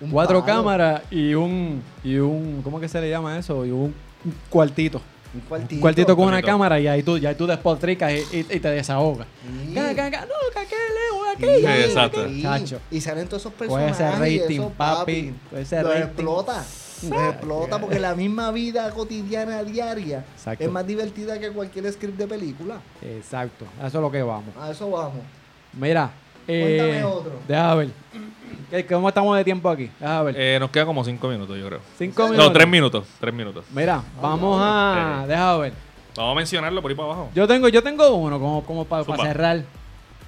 [SPEAKER 7] un
[SPEAKER 1] Cuatro
[SPEAKER 7] palo.
[SPEAKER 1] cámaras y un, y un. ¿Cómo que se le llama eso? Y un un cuartito.
[SPEAKER 7] Un cuartito.
[SPEAKER 1] Un cuartito con una
[SPEAKER 6] Correcto.
[SPEAKER 1] cámara y ahí tú, y ahí tú despotricas y, y- y te desahogas.
[SPEAKER 7] Sí.
[SPEAKER 1] Ca, ca, ca, no, ca, que lejos,
[SPEAKER 7] Sí,
[SPEAKER 1] aquello,
[SPEAKER 6] Sí,
[SPEAKER 1] aquello,
[SPEAKER 6] exacto.
[SPEAKER 1] aquello.
[SPEAKER 7] sí.
[SPEAKER 1] Chacho.
[SPEAKER 7] Y salen todos esos
[SPEAKER 1] Coge
[SPEAKER 7] personajes.
[SPEAKER 1] ese rating,
[SPEAKER 7] esos,
[SPEAKER 1] papi. Coge ese
[SPEAKER 7] los
[SPEAKER 1] rating.
[SPEAKER 7] explota. Los explota porque la misma vida cotidiana, diaria,
[SPEAKER 1] Exacto.
[SPEAKER 7] es más divertida que cualquier script de película.
[SPEAKER 1] Exacto. A eso es lo que vamos.
[SPEAKER 7] A eso vamos.
[SPEAKER 1] Mira.
[SPEAKER 7] Cuéntame
[SPEAKER 1] eh,
[SPEAKER 7] otro.
[SPEAKER 1] Deja ver. ¿Qué- ¿Cómo estamos de tiempo aquí? Deja ver.
[SPEAKER 6] Eh, nos quedan como cinco minutos, yo creo.
[SPEAKER 1] Cinco minutos.
[SPEAKER 6] No, tres minutos. Tres minutos.
[SPEAKER 1] Mira,
[SPEAKER 7] Ah,
[SPEAKER 1] vamos a.
[SPEAKER 6] Eh.
[SPEAKER 1] Deja ver.
[SPEAKER 6] Vamos a mencionarlo por ahí para abajo.
[SPEAKER 1] Yo tengo, yo tengo uno como, como para
[SPEAKER 6] Zumba.
[SPEAKER 1] cerrar.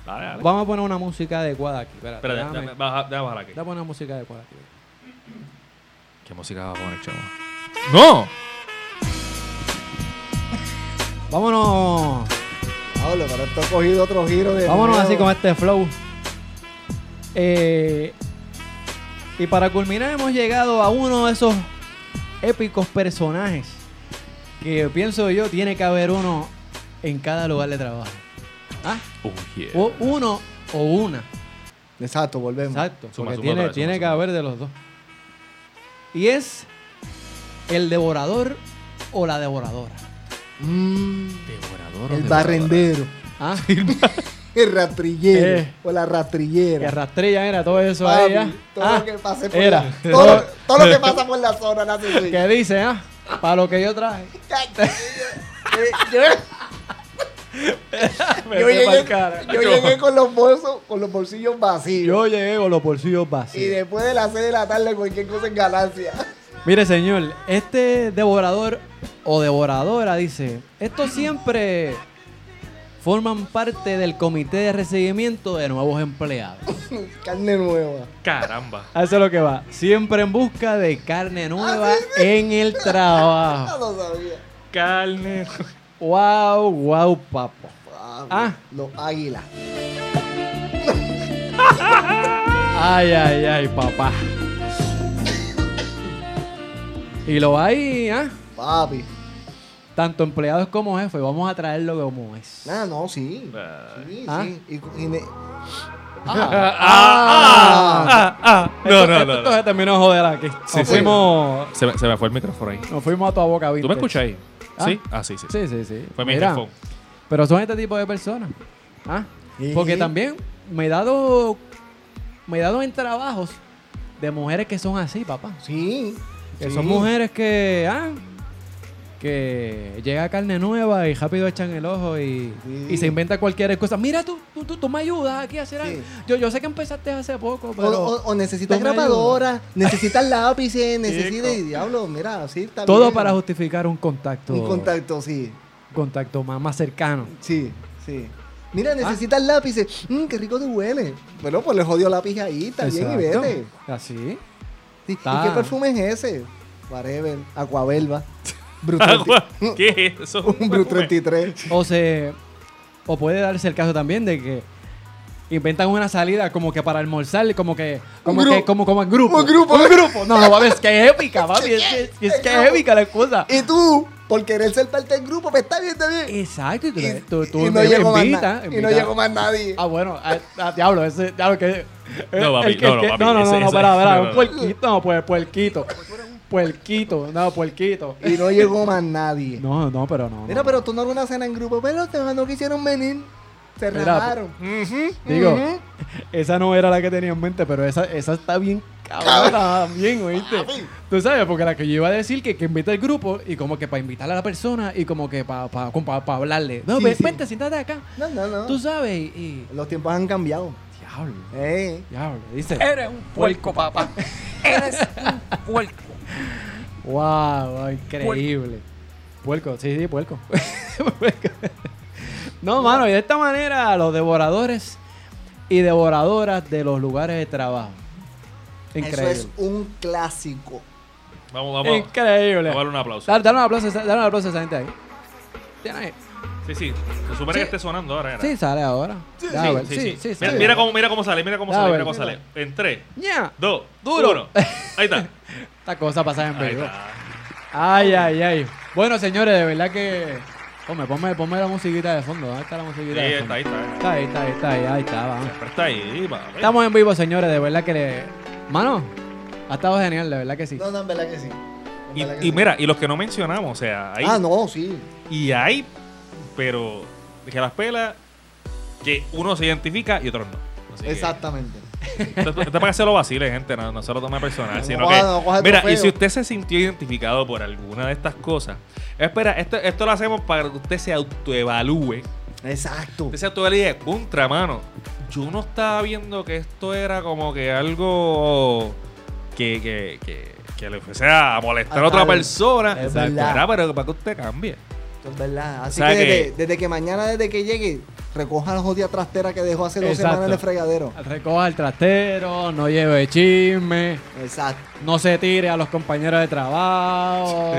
[SPEAKER 6] Dale, dale.
[SPEAKER 1] Vamos a poner una música adecuada aquí. Espérate,
[SPEAKER 6] Espérate,
[SPEAKER 1] déjame.
[SPEAKER 6] déjame, baja, déjame bajar aquí.
[SPEAKER 1] Déjame poner una música adecuada aquí.
[SPEAKER 6] ¿Qué música va a poner, chavo? ¡No!
[SPEAKER 1] Vámonos.
[SPEAKER 7] Pablo, pero esto ha cogido otro giro de.
[SPEAKER 1] Vámonos
[SPEAKER 7] nuevo.
[SPEAKER 1] así con este flow. Eh, y para culminar hemos llegado a uno de esos épicos personajes que pienso yo tiene que haber uno en cada lugar de trabajo. ¿Ah?
[SPEAKER 6] Oh, yeah.
[SPEAKER 1] O uno o una.
[SPEAKER 7] Exacto, volvemos.
[SPEAKER 1] Exacto.
[SPEAKER 6] Suma,
[SPEAKER 1] porque
[SPEAKER 6] suma
[SPEAKER 1] tiene,
[SPEAKER 6] otra vez,
[SPEAKER 1] tiene
[SPEAKER 6] suma,
[SPEAKER 1] que
[SPEAKER 6] suma.
[SPEAKER 1] haber de los dos. Y es el devorador o la devoradora.
[SPEAKER 7] Mm,
[SPEAKER 6] Devorador.
[SPEAKER 7] el barrendero.
[SPEAKER 1] ¿Ah?
[SPEAKER 7] El rastrillero.
[SPEAKER 1] Eh.
[SPEAKER 7] O la
[SPEAKER 1] Que
[SPEAKER 7] rastrillera.
[SPEAKER 1] rastrilla era todo eso
[SPEAKER 7] Papi,
[SPEAKER 1] ahí. ¿ah?
[SPEAKER 7] todo
[SPEAKER 1] Ah,
[SPEAKER 7] lo que pase por
[SPEAKER 1] era.
[SPEAKER 7] la- todo, todo lo que pasa por la zona, nace así.
[SPEAKER 1] ¿Qué dice, ah? Para lo que yo traje.
[SPEAKER 7] eh, yo, llegué, yo llegué con los bolsos, con los bolsillos vacíos.
[SPEAKER 1] Yo llegué con los bolsillos
[SPEAKER 7] Y
[SPEAKER 1] vacíos.
[SPEAKER 7] después de las 6 de la tarde cualquier cosa en ganancia.
[SPEAKER 1] Mire, señor, este devorador o devoradora dice: Estos siempre forman parte del comité de recibimiento de nuevos empleados.
[SPEAKER 7] Carne nueva.
[SPEAKER 6] Caramba.
[SPEAKER 1] A Eso es lo que va. Siempre en busca de carne nueva en el
[SPEAKER 7] Ya
[SPEAKER 1] trabajo.
[SPEAKER 7] lo sabía.
[SPEAKER 6] Carne.
[SPEAKER 1] Wow, wow, papo. Ah.
[SPEAKER 7] Los águilas.
[SPEAKER 1] Ay, ay, ay, papá. Y lo hay, ¿ah?
[SPEAKER 7] Papi.
[SPEAKER 1] Tanto empleados como jefe, vamos a traerlo como es.
[SPEAKER 7] Ah, no, sí.
[SPEAKER 6] Ah.
[SPEAKER 7] Sí,
[SPEAKER 1] Ah.
[SPEAKER 7] sí. Y- y ne-
[SPEAKER 6] Ah, ah, No,
[SPEAKER 1] Esto-
[SPEAKER 6] no,
[SPEAKER 1] esto-
[SPEAKER 6] no.
[SPEAKER 1] Esto
[SPEAKER 6] no.
[SPEAKER 1] se terminó de joder aquí.
[SPEAKER 6] Sí,
[SPEAKER 1] nos,
[SPEAKER 6] sí.
[SPEAKER 1] fuimos,
[SPEAKER 6] Se, me, se me fue el micrófono ahí.
[SPEAKER 1] nos fuimos a tu boca
[SPEAKER 6] ¿Tú me escuchas ahí?
[SPEAKER 1] Ah.
[SPEAKER 6] ¿Sí? Ah, sí, sí.
[SPEAKER 1] Sí, sí, sí.
[SPEAKER 6] Fue mi
[SPEAKER 1] Mira,
[SPEAKER 6] headphone.
[SPEAKER 1] Pero son este tipo de personas. ¿ah?
[SPEAKER 7] Sí.
[SPEAKER 1] Porque también me he dado. Me he dado en trabajos de mujeres que son así, papá.
[SPEAKER 7] Sí.
[SPEAKER 1] Que
[SPEAKER 7] sí.
[SPEAKER 1] son mujeres que. ah, Que llega carne nueva y rápido echan el ojo y,
[SPEAKER 7] Sí.
[SPEAKER 1] y se inventa cualquier cosa. Mira, tú, tú, tú, tú me ayudas aquí a hacer
[SPEAKER 7] Sí.
[SPEAKER 1] algo. Yo, yo sé que empezaste hace poco,
[SPEAKER 7] O,
[SPEAKER 1] pero.
[SPEAKER 7] o- o necesitas
[SPEAKER 1] Toma
[SPEAKER 7] grabadora, necesitas lápices, necesitas.
[SPEAKER 1] Chico.
[SPEAKER 7] Diablo, mira, sí, está
[SPEAKER 1] todo
[SPEAKER 7] bien.
[SPEAKER 1] para justificar un contacto.
[SPEAKER 7] Un contacto, sí.
[SPEAKER 1] contacto más, más cercano.
[SPEAKER 7] Sí, sí.
[SPEAKER 1] Ah.
[SPEAKER 7] Mira, necesitas lápices. Mmm, qué rico te huele. Bueno, pues le jodió lápiz ahí, está bien y
[SPEAKER 1] Exacto. Ah,
[SPEAKER 7] vete.
[SPEAKER 1] Así.
[SPEAKER 7] Sí, ¿Y
[SPEAKER 1] Está.
[SPEAKER 7] qué perfume es ese? Whatever. Aquabelva.
[SPEAKER 6] Agua. ¿Qué es eso?
[SPEAKER 7] Un Brut 33.
[SPEAKER 1] O se. O puede darse el caso también de que inventan una salida como que para almorzar, como que. Como
[SPEAKER 7] Un
[SPEAKER 1] que,
[SPEAKER 7] grupo.
[SPEAKER 1] como, como en grupo.
[SPEAKER 7] Un grupo. ¿eh?
[SPEAKER 1] grupo. No, no, papi, es que es épica, papi. Es que es, que es épica la cosa.
[SPEAKER 7] Y tú, por querer ser parte del grupo, pues está bien, está bien.
[SPEAKER 1] Exacto, y tú,
[SPEAKER 7] Y-
[SPEAKER 1] tú, tú
[SPEAKER 7] y no
[SPEAKER 1] invitas,
[SPEAKER 7] llegó más
[SPEAKER 1] invitas.
[SPEAKER 7] na- y no llegó más nadie.
[SPEAKER 1] Ah, bueno, ah, ah, diablo, ese, diablo que. el
[SPEAKER 6] No, papi,
[SPEAKER 1] que-
[SPEAKER 6] no,
[SPEAKER 1] el
[SPEAKER 6] no,
[SPEAKER 1] que-
[SPEAKER 6] papi,
[SPEAKER 1] no, no,
[SPEAKER 6] ese-
[SPEAKER 1] no, no,
[SPEAKER 6] ese-
[SPEAKER 1] para, para,
[SPEAKER 6] no,
[SPEAKER 1] un
[SPEAKER 6] no.
[SPEAKER 1] puerquito, no, pues, puerquito. Puerquito, no, puerquito.
[SPEAKER 7] Y no llegó más nadie.
[SPEAKER 1] No, no, pero no.
[SPEAKER 7] Mira,
[SPEAKER 1] no.
[SPEAKER 7] pero tú no eres una cena en grupo, pero te- no quisieron venir. Se
[SPEAKER 1] Mira,
[SPEAKER 7] rajaron.
[SPEAKER 1] Digo,
[SPEAKER 7] Ujú.
[SPEAKER 1] esa no era la que tenía en mente, pero esa, esa está bien cabrona también, ¿oíste? Tú sabes, porque la que yo iba a decir que, que invita al grupo y como que para invitar a la persona y como que para pa, como pa- pa hablarle. No,
[SPEAKER 7] Sí,
[SPEAKER 1] ven-
[SPEAKER 7] sí.
[SPEAKER 1] vente, siéntate acá.
[SPEAKER 7] No, no, no.
[SPEAKER 1] Tú sabes, y. y-
[SPEAKER 7] Los tiempos han cambiado.
[SPEAKER 1] Diablo,
[SPEAKER 7] Eh.
[SPEAKER 1] diablo, dice.
[SPEAKER 5] Eres un puerco, papá. Eres un puerco.
[SPEAKER 1] Wow, increíble. Puerco, sí, sí, puerco. Puerco. no, mano, y de esta manera los devoradores y devoradoras de los lugares de trabajo. Increíble.
[SPEAKER 7] Eso es un clásico.
[SPEAKER 6] Vamos, vamos.
[SPEAKER 1] Increíble.
[SPEAKER 6] Vamos a darle un aplauso.
[SPEAKER 1] Dar- Dale, un aplauso, a esa- dale un aplauso a esa gente ahí. Tiene ahí.
[SPEAKER 6] Sí, sí. Se supone que esté sonando ahora. era.
[SPEAKER 1] Sí, sale ahora. Dale, a ver.
[SPEAKER 6] sí, sí.
[SPEAKER 1] sí,
[SPEAKER 6] mira,
[SPEAKER 1] sale.
[SPEAKER 6] mira cómo, mira cómo sale, mira cómo
[SPEAKER 1] Ya,
[SPEAKER 6] sale,
[SPEAKER 1] bueno,
[SPEAKER 6] mira cómo
[SPEAKER 1] mira.
[SPEAKER 6] sale. En 3,
[SPEAKER 1] Ña.
[SPEAKER 6] 2,
[SPEAKER 1] Duro.
[SPEAKER 6] 1. Ahí está.
[SPEAKER 1] Esta cosa pasa en
[SPEAKER 6] Ahí
[SPEAKER 1] vivo.
[SPEAKER 6] está.
[SPEAKER 1] Ay, ay, ay. Bueno, señores, de verdad que. Ponme, ponme, ponme la musiquita de fondo. ¿Dónde está la musiquita?
[SPEAKER 6] Sí,
[SPEAKER 1] de
[SPEAKER 6] está
[SPEAKER 1] fondo?
[SPEAKER 6] ahí, está ahí.
[SPEAKER 1] Está ahí, está ahí, está ahí. Ahí está, vamos.
[SPEAKER 6] Siempre está ahí, papi.
[SPEAKER 1] Estamos en vivo, señores, de verdad que le. Mano, ha estado genial, de verdad que sí.
[SPEAKER 7] No, no, en verdad que sí. En
[SPEAKER 6] Y,
[SPEAKER 7] verdad que
[SPEAKER 6] y
[SPEAKER 7] sí.
[SPEAKER 6] mira, y los que no mencionamos, o sea, ahí.
[SPEAKER 7] Ah, no, sí.
[SPEAKER 6] Y hay, pero que las pelas, que uno se identifica y otros no. Así que-
[SPEAKER 7] Exactamente.
[SPEAKER 6] Esto esto es para que se lo vacile, gente, no, no se lo tome personal.
[SPEAKER 7] No
[SPEAKER 6] sino
[SPEAKER 7] coja-
[SPEAKER 6] que,
[SPEAKER 7] no coja
[SPEAKER 6] mira,
[SPEAKER 7] trofeo.
[SPEAKER 6] y si usted se sintió identificado por alguna de estas cosas, espera, esto, esto lo hacemos para que usted se autoevalúe.
[SPEAKER 7] Exacto.
[SPEAKER 6] Usted se autoevalúe de contra, mano. Yo no estaba viendo que esto era como que algo que, que, que, que le fuese a molestar a
[SPEAKER 7] Ah,
[SPEAKER 6] otra
[SPEAKER 7] tal.
[SPEAKER 6] persona.
[SPEAKER 7] Es
[SPEAKER 6] Exacto.
[SPEAKER 7] verdad.
[SPEAKER 6] Era para, para que usted cambie.
[SPEAKER 7] Esto es verdad. Así
[SPEAKER 6] O sea
[SPEAKER 7] que,
[SPEAKER 6] que-
[SPEAKER 7] Desde, desde que mañana, desde que llegue, recoja la jodida trastera que dejó hace dos
[SPEAKER 1] Exacto.
[SPEAKER 7] semanas en el fregadero.
[SPEAKER 1] Recoja el trastero, no lleve chisme,
[SPEAKER 7] Exacto.
[SPEAKER 1] no se tire a los compañeros de trabajo.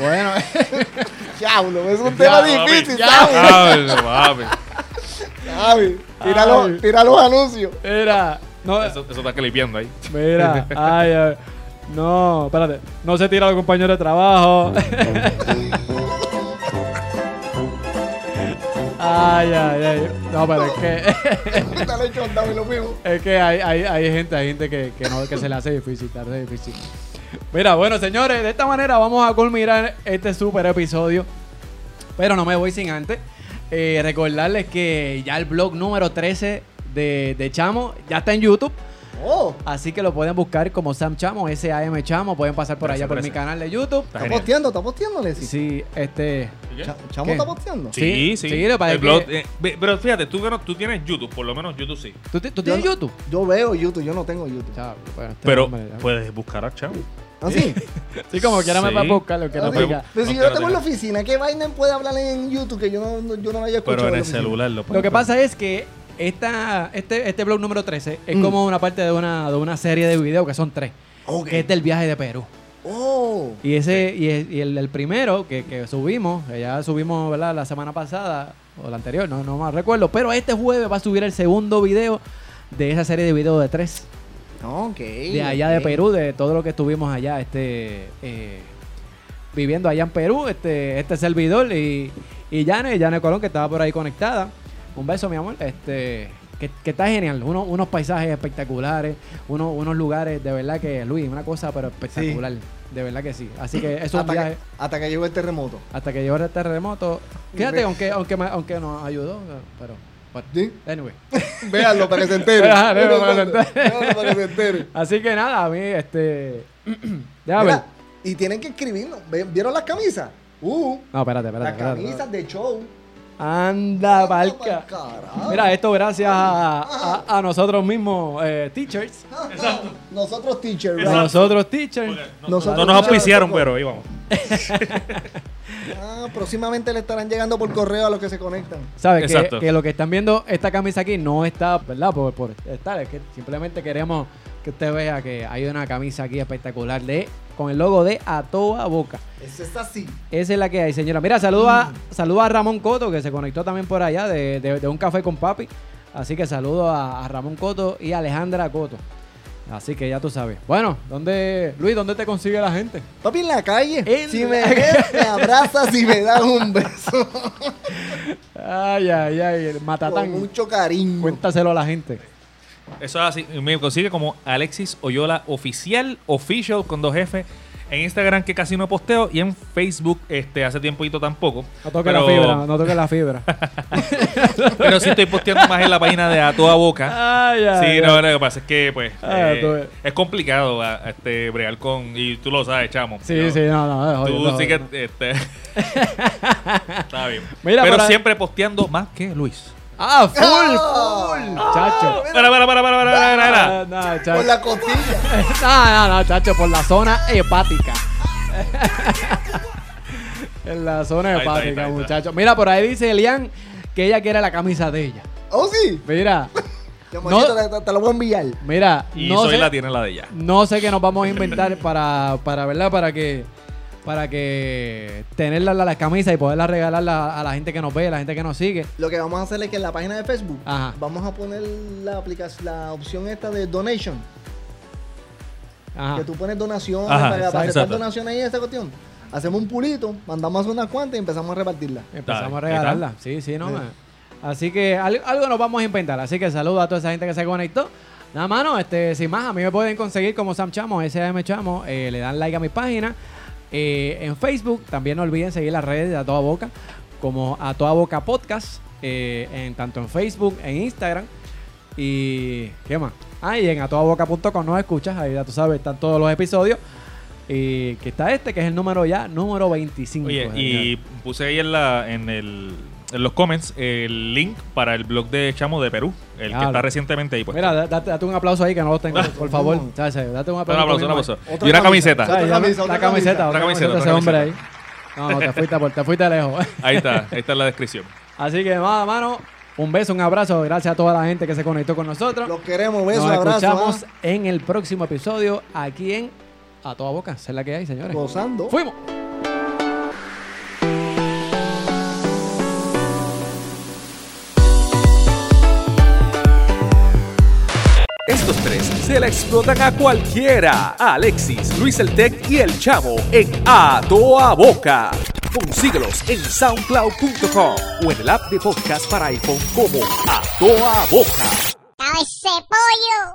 [SPEAKER 1] Bueno,
[SPEAKER 7] Diablo, es un
[SPEAKER 6] Ya,
[SPEAKER 7] tema
[SPEAKER 6] papi,
[SPEAKER 7] difícil,
[SPEAKER 6] ya, Ah.
[SPEAKER 7] ¿sabes?
[SPEAKER 6] papi, papi.
[SPEAKER 7] Javi, tira, los, tira los anuncios.
[SPEAKER 1] era. No,
[SPEAKER 6] Eso, eso está clipeando ahí.
[SPEAKER 1] Mira, ay, ay. No, espérate. No se tira al compañero de trabajo. ay, ay, ay. No, pero es que.
[SPEAKER 7] Dale chondado y lo mismo.
[SPEAKER 1] es que hay, hay, hay gente, hay gente que, que no, que se le hace difícil, se le hace difícil. Mira, bueno, señores, de esta manera vamos a culminar este super episodio. Pero no me voy sin antes. eh, recordarles que ya el blog número 13 de, de Chamo ya está en YouTube.
[SPEAKER 7] Oh,
[SPEAKER 1] Así que lo pueden buscar como Sam Chamo, S-A-M Chamo. Pueden pasar por allá por mi
[SPEAKER 6] Gracias,
[SPEAKER 1] canal de YouTube.
[SPEAKER 6] Está
[SPEAKER 7] está
[SPEAKER 6] genial.
[SPEAKER 7] posteando, está posteando, Leslie.
[SPEAKER 1] Sí, este.
[SPEAKER 7] Cha- Chamo
[SPEAKER 1] ¿Qué?
[SPEAKER 7] está posteando.
[SPEAKER 1] Sí,
[SPEAKER 6] Sí, sí.
[SPEAKER 1] sí, lo para
[SPEAKER 6] El
[SPEAKER 1] que-
[SPEAKER 6] blog, eh, ve- pero fíjate, tú, que no- tú tienes YouTube, por lo menos YouTube sí.
[SPEAKER 1] ¿Tú, ti- tú
[SPEAKER 7] Yo
[SPEAKER 1] tienes
[SPEAKER 7] no-
[SPEAKER 1] YouTube?
[SPEAKER 7] Yo veo YouTube, yo no tengo YouTube.
[SPEAKER 1] Chao, bueno, este
[SPEAKER 6] Pero
[SPEAKER 1] hombre, ya.
[SPEAKER 6] puedes buscar a Chavo.
[SPEAKER 7] ¿Ah, sí?
[SPEAKER 1] sí, como quiera me
[SPEAKER 6] sí.
[SPEAKER 1] va a buscar lo que
[SPEAKER 7] Ah,
[SPEAKER 1] no
[SPEAKER 7] sí.
[SPEAKER 6] pero-
[SPEAKER 1] tenga.
[SPEAKER 7] Pero si
[SPEAKER 6] no
[SPEAKER 7] yo lo
[SPEAKER 6] te lo
[SPEAKER 7] tengo en la
[SPEAKER 6] tengo.
[SPEAKER 7] oficina, ¿qué vaina puede hablar en YouTube que yo no, no- yo no la haya escuchado?
[SPEAKER 6] Pero en
[SPEAKER 7] la
[SPEAKER 6] el
[SPEAKER 7] oficina?
[SPEAKER 6] celular lo
[SPEAKER 1] Lo
[SPEAKER 6] puedes
[SPEAKER 1] que
[SPEAKER 6] ver.
[SPEAKER 1] pasa es que esta, este, este blog número 13 es
[SPEAKER 7] Mm.
[SPEAKER 1] como una parte de una, de una serie de videos que son tres.
[SPEAKER 7] Ok.
[SPEAKER 1] Que es del viaje de Perú.
[SPEAKER 7] Oh,
[SPEAKER 1] Y ese y, es- y el, el primero que, que subimos, que ya subimos ¿verdad? la semana pasada o la anterior, no, no más recuerdo, pero este jueves va a subir el segundo video de esa serie de videos de tres
[SPEAKER 7] ok.
[SPEAKER 1] de allá de Perú, de todo lo que estuvimos allá, este eh, viviendo allá en Perú, este, este servidor y, y Yane, Yane Colón que estaba por ahí conectada. Un beso, mi amor. Este, que, que está genial, uno- unos paisajes espectaculares, uno- unos lugares, de verdad que, Luis, una cosa pero espectacular. De verdad que sí. Así que es un
[SPEAKER 7] Hasta
[SPEAKER 1] viaje
[SPEAKER 7] que, hasta que llegó el terremoto.
[SPEAKER 1] hasta que llegó el terremoto. Fíjate, aunque, aunque, me- aunque nos ayudó, pero. bueno,
[SPEAKER 7] ¿Sí?
[SPEAKER 1] Anyway.
[SPEAKER 7] Véanlo para que se entere.
[SPEAKER 1] Véanlo para que se entere.
[SPEAKER 7] Véanlo para que se entere.
[SPEAKER 1] Así que nada, a mí, este. ya ver.
[SPEAKER 7] Mira, y tienen que escribirnos. ¿Ve- ¿Vieron las camisas? Uh,
[SPEAKER 1] No, espérate, espérate.
[SPEAKER 7] las
[SPEAKER 1] espérate,
[SPEAKER 7] camisas
[SPEAKER 1] espérate.
[SPEAKER 7] de show.
[SPEAKER 1] Anda,
[SPEAKER 7] Anda,
[SPEAKER 1] barca.
[SPEAKER 7] pa'l carajo.
[SPEAKER 1] Mira, esto gracias a, a- a nosotros mismos, eh, teachers.
[SPEAKER 7] Nosotros teacher,
[SPEAKER 1] A
[SPEAKER 7] right?
[SPEAKER 1] nosotros, teachers.
[SPEAKER 6] No nos
[SPEAKER 7] Nosotros teacher,
[SPEAKER 6] auspiciaron, pero
[SPEAKER 7] nosotros-
[SPEAKER 6] ahí vamos.
[SPEAKER 7] Ah, próximamente le estarán llegando por correo a los que se conectan.
[SPEAKER 1] ¿Sabes? Que,
[SPEAKER 6] Exacto.
[SPEAKER 1] que lo que están viendo esta camisa aquí no está, ¿verdad? Por, por estar. Es que simplemente queremos que usted vea que hay una camisa aquí espectacular de con el logo de A Toda Boca.
[SPEAKER 7] Eso es así.
[SPEAKER 1] Esa es la que hay, señora. Mira, saluda, saluda a Ramón Coto, que se conectó también por allá de, de- de un café con papi. Así que saludo a, a Ramón Coto y a Alejandra Coto. Así que ya tú sabes. Bueno, ¿dónde, Luis, ¿dónde te consigue la gente?
[SPEAKER 7] Papi, en la calle.
[SPEAKER 1] En
[SPEAKER 7] si
[SPEAKER 1] la
[SPEAKER 7] me
[SPEAKER 1] calle.
[SPEAKER 7] ves, me abrazas y me das un beso.
[SPEAKER 1] Ay, ay, ay, el
[SPEAKER 7] con
[SPEAKER 1] matatán.
[SPEAKER 7] mucho cariño.
[SPEAKER 1] Cuéntaselo a la gente.
[SPEAKER 6] Eso es así. Me consigue como Alexis Oyola Oficial, Official con dos F. En Instagram que casi no posteo y en Facebook este hace tiempito tampoco.
[SPEAKER 1] No toques
[SPEAKER 6] pero,
[SPEAKER 1] la fibra, no toques la fibra.
[SPEAKER 6] pero sí estoy posteando más en la página de A Toda Boca.
[SPEAKER 1] ay,
[SPEAKER 6] Sí, no, lo que pasa es que pues
[SPEAKER 1] Ah,
[SPEAKER 6] eh,
[SPEAKER 1] tú ves.
[SPEAKER 6] es complicado a- a este bregar con y tú lo sabes, chamo.
[SPEAKER 1] Sí,
[SPEAKER 6] Yo-
[SPEAKER 1] sí, no, no, es jodido,
[SPEAKER 6] Tú
[SPEAKER 1] es
[SPEAKER 6] sí que
[SPEAKER 1] jodido.
[SPEAKER 6] este, está bien.
[SPEAKER 1] Mira,
[SPEAKER 6] pero
[SPEAKER 1] para-
[SPEAKER 6] siempre posteando más que Luis.
[SPEAKER 1] ¡Ah, full! ¡Full! ¡Chacho!
[SPEAKER 6] Para, para, para, para, para, para, para.
[SPEAKER 1] Ah, No, chacho.
[SPEAKER 7] Por la costilla.
[SPEAKER 1] no, no, no, chacho, por la zona hepática. en la zona
[SPEAKER 6] Ahí está, ahí está,
[SPEAKER 1] hepática,
[SPEAKER 6] ahí está.
[SPEAKER 1] muchachos. Mira, por ahí dice Elian que ella quiere la camisa de ella.
[SPEAKER 7] Oh, sí.
[SPEAKER 1] Mira,
[SPEAKER 7] Te,
[SPEAKER 1] No.
[SPEAKER 7] te, te lo voy a enviar.
[SPEAKER 1] mira,
[SPEAKER 6] Y
[SPEAKER 1] no
[SPEAKER 6] soy
[SPEAKER 1] sé,
[SPEAKER 6] la tiene la de ella.
[SPEAKER 1] no sé qué nos vamos a inventar para, para ¿verdad? Para que para que tenerla la, la camisa y poderla regalarla a la gente que nos ve, a la gente que nos sigue.
[SPEAKER 7] Lo que vamos a hacer es que en la página de Facebook
[SPEAKER 1] Ajá.
[SPEAKER 7] vamos a poner la aplicación, la opción esta de donation.
[SPEAKER 1] Ajá. Ah.
[SPEAKER 7] Que tú pones donaciones
[SPEAKER 6] Ajá,
[SPEAKER 7] para,
[SPEAKER 6] exacto,
[SPEAKER 7] para aceptar
[SPEAKER 6] exacto.
[SPEAKER 7] donaciones ahí esa cuestión. Hacemos un pulito, mandamos unas cuantas y empezamos a repartirla.
[SPEAKER 1] Empezamos a
[SPEAKER 6] Dale, ¿qué tal?
[SPEAKER 1] regalarla. Sí, sí, no. ma. Así que al- algo nos vamos a inventar. Así que saludo a toda esa gente que se conectó. Nada, mano, este, sin más, a mí me pueden conseguir como Sam Chamo, SM Chamo. Eh, le dan like a mis páginas. Eh, en Facebook, también no olviden seguir las redes de A Toda Boca, como A Toda Boca Podcast, eh, en, tanto en Facebook, en Instagram. Y, ¿qué más? Ah, y en atodaboca.com nos escuchas, ahí ya tú sabes, están todos los episodios. Y que está este, que es el número ya, número 25.
[SPEAKER 6] Oye,
[SPEAKER 1] señores.
[SPEAKER 6] y puse ahí en, la, en, el, en los comments el link para el blog de Chamo de Perú, el que
[SPEAKER 1] Claro.
[SPEAKER 6] está recientemente ahí. Pues.
[SPEAKER 1] Mira, da- date, date un aplauso ahí que no lo tengo, por favor. ¿Sabes? Date un
[SPEAKER 6] un
[SPEAKER 1] aplauso.
[SPEAKER 6] aplauso, un
[SPEAKER 1] mismo
[SPEAKER 6] aplauso.
[SPEAKER 1] ahí.
[SPEAKER 7] Otra
[SPEAKER 6] Y una
[SPEAKER 7] camisa.
[SPEAKER 6] camiseta.
[SPEAKER 1] ¿Sabes? Ya
[SPEAKER 7] Otra
[SPEAKER 1] me-
[SPEAKER 7] camisa,
[SPEAKER 1] la
[SPEAKER 7] otra
[SPEAKER 1] camiseta, otra
[SPEAKER 7] camisa.
[SPEAKER 6] Otra
[SPEAKER 1] camiseta,
[SPEAKER 6] camiseta,
[SPEAKER 1] ese
[SPEAKER 6] otra
[SPEAKER 1] hombre ahí. No, no, te fuiste, por- te fuiste lejos.
[SPEAKER 6] Ahí está, ahí está la descripción.
[SPEAKER 1] Así que nada, mano. Un beso, un abrazo. Gracias a toda la gente que se conectó con nosotros.
[SPEAKER 7] Los queremos, besos,
[SPEAKER 1] Nos escuchamos
[SPEAKER 7] abrazos. ¿ah?
[SPEAKER 1] en el próximo episodio aquí en A Toda Boca. Esa es la que hay, señores.
[SPEAKER 7] Gozando.
[SPEAKER 1] Fuimos.
[SPEAKER 5] Estos tres se la explotan a cualquiera. A Alexis, Luis el Tech y el Chavo en A Toa Boca. Consíguelos en soundcloud.com o en el app de podcast para iPhone como A Toa Boca.
[SPEAKER 11] ¡Dame ese pollo!